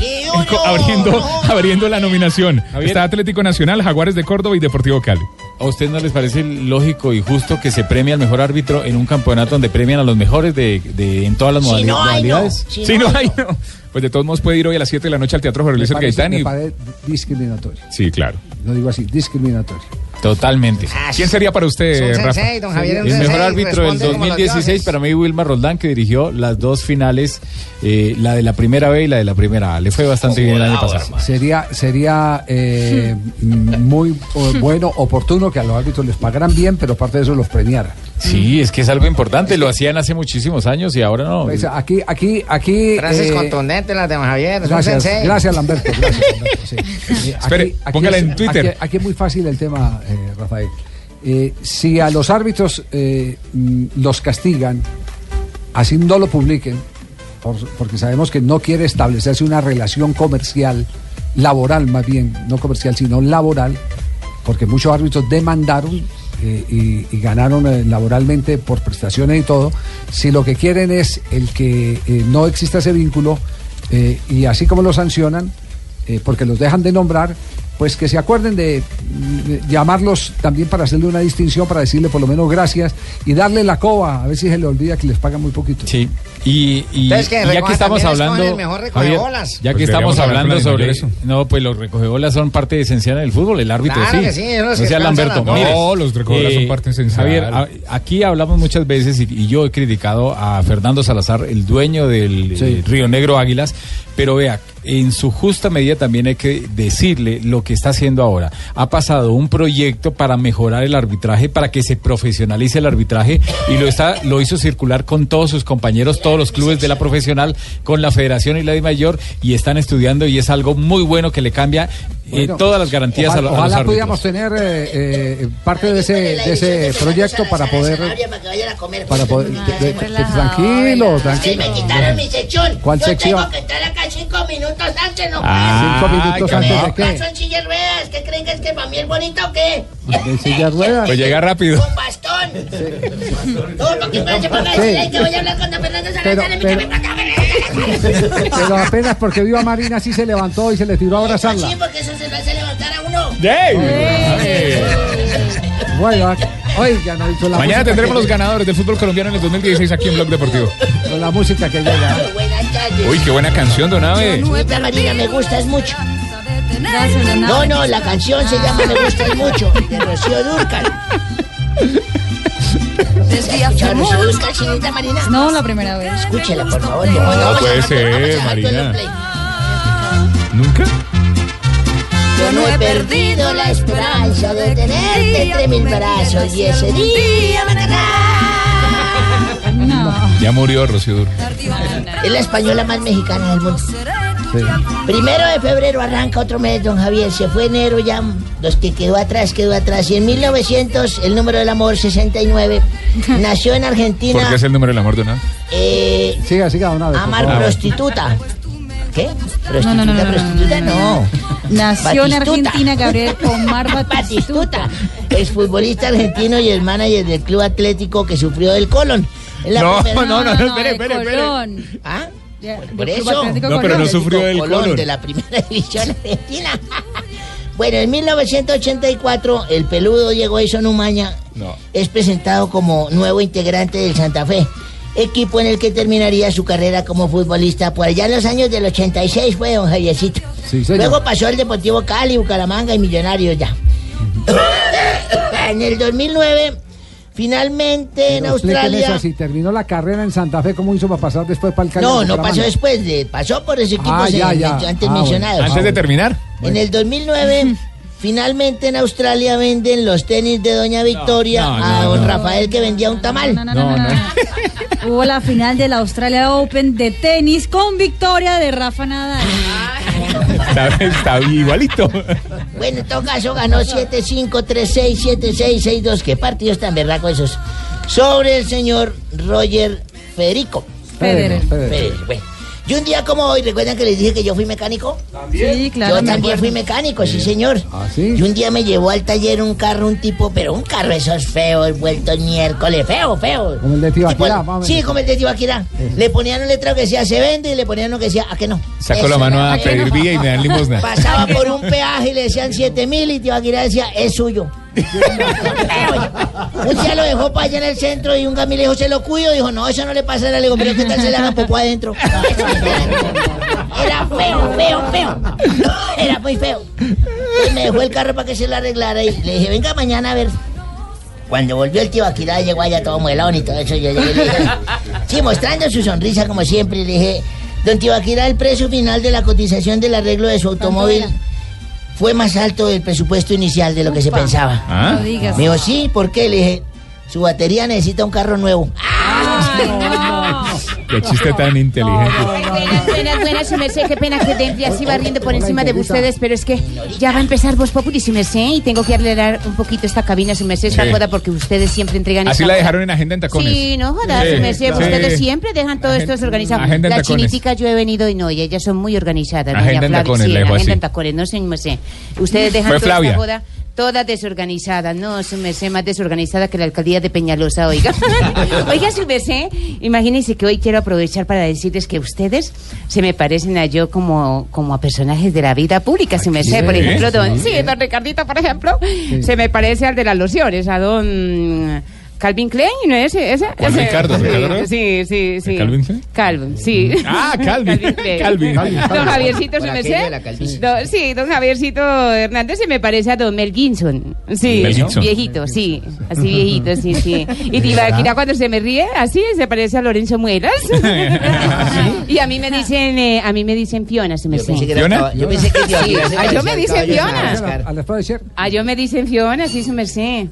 [SPEAKER 14] co- abriendo, abriendo la nominación. Está Atlético Nacional, Jaguares de Córdoba y Deportivo Cali.
[SPEAKER 8] ¿A usted no les parece lógico y justo que se premie al mejor árbitro en un campeonato donde premian a los mejores de, de- en todas las
[SPEAKER 14] Si
[SPEAKER 8] modali-
[SPEAKER 14] no hay, no.
[SPEAKER 8] modalidades?
[SPEAKER 14] Si no hay, no. Pues de todos modos puede ir hoy a las 7 de la noche al Teatro Jorge
[SPEAKER 11] Me
[SPEAKER 14] Luis
[SPEAKER 11] parece,
[SPEAKER 14] Gaitán
[SPEAKER 11] me
[SPEAKER 14] y...
[SPEAKER 11] parece discriminatorio.
[SPEAKER 14] Sí, claro.
[SPEAKER 11] Lo digo así, discriminatorio.
[SPEAKER 8] Totalmente.
[SPEAKER 35] Ah,
[SPEAKER 14] ¿Quién sería para usted, Rafa?
[SPEAKER 8] El mejor árbitro del 2016 para mí Wilmar Roldán que dirigió las dos finales, eh, la de la primera B y la de la primera A. Le fue bastante bien el año pasado.
[SPEAKER 11] Sería, sería eh, m- muy o- bueno, oportuno que a los árbitros les pagaran bien, pero aparte de eso los premiara.
[SPEAKER 8] Sí, es que es algo importante. Lo hacían hace muchísimos años y ahora no.
[SPEAKER 11] Pues aquí, aquí, aquí.
[SPEAKER 8] Frases
[SPEAKER 11] contundentes las de Javier.
[SPEAKER 8] un
[SPEAKER 11] Gracias,
[SPEAKER 8] sensei.
[SPEAKER 11] gracias Lamberto. Gracias, Lamberto, sí. Eh,
[SPEAKER 8] Espere, póngala en Twitter.
[SPEAKER 11] Aquí, aquí es muy fácil el tema, eh, Rafael. Eh, si a los árbitros eh, mm, los castigan, así no lo publiquen, por- porque sabemos que no quiere establecerse una relación comercial, laboral más bien, no comercial, sino laboral, porque muchos árbitros demandaron eh, y, y ganaron eh, laboralmente por prestaciones y todo, si lo que quieren es el que eh, no exista ese vínculo eh, y así como lo sancionan, eh, porque los dejan de nombrar, pues que se acuerden de mm, llamarlos también para hacerle una distinción, para decirle por lo menos gracias y darle la coba, a ver si se le olvida que les pagan muy poquito.
[SPEAKER 8] Sí, y, y-
[SPEAKER 11] Entonces,
[SPEAKER 8] y
[SPEAKER 11] que
[SPEAKER 8] ya
[SPEAKER 11] recoja
[SPEAKER 8] que estamos
[SPEAKER 11] también es con
[SPEAKER 8] hablando,
[SPEAKER 11] el mejor recogebolas.
[SPEAKER 8] ya que
[SPEAKER 11] Pues
[SPEAKER 8] estamos
[SPEAKER 11] deberíamos hablar
[SPEAKER 8] hablando
[SPEAKER 11] con las
[SPEAKER 8] sobre
[SPEAKER 11] mayores.
[SPEAKER 8] eso, no, pues los recogebolas son parte esencial en el fútbol, el árbitro
[SPEAKER 14] Claro
[SPEAKER 8] sí.
[SPEAKER 14] que sí, son los
[SPEAKER 8] no
[SPEAKER 14] que
[SPEAKER 8] sea
[SPEAKER 14] alcanzan
[SPEAKER 8] Lamberto. eh,
[SPEAKER 14] las dos. No, los recogebolas son parte esencial.
[SPEAKER 8] Javier, a- aquí hablamos muchas veces y, y yo he criticado a Fernando Salazar, el dueño del eh, Río Negro Águilas, pero vea, en su justa medida también hay que decirle lo que está haciendo ahora. Ha pasado un proyecto para mejorar el arbitraje, para que se profesionalice el arbitraje y lo está lo hizo circular con todos sus compañeros, todos los clubes de la profesional, con la Federación y la de Mayor y están estudiando y es algo muy bueno que le cambia eh,
[SPEAKER 11] Bueno,
[SPEAKER 8] todas las garantías
[SPEAKER 11] ojalá,
[SPEAKER 8] a, lo- a los
[SPEAKER 11] ojalá
[SPEAKER 8] árbitros.
[SPEAKER 11] pudiéramos tener eh, eh, parte de ese, de ese proyecto para poder... Para poder de- de- tranquilo,
[SPEAKER 16] Sí,
[SPEAKER 11] tranquilo.
[SPEAKER 16] me quitaron mi sección.
[SPEAKER 11] ¿Cuál
[SPEAKER 16] Yo
[SPEAKER 11] sección?
[SPEAKER 16] tengo que entrar acá cinco minutos antes, no
[SPEAKER 11] Ah,
[SPEAKER 16] puedo.
[SPEAKER 11] ¿Cinco minutos
[SPEAKER 16] Yo
[SPEAKER 11] antes
[SPEAKER 16] me
[SPEAKER 11] de qué?
[SPEAKER 16] paso en silla de ruedas. ¿Qué creen que es que para mí es bonito o qué?
[SPEAKER 11] De silla de ruedas.
[SPEAKER 8] Pues llega rápido.
[SPEAKER 16] Con bastón. No, porque me hace para
[SPEAKER 11] Sí.
[SPEAKER 16] decir "Ay, que voy a hablar con don Fernando
[SPEAKER 11] Pero-
[SPEAKER 16] Salazar en mi
[SPEAKER 11] pero-
[SPEAKER 16] cabeza.
[SPEAKER 11] Pero apenas porque vio a Marina sí se levantó y se le tiró a abrazarla.
[SPEAKER 16] Sí, porque eso se lo hace levantar a uno.
[SPEAKER 11] Bueno, hoy ya no hizo la
[SPEAKER 14] Mañana
[SPEAKER 11] música
[SPEAKER 14] tendremos
[SPEAKER 11] que-
[SPEAKER 14] los ganadores del fútbol colombiano en el 2016 aquí en Blog Deportivo.
[SPEAKER 11] Con la música que llega.
[SPEAKER 16] Buenas tardes.
[SPEAKER 14] Uy, qué buena canción, Don Ave.
[SPEAKER 16] Esta Marina me gustas mucho. No, no, la canción se llama Me gustas mucho, de Rocío Durcal.
[SPEAKER 15] Desde hace
[SPEAKER 16] ¿Ya Rocío
[SPEAKER 15] mucho.
[SPEAKER 16] Dúrcal, señorita Marina?
[SPEAKER 15] No, la primera vez.
[SPEAKER 16] Escúchela, por favor.
[SPEAKER 14] No puede ser, Marina. ¿Nunca?
[SPEAKER 16] Yo no he perdido la esperanza de tenerte entre mis brazos y ese día vendrá.
[SPEAKER 14] Ya murió Rocío Duro.
[SPEAKER 16] Es la española más mexicana del mundo. Primero de febrero arranca otro mes, don Javier. Se fue enero ya. Los que quedó atrás, quedó atrás. Y en 1900, el número del amor 69, nació en Argentina.
[SPEAKER 14] ¿Por qué es el número del amor de una?
[SPEAKER 16] Eh,
[SPEAKER 11] siga, siga, una vez.
[SPEAKER 16] Amar
[SPEAKER 14] por favor.
[SPEAKER 16] prostituta. ¿Qué? Prostituta,
[SPEAKER 15] No, no, no, no, no,
[SPEAKER 16] prostituta, no.
[SPEAKER 15] Nació en
[SPEAKER 16] Batistuta.
[SPEAKER 15] Argentina, Gabriel Omar
[SPEAKER 16] Batistuta. Es futbolista argentino y el manager del club atlético que sufrió del colon. Es la
[SPEAKER 14] No,
[SPEAKER 16] primera-
[SPEAKER 14] no, no, no, espere, espere, espere.
[SPEAKER 15] Colón.
[SPEAKER 16] ¿Ah?
[SPEAKER 15] Por
[SPEAKER 16] Por eso.
[SPEAKER 14] No, pero no sufrió del
[SPEAKER 16] Colón,
[SPEAKER 14] colon.
[SPEAKER 16] De la primera división argentina. bueno, en 1984, el peludo Diego Edson Umaña
[SPEAKER 14] No.
[SPEAKER 16] es presentado como nuevo integrante del Santa Fe, equipo en el que terminaría su carrera como futbolista por allá en los años del 86 fue don Javiercito. Luego pasó al Deportivo Cali, Bucaramanga y Millonarios ya. en el 2009, finalmente en
[SPEAKER 11] Pero explíqueme
[SPEAKER 16] Australia...
[SPEAKER 11] eso, si terminó la carrera en Santa Fe, ¿cómo hizo para pasar después para el Cali?
[SPEAKER 16] No, no
[SPEAKER 11] Bucaramanga?
[SPEAKER 16] pasó después, de- pasó por ese equipo
[SPEAKER 11] Ah,
[SPEAKER 16] se-
[SPEAKER 11] ya, ya.
[SPEAKER 16] antes
[SPEAKER 11] Ah, bueno.
[SPEAKER 16] mencionado.
[SPEAKER 11] Antes de
[SPEAKER 14] terminar.
[SPEAKER 16] En el 2009, finalmente en Australia venden los tenis de Doña Victoria
[SPEAKER 15] no,
[SPEAKER 16] a
[SPEAKER 15] no,
[SPEAKER 16] don
[SPEAKER 15] no.
[SPEAKER 16] Rafael que vendía un tamal.
[SPEAKER 15] Hubo la final de la Australia Open de tenis con victoria de Rafa Nadal.
[SPEAKER 14] Está, está igualito.
[SPEAKER 16] Bueno, en todo caso ganó 7-5, 3-6, 7-6, 6-2. Qué partidos tan berracos esos. Sobre el señor Roger Federico.
[SPEAKER 15] Federer.
[SPEAKER 11] Federer.
[SPEAKER 16] Federer, bueno. Y un día como hoy, ¿recuerdan que les dije que yo fui mecánico?
[SPEAKER 15] Sí, claro,
[SPEAKER 16] Yo
[SPEAKER 15] me
[SPEAKER 16] también
[SPEAKER 15] acuerdo.
[SPEAKER 16] fui mecánico, sí, señor.
[SPEAKER 11] Ah,
[SPEAKER 16] Y un día me llevó al taller un carro, un tipo, pero un carro esos feos, vueltos miércoles, feo, feo.
[SPEAKER 11] Como el de Tibaquirá, más o menos.
[SPEAKER 16] Sí, como el de Tibaquirá. Le ponían un letrero que decía se vende y le ponían uno que decía a que no.
[SPEAKER 14] Saco la
[SPEAKER 16] Eso,
[SPEAKER 14] mano a
[SPEAKER 16] que no.
[SPEAKER 14] pedir vía y me dan limosna.
[SPEAKER 16] Pasaba por un peaje y le decían 7 mil y Tibaquirá decía, es suyo. un día lo dejó para allá en el centro y un gamilejo se lo cuido. Dijo, no, eso no le pasa nada. Le digo, pero ¿qué tal se le haga popó adentro? Era feo, feo, feo. Era muy feo. Entonces me dejó el carro para que se lo arreglara y le dije, venga mañana a ver. Cuando volvió el Tibaquirá llegó allá todo muelón y todo eso. Yo llegué y le dije, sí, mostrando su sonrisa como siempre, le dije, don Tibaquirá, el precio final de la cotización del arreglo de su automóvil fue más alto del presupuesto inicial de lo que se pensaba.
[SPEAKER 14] Ah.
[SPEAKER 15] No digas.
[SPEAKER 16] Me dijo, sí, ¿por qué? Le dije, su batería necesita un carro nuevo.
[SPEAKER 14] Qué chiste tan inteligente.
[SPEAKER 35] Buenas, buenas, buenas, su merced. Qué pena que Dempli así barriendo por encima de ustedes, pero es que ya va a empezar Voz Populi, su merced, y tengo que arreglar un poquito esta cabina, su merced, esta
[SPEAKER 14] Sí.
[SPEAKER 35] joda, porque ustedes siempre entregan
[SPEAKER 14] Así
[SPEAKER 35] esta
[SPEAKER 14] la
[SPEAKER 35] joda.
[SPEAKER 14] dejaron en agenda en tacones.
[SPEAKER 35] Sí, no jodas,
[SPEAKER 14] Sí,
[SPEAKER 35] su merced,
[SPEAKER 14] claro.
[SPEAKER 35] ustedes
[SPEAKER 14] Sí.
[SPEAKER 35] siempre dejan todo esto desorganizado.
[SPEAKER 14] agenda en
[SPEAKER 35] la
[SPEAKER 14] tacones.
[SPEAKER 35] chinitica yo he venido y no, y ellas son muy organizadas. doña
[SPEAKER 14] Agenda en
[SPEAKER 35] Flavia,
[SPEAKER 14] tacones,
[SPEAKER 35] sí,
[SPEAKER 14] la dejó
[SPEAKER 35] agenda
[SPEAKER 14] así.
[SPEAKER 35] en tacones, no, su merced. Ustedes dejan
[SPEAKER 14] Fue
[SPEAKER 35] toda
[SPEAKER 14] Flavia.
[SPEAKER 35] esta joda Toda desorganizada, no, su merced más desorganizada que la alcaldía de Peñalosa, oiga. oiga, su merced, imagínense que hoy quiero aprovechar para decirles que ustedes se me parecen a yo como, como a personajes de la vida pública, su merced. Por
[SPEAKER 34] sí,
[SPEAKER 35] ejemplo, don,
[SPEAKER 34] sí.
[SPEAKER 35] sí, don Ricardito, por ejemplo, se me parece al de las lociones, a don Calvin Klein, ¿no es ese? ese?
[SPEAKER 14] Juan
[SPEAKER 35] Ese-
[SPEAKER 14] Ricardo,
[SPEAKER 35] sí,
[SPEAKER 14] Ricardo.
[SPEAKER 35] Sí, sí, sí.
[SPEAKER 14] ¿Calvin Klein?
[SPEAKER 35] Calvin, sí.
[SPEAKER 14] Ah, Calvin.
[SPEAKER 35] Klein.
[SPEAKER 14] Calvin.
[SPEAKER 35] Don Javiercito
[SPEAKER 14] Por
[SPEAKER 35] se me
[SPEAKER 14] aquello
[SPEAKER 35] sé.
[SPEAKER 14] de la calvicie.
[SPEAKER 35] Don- Sí, don Javiercito Hernández se me parece a don Mel Gibson. Sí,
[SPEAKER 10] Mel Gibson.
[SPEAKER 35] viejito, sí. Así viejito, sí, sí. Y
[SPEAKER 10] ¿Verdad?
[SPEAKER 35] Tibaquira cuando se me ríe, así se parece a Lorenzo Muelas.
[SPEAKER 16] eh.
[SPEAKER 35] Y a mí me dicen, eh, a mí me dicen Fiona, se me sé.
[SPEAKER 16] que era ¿Fiona? caba- yo pensé que Fiona
[SPEAKER 35] Sí,
[SPEAKER 16] se parecía
[SPEAKER 35] a yo me
[SPEAKER 16] al
[SPEAKER 35] dicen
[SPEAKER 16] caballo de
[SPEAKER 35] Fiona.
[SPEAKER 16] Madagascar.
[SPEAKER 11] A la espada de Cher.
[SPEAKER 35] A yo me dicen Fiona, sí, se me sé.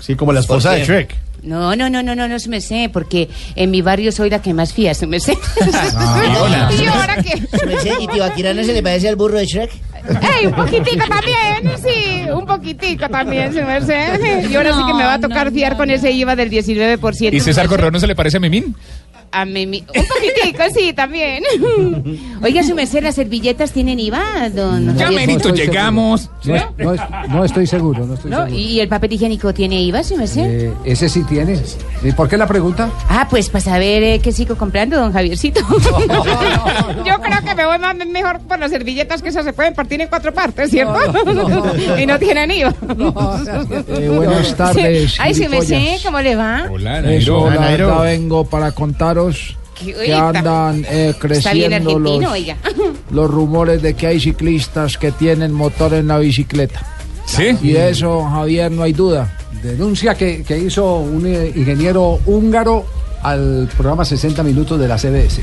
[SPEAKER 20] Sí, como la esposa de Shrek.
[SPEAKER 35] No, no, no, no, no, no se me sé, porque en mi barrio soy la que más fía, se me sé.
[SPEAKER 16] hola.
[SPEAKER 35] ¿Y ahora qué?
[SPEAKER 16] Su merced, ¿Y Tibaquirá no se le parece al burro de Shrek?
[SPEAKER 35] ¡Ey, un poquitico también! ¿eh? Sí, un poquitico también, su merced. Y ahora sí que me va a tocar fiar con ese IVA del 19%.
[SPEAKER 14] ¿Y César
[SPEAKER 35] su merced.
[SPEAKER 14] Correo no se le parece a Memín?
[SPEAKER 35] A mí, mi- un poquitico, sí, también. Oiga, su merced, ¿las servilletas tienen IVA, don
[SPEAKER 14] Ya,
[SPEAKER 35] Javier?
[SPEAKER 14] Merito,
[SPEAKER 11] estoy
[SPEAKER 14] llegamos.
[SPEAKER 11] No, es- no es- no estoy seguro, no estoy
[SPEAKER 35] ¿No?
[SPEAKER 11] seguro.
[SPEAKER 35] ¿Y el papel higiénico tiene IVA, su merced?
[SPEAKER 11] Eh, ese sí tiene. ¿Y por qué la pregunta?
[SPEAKER 35] Ah, pues para saber eh, qué sigo comprando, don Javiercito. Yo creo que me voy más mejor por las servilletas que esas se pueden partir en cuatro partes, ¿cierto? y no tienen IVA.
[SPEAKER 24] Eh, buenas tardes.
[SPEAKER 35] Ay, se me sé,
[SPEAKER 24] gilipollas.
[SPEAKER 35] ¿cómo le va?
[SPEAKER 24] Eso, la
[SPEAKER 35] Hola, Nairo.
[SPEAKER 24] verdad vengo para contaros
[SPEAKER 35] Que-
[SPEAKER 24] que
[SPEAKER 35] oiga,
[SPEAKER 24] andan eh,
[SPEAKER 35] Está bien
[SPEAKER 24] creciendo
[SPEAKER 35] argentino,
[SPEAKER 24] los,
[SPEAKER 35] oiga.
[SPEAKER 24] los rumores de que hay ciclistas que tienen motor en la bicicleta.
[SPEAKER 14] Sí.
[SPEAKER 24] Y de eso, Javier, no hay duda.
[SPEAKER 11] Denuncia que, que hizo un eh, ingeniero húngaro al programa 60 Minutos de la CBS.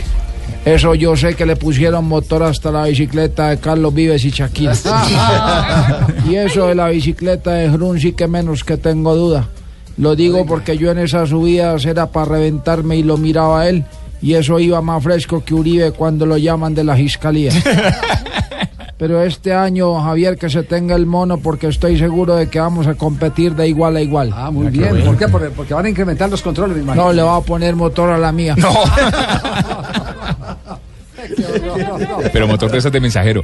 [SPEAKER 24] Eso yo sé que le pusieron motor hasta la bicicleta de Carlos Vives y Shakira. y eso de la bicicleta de Jrun sí que menos que tengo duda. Lo digo porque yo en esas subidas era para reventarme y lo miraba a él. Y eso iba más fresco que Uribe cuando lo llaman de la fiscalía. Pero este año, Javier, que se tenga el mono porque estoy seguro de que vamos a competir de igual a igual. Ah,
[SPEAKER 11] Muy bien, ¿por qué? Porque, porque van a incrementar los controles, me imagino.
[SPEAKER 24] No, le va a poner motor a la mía. No.
[SPEAKER 14] Pero motor de esas de mensajero.